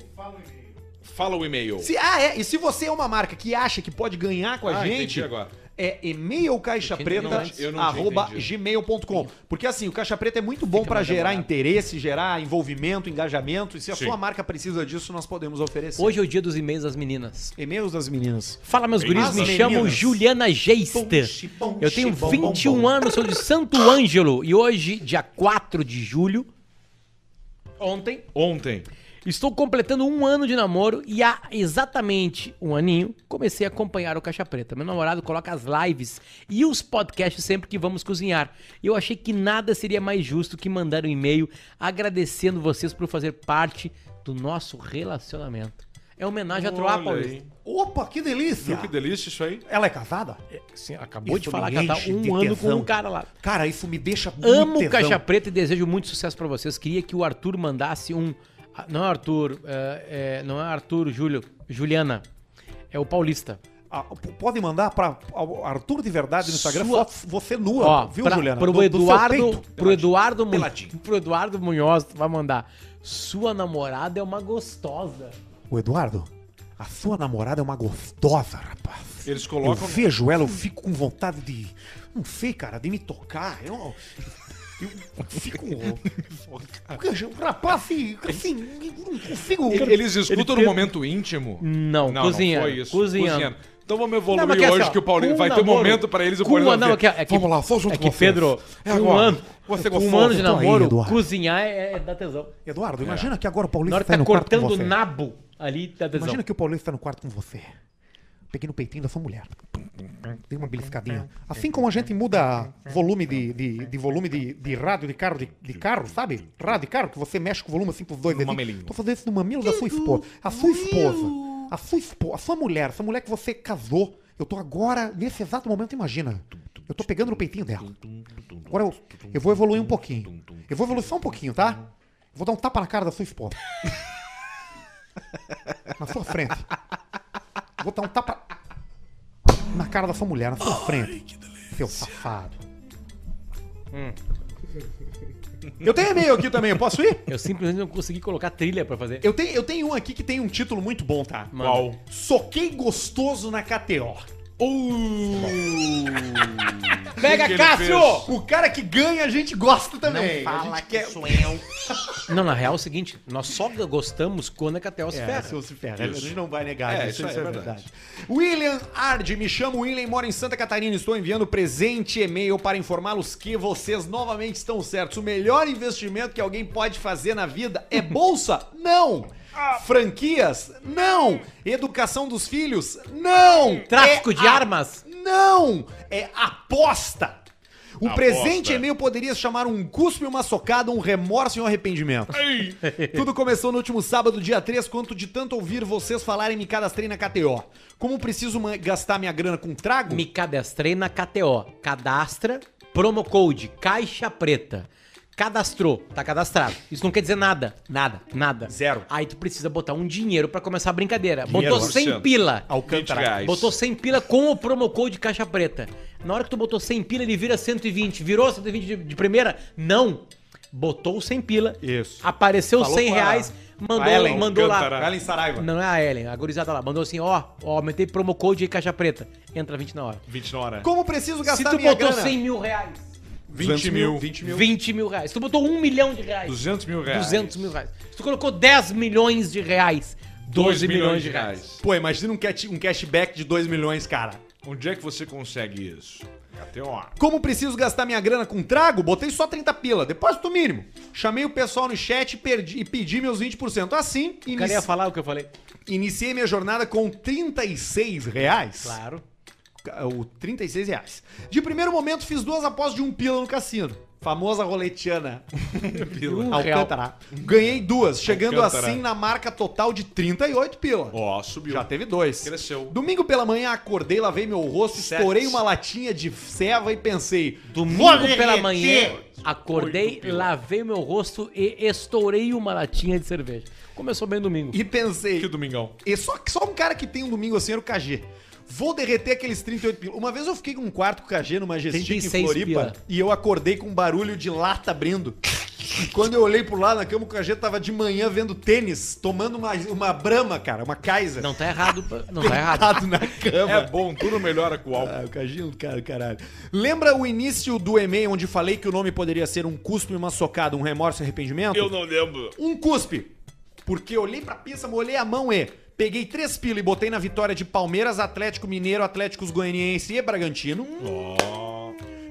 Speaker 2: Fala o e-mail.
Speaker 4: Se, ah, é, e se você é uma marca que acha que pode ganhar com a
Speaker 2: Ah, entendi
Speaker 4: gente,
Speaker 2: agora.
Speaker 4: é e-mail caixapreta
Speaker 2: Eu não tinha
Speaker 4: arroba
Speaker 2: entendido.
Speaker 4: gmail.com. Porque assim, o Caixa Preta é muito bom pra
Speaker 3: mais
Speaker 4: gerar
Speaker 3: demorado.
Speaker 4: interesse, gerar envolvimento, engajamento, e se a
Speaker 2: Sim.
Speaker 4: sua marca precisa disso, nós podemos oferecer.
Speaker 3: Hoje é o dia dos e-mails das meninas.
Speaker 4: E-mails das meninas.
Speaker 3: Fala, meus guris,
Speaker 4: As
Speaker 3: me
Speaker 4: meninas.
Speaker 3: chamo Juliana Geiste. Eu tenho 21 anos, sou de Santo Ângelo e hoje, dia 4 de julho, ontem,
Speaker 2: Ontem.
Speaker 3: estou completando um ano de namoro e há exatamente um aninho comecei a acompanhar o Caixa Preta. Meu namorado coloca as lives e os podcasts sempre que vamos cozinhar. Eu achei que nada seria mais justo que mandar um e-mail agradecendo vocês por fazer parte do nosso relacionamento. É homenagem a Troá,
Speaker 2: Olha
Speaker 3: Paulista.
Speaker 2: aí.
Speaker 4: Opa, que delícia!
Speaker 2: Viu que delícia isso aí?
Speaker 4: Ela é casada?
Speaker 3: Sim, acabou
Speaker 4: Isso
Speaker 3: de falar
Speaker 4: me
Speaker 3: que ela tá
Speaker 4: enche de
Speaker 3: um ano com
Speaker 4: tesão.
Speaker 3: um cara lá.
Speaker 4: Cara, isso me deixa
Speaker 3: Amo
Speaker 4: muito
Speaker 3: Caixa
Speaker 4: tesão.
Speaker 3: Preta e desejo muito sucesso pra vocês. Queria que o Arthur mandasse um. ah, Não é Arthur, é, é, não é Arthur, Júlio, Juliana. É o Paulista.
Speaker 4: Ah, p- pode mandar pra ao Arthur de Verdade no Instagram
Speaker 3: Sua-
Speaker 4: fotos você nua,
Speaker 3: Ó,
Speaker 4: viu,
Speaker 3: pra-
Speaker 4: Juliana?
Speaker 3: Pro
Speaker 4: Do- do seu
Speaker 3: Eduardo,
Speaker 4: peito.
Speaker 3: pro Eduardo, Mun-
Speaker 4: Peladinho.
Speaker 3: pro Eduardo Munhoz, tu vai mandar. Sua namorada é uma gostosa.
Speaker 4: O Eduardo, a sua namorada é uma gostosa, rapaz.
Speaker 2: Eles
Speaker 4: Eu
Speaker 2: colocam.
Speaker 4: vejo ela, eu fico com vontade de. Não sei, cara, de me tocar. Eu, eu fico. O rapaz, assim, assim, não consigo.
Speaker 2: Eles escutam no momento íntimo?
Speaker 3: Não, cozinha. Cozinha.
Speaker 2: Então vamos
Speaker 3: Não,
Speaker 2: evoluir
Speaker 3: mas que é assim,
Speaker 2: hoje
Speaker 3: ó,
Speaker 2: que o Paulinho
Speaker 3: um
Speaker 2: vai ter um
Speaker 3: namoro
Speaker 2: momento pra eles o
Speaker 3: com
Speaker 2: Paulinho
Speaker 3: uma- não,
Speaker 2: vai
Speaker 3: é que,
Speaker 2: ver.
Speaker 3: é que,
Speaker 4: Vamos lá, só junto
Speaker 3: é
Speaker 4: com
Speaker 3: que
Speaker 4: vocês.
Speaker 3: Pedro,
Speaker 2: É
Speaker 3: com um
Speaker 2: agora.
Speaker 3: ano,
Speaker 2: Você Então
Speaker 3: com um
Speaker 2: gostosa,
Speaker 3: ano de
Speaker 4: eu tô aí,
Speaker 3: namoro,
Speaker 4: Eduardo.
Speaker 3: cozinhar é, é da tesão.
Speaker 4: Eduardo, imagina que agora o
Speaker 3: É. Na
Speaker 4: Paulista
Speaker 3: hora que tá
Speaker 4: no quarto com
Speaker 3: cortando o
Speaker 4: você.
Speaker 3: nabo ali, dá tesão.
Speaker 4: Imagina que o Paulista tá no quarto com você. Peguei no peitinho da sua mulher. Dei uma beliscadinha. Assim como a gente muda volume de, de, de volume de, de rádio de carro, de, de carro, sabe? Rádio de carro, que você mexe com o volume assim pros dois.
Speaker 2: mamelinho.
Speaker 4: Tô fazendo isso no mamilo da sua esposa. A sua esposa. A sua esposa. A sua mulher. Essa mulher que você casou. Eu tô agora, nesse exato momento, imagina. Eu tô pegando no peitinho dela. Agora eu, eu vou evoluir um pouquinho. Eu vou evoluir só um pouquinho, tá? Eu vou dar um tapa na cara da sua esposa. Na sua frente. Vou dar um tapa na cara da sua mulher, na sua frente. Seu safado. Eu tenho e-mail aqui também, eu posso ir?
Speaker 3: Eu simplesmente não consegui colocar trilha pra fazer.
Speaker 4: Eu tenho, eu tenho um aqui que tem um título muito bom, tá?
Speaker 3: Manda.
Speaker 4: Soquei gostoso na KTO. Uh!
Speaker 2: Pega, Cássio!
Speaker 4: O cara que ganha, a gente gosta também. a gente quer...
Speaker 3: Não, na real é o seguinte, nós só gostamos quando a Catel se
Speaker 4: É,
Speaker 3: ferra.
Speaker 4: se você ferra. A gente não vai negar
Speaker 2: É,
Speaker 4: isso,
Speaker 2: isso
Speaker 4: isso
Speaker 2: aí,
Speaker 4: é
Speaker 2: é
Speaker 4: verdade. William Ard, me chamo William, moro em Santa Catarina. Estou enviando presente e-mail para informá-los que vocês novamente estão certos. O melhor investimento que alguém pode fazer na vida é bolsa? Não! Franquias? Não! Educação dos filhos? Não!
Speaker 3: Tráfico
Speaker 4: É
Speaker 3: de
Speaker 4: a-
Speaker 3: armas?
Speaker 4: Não! É aposta!
Speaker 1: O
Speaker 7: Aposta.
Speaker 1: presente e-mail poderia se chamar um cuspe, uma socada, um remorso e um arrependimento.
Speaker 7: Ei,
Speaker 1: Tudo começou no último sábado, dia 3, quanto de tanto ouvir vocês falarem me cadastrei na KTO. Como preciso ma- gastar minha grana com trago?
Speaker 3: Me cadastrei na KTO. Cadastra, promo code, caixa preta. Cadastrou, tá cadastrado. Isso não quer dizer nada. Nada. Nada.
Speaker 1: Zero.
Speaker 3: Aí tu precisa botar um dinheiro pra começar a brincadeira.
Speaker 1: Dinheiro.
Speaker 3: Botou 100 pila.
Speaker 7: 20
Speaker 1: Alcântara.
Speaker 7: reais.
Speaker 3: Botou 100 pila com o promo code caixa preta. Na hora que tu botou 100 pila, ele vira 120. Virou 120 de, de primeira? Não. Botou 100 pila.
Speaker 1: Isso.
Speaker 3: Apareceu
Speaker 1: Falou
Speaker 3: 100
Speaker 1: com a-
Speaker 3: reais. Mandou,
Speaker 1: a Ellen
Speaker 3: mandou lá.
Speaker 7: Alcântara.
Speaker 1: Ellen Saraiva.
Speaker 3: Não, não é a Ellen, a gurizada lá. Mandou assim, ó, ó, aumentei promo code e caixa preta. Entra 20 na hora.
Speaker 7: 20 na hora.
Speaker 1: Como preciso
Speaker 3: Se
Speaker 1: gastar
Speaker 3: tu
Speaker 1: minha
Speaker 3: botou
Speaker 1: grana?
Speaker 3: 100 mil reais,
Speaker 7: 20 mil.
Speaker 1: 20 mil.
Speaker 3: 20 mil reais. Se tu botou 1 milhão de reais,
Speaker 7: 200 mil reais.
Speaker 3: 200 mil reais. Se tu colocou 10 milhões de reais, 12 milhões de reais.
Speaker 1: Pô, imagina um, cat- um cashback de 2 milhões, cara.
Speaker 7: Onde é que você consegue isso? Até
Speaker 2: um
Speaker 7: ó.
Speaker 1: Como preciso gastar minha grana com trago? Botei só 30 pila, depósito mínimo. Chamei o pessoal no chat e, perdi- e pedi meus 20%. Assim,
Speaker 3: O
Speaker 1: inici-
Speaker 3: cara ia falar o que eu falei.
Speaker 1: iniciei minha jornada com 36 reais.
Speaker 3: Claro.
Speaker 1: Ca- O 36 reais. De primeiro momento, fiz duas apostas de um pila no cassino. Famosa roletiana.
Speaker 3: E um real.
Speaker 1: Alcântara. Ganhei duas, chegando
Speaker 7: Alcântara.
Speaker 1: assim na marca total de 38 pila.
Speaker 7: Ó, subiu.
Speaker 1: Já teve dois.
Speaker 7: Cresceu.
Speaker 1: Domingo pela manhã acordei, lavei meu rosto,
Speaker 7: Sete.
Speaker 1: estourei uma latinha de ceva e pensei.
Speaker 3: Domingo pela manhã, acordei, lavei meu rosto e estourei uma latinha de cerveja. Começou bem domingo.
Speaker 1: E pensei.
Speaker 7: Que domingão.
Speaker 1: E só, só um cara que tem um domingo assim era o KG. Vou derreter aqueles 38 pila. Uma vez eu fiquei com um quarto com o KG no Majestic em
Speaker 3: 36
Speaker 1: Floripa
Speaker 3: pila.
Speaker 1: e eu acordei com um barulho de lata abrindo. E quando eu olhei por lá na cama, o KG tava de manhã vendo tênis, tomando uma, uma brama, cara, uma Kaiser.
Speaker 3: Não tá errado, não tá errado.
Speaker 1: Deitado na cama.
Speaker 7: É bom, tudo melhora com o álcool.
Speaker 1: Ah, o Cajinho do cara, caralho. Lembra o início do e-mail onde falei que o nome poderia ser um cuspe, uma socada, um remorso e arrependimento?
Speaker 7: Eu não lembro.
Speaker 1: Um cuspe. Porque olhei pra pista, molhei a mão e peguei três pila e botei na vitória de Palmeiras, Atlético Mineiro, Atléticos Goianiense e Bragantino.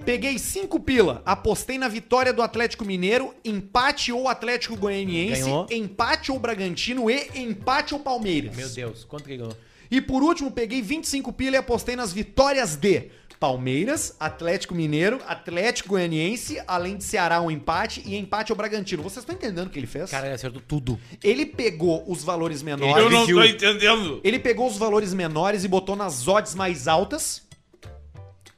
Speaker 1: Peguei cinco pila, apostei na vitória do Atlético Mineiro, empate ou Atlético Goianiense,
Speaker 3: Ganhou.
Speaker 1: empate ou Bragantino e empate ou Palmeiras.
Speaker 3: Meu Deus, quanto que ganhou?
Speaker 1: E por último, peguei 25 pila e apostei nas vitórias de Palmeiras, Atlético Mineiro, Atlético Goianiense, além de Ceará um empate e empate ao Bragantino. Vocês estão entendendo o que ele fez?
Speaker 3: Cara, ele acertou tudo.
Speaker 1: ele pegou os valores menores.
Speaker 7: tô entendendo.
Speaker 1: Ele pegou os valores menores e botou nas odds mais altas.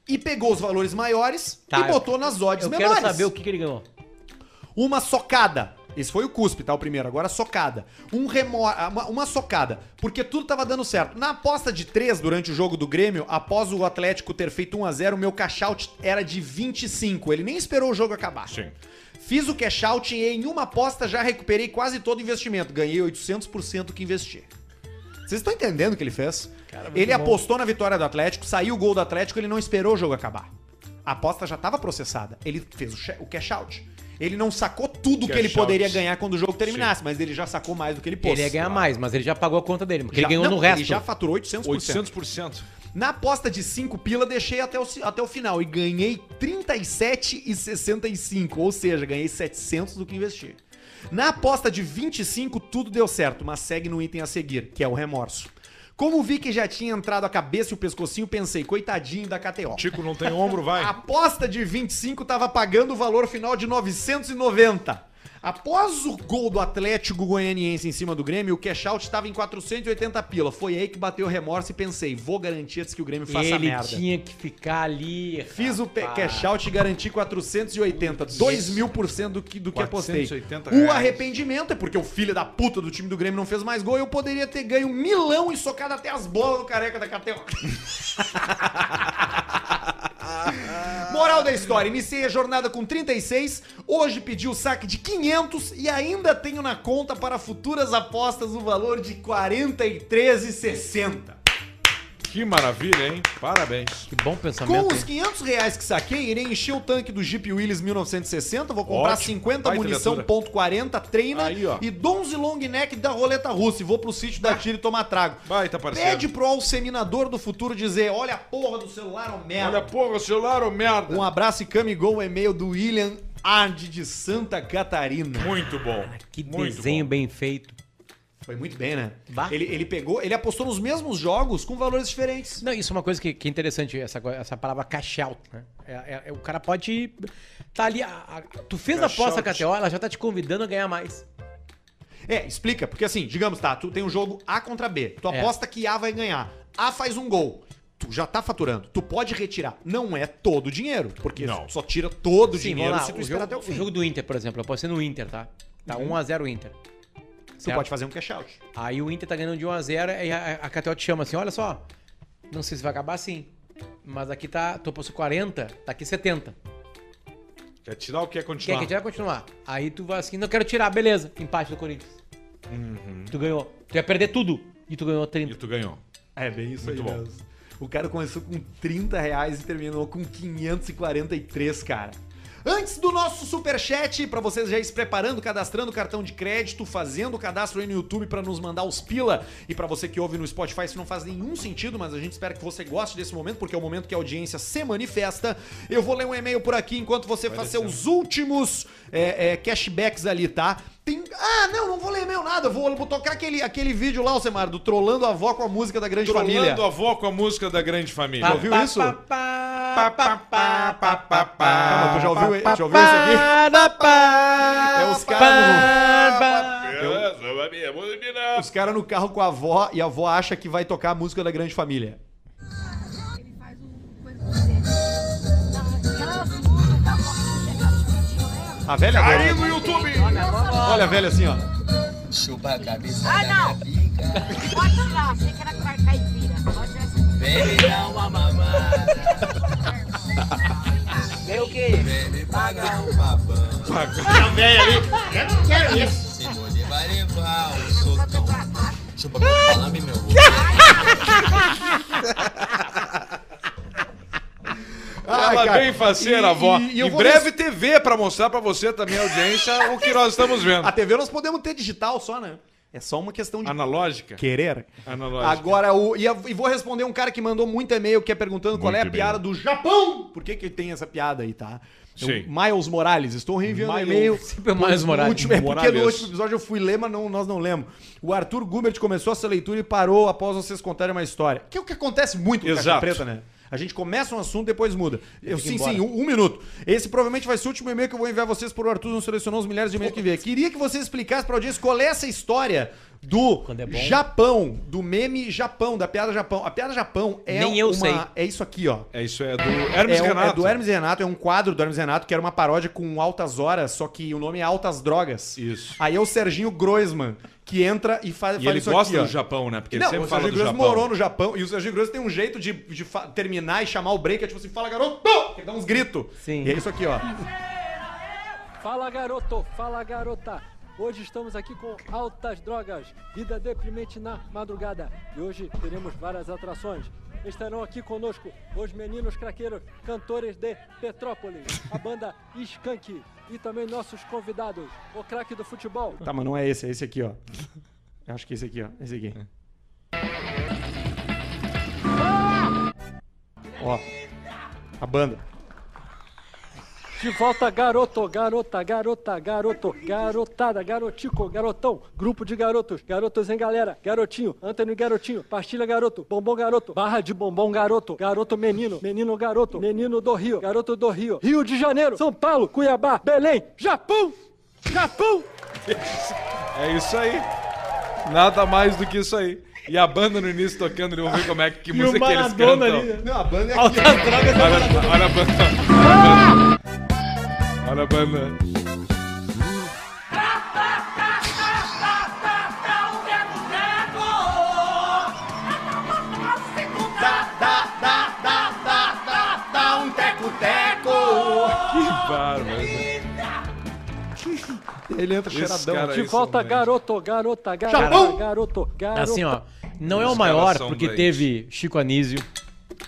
Speaker 1: E pegou os valores maiores
Speaker 3: Tá,
Speaker 1: e botou nas odds
Speaker 3: Eu
Speaker 1: menores.
Speaker 3: quero saber o que, que ele ganhou.
Speaker 1: Uma socada. Esse foi o cuspe, tá? O primeiro. Agora socada. Um remor... uma, uma socada. Porque tudo tava dando certo. Na aposta de 3 durante o jogo do Grêmio, após o Atlético ter feito 1 a 0 o meu cash out era de 25. Ele nem esperou o jogo acabar.
Speaker 7: Sim.
Speaker 1: Fiz o cash out e em uma aposta já recuperei quase todo o investimento. Ganhei 800% do que investi. Vocês estão entendendo o que ele fez? ele apostou na vitória do Atlético, saiu o gol do Atlético, ele não esperou o jogo acabar. A aposta já estava processada. Ele fez o che- o cash out. Ele não sacou tudo que
Speaker 7: Cash
Speaker 1: ele poderia
Speaker 7: out.
Speaker 1: ganhar quando o jogo terminasse, mas ele já sacou mais do que ele pôs.
Speaker 3: ele ia ganhar mais, mas ele já pagou a conta dele, porque
Speaker 1: Já-
Speaker 3: ele ganhou
Speaker 1: não,
Speaker 3: no resto.
Speaker 1: Ele já faturou 800%.
Speaker 7: 800%.
Speaker 1: Na aposta de 5 pila, deixei até o, até o final e ganhei 37,65, ou seja, ganhei 700 do que investi. Na aposta de 25, tudo deu certo, mas segue no item a seguir, que é o remorso. Como vi que já tinha entrado a cabeça e o pescocinho, pensei, coitadinho da KTO.
Speaker 7: Tico não tem ombro,
Speaker 1: A
Speaker 7: vai.
Speaker 1: aposta de 25 tava pagando o valor final de 990. Após o gol do Atlético Goianiense em cima do Grêmio, o cash out estava em 480 pila. Foi aí que bateu o remorso e pensei, vou garantir antes que o Grêmio faça
Speaker 3: ele
Speaker 1: merda.
Speaker 3: tinha que ficar ali.
Speaker 1: Fiz o pe-
Speaker 3: rapaz.
Speaker 1: cash out e garanti 480, 2 mil por cento do que, do que apostei.
Speaker 7: 480
Speaker 1: O
Speaker 7: reais.
Speaker 1: arrependimento é porque o filho da puta do time do Grêmio não fez mais gol e eu poderia ter ganho um milão e socado até as bolas no careca da KTO. Moral da história, iniciei a jornada com 36, hoje pedi o saque de 500 e ainda tenho na conta para futuras apostas o valor de 43,60.
Speaker 7: Que maravilha, hein? Parabéns.
Speaker 3: Que bom
Speaker 1: Com
Speaker 3: pensamento.
Speaker 1: os 500 reais que saquei, irei encher o tanque do Jeep Willys 1960, vou comprar
Speaker 7: Ótimo.
Speaker 1: 50
Speaker 7: Baita
Speaker 1: munição
Speaker 7: viatura.
Speaker 1: ponto .40, treina
Speaker 7: Aí, ó.
Speaker 1: e 11 long neck da roleta russa e vou pro sítio da tira e tomar trago.
Speaker 2: tá
Speaker 7: Baita parceiro.
Speaker 1: Pede pro Alceminador do Futuro dizer, olha a porra do celular, ô merda.
Speaker 7: Olha, porra, o celular, ô merda.
Speaker 1: Um abraço e camigol, e-mail do William Ard de Santa Catarina.
Speaker 7: Muito bom.
Speaker 3: Que
Speaker 7: Muito
Speaker 3: desenho
Speaker 7: bom.
Speaker 3: bem feito.
Speaker 1: Foi muito bem, né?
Speaker 3: Bah.
Speaker 1: Ele, ele pegou, ele apostou nos mesmos jogos com valores diferentes.
Speaker 3: Não, isso é uma coisa que, que é interessante, essa, co- essa palavra cash out, né? É- é- é- o cara pode tá ali. a- a- tu fez a
Speaker 2: Cash
Speaker 3: aposta
Speaker 2: out.
Speaker 3: KTO, ela já tá te convidando a ganhar mais.
Speaker 1: É, explica, porque assim, digamos, tá, tu tem um jogo A contra B, tu
Speaker 3: É.
Speaker 1: aposta que A vai ganhar, A faz um gol, tu já tá faturando, tu pode retirar, não é todo o dinheiro, porque
Speaker 2: Não.
Speaker 1: tu só tira todo o
Speaker 3: Sim,
Speaker 1: dinheiro
Speaker 3: vamos lá.
Speaker 1: se tu
Speaker 3: o,
Speaker 1: esperar
Speaker 3: jogo,
Speaker 1: até o
Speaker 3: o
Speaker 1: fim. Uhum.
Speaker 3: jogo do Inter, por exemplo, eu apostei no Inter, tá? Tá 1x0 o Inter.
Speaker 1: tu
Speaker 3: certo.
Speaker 1: pode fazer um cash out.
Speaker 3: Aí o Inter tá ganhando de 1x0 e a, a KTO te chama assim: olha só, não sei se vai acabar assim. Mas aqui tá. Tu apostou 40, tá aqui 70.
Speaker 2: Quer tirar é ou quer
Speaker 3: Quer
Speaker 2: continuar?
Speaker 3: que a gente vai continuar? Aí tu vai assim, não quero tirar, beleza. Empate do Corinthians.
Speaker 1: Uhum.
Speaker 3: Tu ganhou. Tu ia perder tudo. E tu ganhou 30.
Speaker 2: E tu ganhou.
Speaker 1: É bem isso
Speaker 2: Muito bom.
Speaker 1: mesmo. O cara começou com 30 reais e terminou com 543, cara. Antes do nosso superchat, pra vocês já ir se preparando, cadastrando o cartão de crédito, fazendo o cadastro aí no YouTube pra nos mandar os pila. E pra você que ouve no Spotify, isso não faz nenhum sentido, mas a gente espera que você goste desse momento, porque é o momento que a audiência se manifesta. Eu vou ler um e-mail por aqui enquanto você faz seus últimos é, é, cashbacks ali, tá? Tem... Ah, não, não vou ler e-mail nada. Eu vou vou tocar aquele, aquele vídeo lá, Alcemar, do Trolando a Avó com a música da Grande Família. Tá.
Speaker 2: Trolando a avó com a música da grande família.
Speaker 1: ouviu isso?
Speaker 3: Pá, pá, pá, pá, pá, pá,
Speaker 1: Calma,
Speaker 3: pá.
Speaker 1: tu já ouviu, já ouviu isso
Speaker 3: Pá,
Speaker 1: aqui?
Speaker 3: pá, pá,
Speaker 1: É os caras
Speaker 3: pá, pá.
Speaker 7: É,
Speaker 6: Beleza, família, vou
Speaker 7: né?
Speaker 6: eliminar.
Speaker 1: Os caras no carro com a avó e a avó acha que vai tocar a música da Grande Família.
Speaker 9: né?
Speaker 14: Ele faz o coisa com você. Aquela música da morte, aquela discussão, né?
Speaker 1: A velha
Speaker 6: Aí
Speaker 1: dela.
Speaker 6: no YouTube.
Speaker 1: Olha a velha assim, ó.
Speaker 9: Chupa a cabeça
Speaker 14: Ah,
Speaker 9: da
Speaker 14: não.
Speaker 9: minha pica.
Speaker 14: Bota lá, achei que era caipira. Bota essa.
Speaker 9: Vem me dar uma mamada.
Speaker 14: Vê o quê?
Speaker 9: Vem me pagar um babão.
Speaker 6: Tá velho ali.
Speaker 9: Se você vai levar um socão. Chupa meu salame, meu ovo.
Speaker 1: Ai,
Speaker 2: Ela
Speaker 1: Ah, cara.
Speaker 2: bem faceira,
Speaker 1: E-
Speaker 2: avó.
Speaker 1: e- e eu
Speaker 2: em
Speaker 1: vou
Speaker 2: breve TV pra mostrar pra você também, audiência, o que nós estamos vendo.
Speaker 1: A TV nós podemos ter digital só, né? É só uma questão de
Speaker 2: Analógica?
Speaker 1: querer.
Speaker 2: Analógica.
Speaker 1: Agora, o, e, a- e vou responder um cara que mandou muito e-mail que é perguntando qual é a
Speaker 6: e-mail.
Speaker 1: piada do Japão. Por que que tem essa piada aí, tá? É o
Speaker 2: Sim.
Speaker 1: Miles Morales, estou reenviando
Speaker 2: Miles-
Speaker 1: e-mail.
Speaker 3: Sempre é Miles
Speaker 1: No
Speaker 3: Morales.
Speaker 1: último- é porque no
Speaker 2: Morales.
Speaker 1: último episódio eu fui ler, mas não, nós não lemos. O Arthur Gubert começou essa leitura e parou após vocês contarem uma história. Que é o que acontece muito com Caixa
Speaker 2: Exato.
Speaker 1: Preta, né? A gente começa um assunto, depois muda. Eu, sim,
Speaker 3: embora.
Speaker 1: sim, um, um minuto. Esse provavelmente vai ser o último e-mail que eu vou enviar a vocês por o Arthur não selecionou os milhares de e-mails que vê. Queria que vocês explicassem pra audiência qual é essa história do
Speaker 3: Quando é bom.
Speaker 1: Japão, do meme Japão, da piada Japão. A piada Japão é
Speaker 3: Nem eu
Speaker 1: uma-
Speaker 3: sei.
Speaker 1: É isso aqui, ó.
Speaker 2: É isso, é do Hermes
Speaker 1: é, um-
Speaker 2: Renato.
Speaker 1: é do Hermes e Renato, é um quadro do Hermes e Renato que era uma paródia com altas horas, só que o nome é Altas Drogas.
Speaker 2: Isso.
Speaker 1: Aí é o Serginho Groisman que entra e faz,
Speaker 2: E
Speaker 1: faz
Speaker 2: ele
Speaker 1: isso
Speaker 2: gosta
Speaker 1: aqui, ó.
Speaker 2: do Japão, né? Porque ele
Speaker 1: Não,
Speaker 2: sempre
Speaker 1: o
Speaker 2: fala do
Speaker 1: Serginho Grosso
Speaker 2: Japão.
Speaker 1: morou no Japão e o Serginho Grosso tem um jeito de, de fa- terminar e chamar o break, é tipo assim, fala garoto, que dá uns gritos.
Speaker 3: Sim.
Speaker 1: E é isso aqui, ó.
Speaker 15: Fala garoto, fala garota. Hoje estamos aqui com Altas Drogas, Vida Deprimente na Madrugada. E hoje teremos várias atrações. Estarão aqui conosco os meninos craqueiros, cantores de Petrópolis, a banda Skank e também nossos convidados, o craque do futebol.
Speaker 1: Tá, mas não é esse, é esse aqui, ó. Eu acho que é esse aqui, ó. Esse aqui. Ó. A banda.
Speaker 15: De volta, garoto, garota, garota, garoto, garotada, garotico, garotão, grupo de garotos, garotos em galera, garotinho, Antônio Garotinho, pastilha garoto, bombom garoto, barra de bombom garoto, garoto menino, menino garoto, menino do Rio, garoto do Rio, Rio de Janeiro, São Paulo, Cuiabá, Belém, Japão, Japão.
Speaker 2: É isso aí. Nada mais do que isso aí. E a banda no início tocando, eles vão ver como é que, que música que eles cantam.
Speaker 1: Não, a banda é aqui.
Speaker 3: Altas drogas.
Speaker 2: Olha, olha a banda. Olha a banda. Olha a banda.
Speaker 3: tá um
Speaker 2: Que bárbaro.
Speaker 1: Ele entra
Speaker 2: Esse
Speaker 1: cheiradão.
Speaker 2: cara
Speaker 15: De
Speaker 2: aí
Speaker 15: volta,
Speaker 2: são
Speaker 15: garoto, garota,
Speaker 1: Japão!
Speaker 15: garota, garoto, garoto.
Speaker 3: Tá Assim, ó. Não é o
Speaker 2: Os caras
Speaker 3: maior,
Speaker 2: são
Speaker 3: porque
Speaker 2: doentes.
Speaker 3: teve Chico Anísio,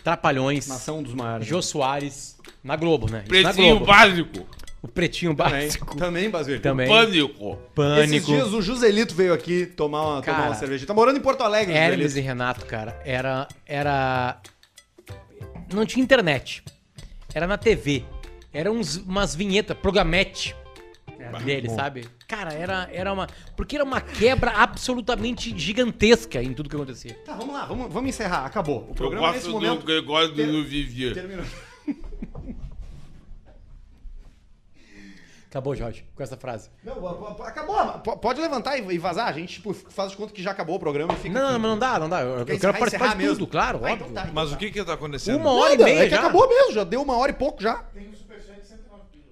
Speaker 3: Trapalhões,
Speaker 1: Nação dos mares.
Speaker 3: Jô Soares, na Globo, né? Isso na
Speaker 6: Pretinho
Speaker 3: Globo.
Speaker 6: básico.
Speaker 3: O Pretinho
Speaker 1: Também,
Speaker 3: Básico
Speaker 1: também Basílio.
Speaker 3: também. é
Speaker 6: Pânico.
Speaker 1: Esses dias o Joselito veio aqui tomar uma, tomar
Speaker 3: Cara.
Speaker 1: uma cerveja. Tá morando em Porto Alegre, o
Speaker 3: Hermes
Speaker 1: Joselito.
Speaker 3: e Renato, cara, era. Era. Não tinha internet. Era na TV. Eram uns, umas vinhetas, programete. dele, sabe? Cara, era, era uma. Porque era uma quebra absolutamente gigantesca em tudo que acontecia.
Speaker 1: Tá, vamos lá, vamos, vamos encerrar. Acabou. O
Speaker 16: Eu
Speaker 1: programa nesse
Speaker 16: gosto
Speaker 1: momento.
Speaker 16: do, eu gosto do,
Speaker 1: ter-
Speaker 16: do Vivier.
Speaker 1: Terminou.
Speaker 3: Acabou, Jorge, com essa frase.
Speaker 1: Não, a- a- a- acabou. mas po- Pode levantar e e vazar. A gente tipo, faz de conta que já acabou o programa e fica.
Speaker 3: Não, não, mas não dá, não dá. Eu, eu
Speaker 1: Quer
Speaker 3: quero
Speaker 1: encerrar,
Speaker 3: participar
Speaker 1: encerrar
Speaker 3: de tudo,
Speaker 1: mesmo?
Speaker 3: claro,
Speaker 1: Ah,
Speaker 3: óbvio.
Speaker 1: então tá.
Speaker 2: Mas o que que tá acontecendo?
Speaker 3: Uma hora e meia
Speaker 1: é que
Speaker 3: já.
Speaker 1: acabou mesmo, já deu uma hora e pouco já.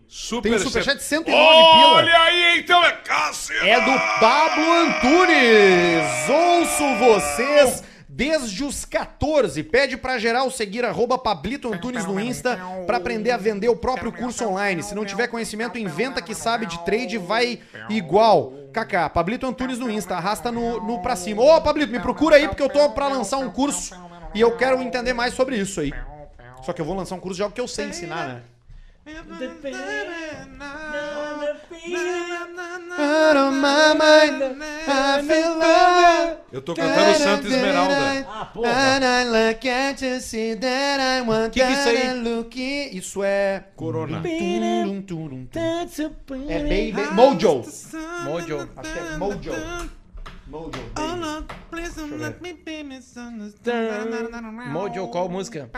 Speaker 2: Super
Speaker 1: Tem um superchat de 109 pila.
Speaker 16: Olha aí, então é Cássio!
Speaker 1: É do Pablo Antunes. Ouço vocês desde os 14. Pede pra geral seguir arroba Pablito Antunes no Insta pra aprender a vender o próprio curso online. Se não tiver conhecimento, inventa que sabe de trade, vai igual. Kaká, Pablito Antunes no Insta, arrasta no, no pra cima. Ô, Pablito, me procura aí porque eu tô pra lançar um curso e eu quero entender mais sobre isso aí. Só que eu vou lançar um curso de algo que eu sei ensinar, né?
Speaker 2: Eu tô cantando Santa Esmeralda.
Speaker 3: Ah, porra.
Speaker 1: And I look at you, see that I want
Speaker 2: Que que é isso aí?
Speaker 1: that I look in- Isso é.
Speaker 2: Corona. Ah,
Speaker 1: Turum, turum, turum. É Baby. Mojo.
Speaker 3: Mojo.
Speaker 1: Acho que é Mojo. Mojo. Ah,
Speaker 3: Mojo, qual música?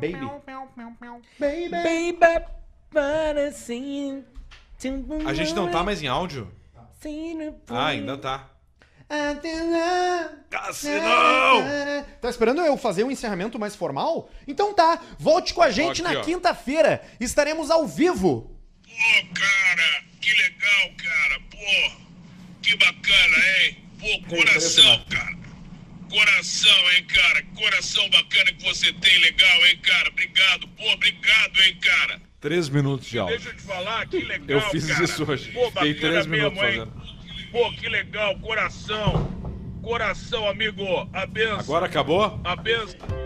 Speaker 1: Baby. Baby. Baby.
Speaker 3: Baby, parecendo.
Speaker 2: A gente não tá mais em áudio? Ah, ainda tá.
Speaker 16: Cassinão!
Speaker 1: Tá esperando eu fazer um encerramento mais formal? Então tá, volte com a gente
Speaker 2: Aqui,
Speaker 1: na
Speaker 2: ó.
Speaker 1: quinta-feira. Estaremos ao vivo.
Speaker 8: Pô, cara, que legal, cara. Pô, que bacana, hein? Pô, coração, cara. Coração, hein, cara. Coração bacana que você tem, legal, hein, cara. Obrigado, pô, obrigado, hein, cara.
Speaker 2: Três minutos de áudio.
Speaker 8: Deixa eu te falar, que legal,
Speaker 2: Eu fiz
Speaker 8: cara.
Speaker 2: isso hoje.
Speaker 8: Pô,
Speaker 2: Fiquei
Speaker 8: bacana
Speaker 2: três
Speaker 8: mesmo,
Speaker 2: minutos
Speaker 8: hein? Pô, que legal, coração. Coração, amigo. A benção.
Speaker 2: Agora acabou?
Speaker 8: A benção.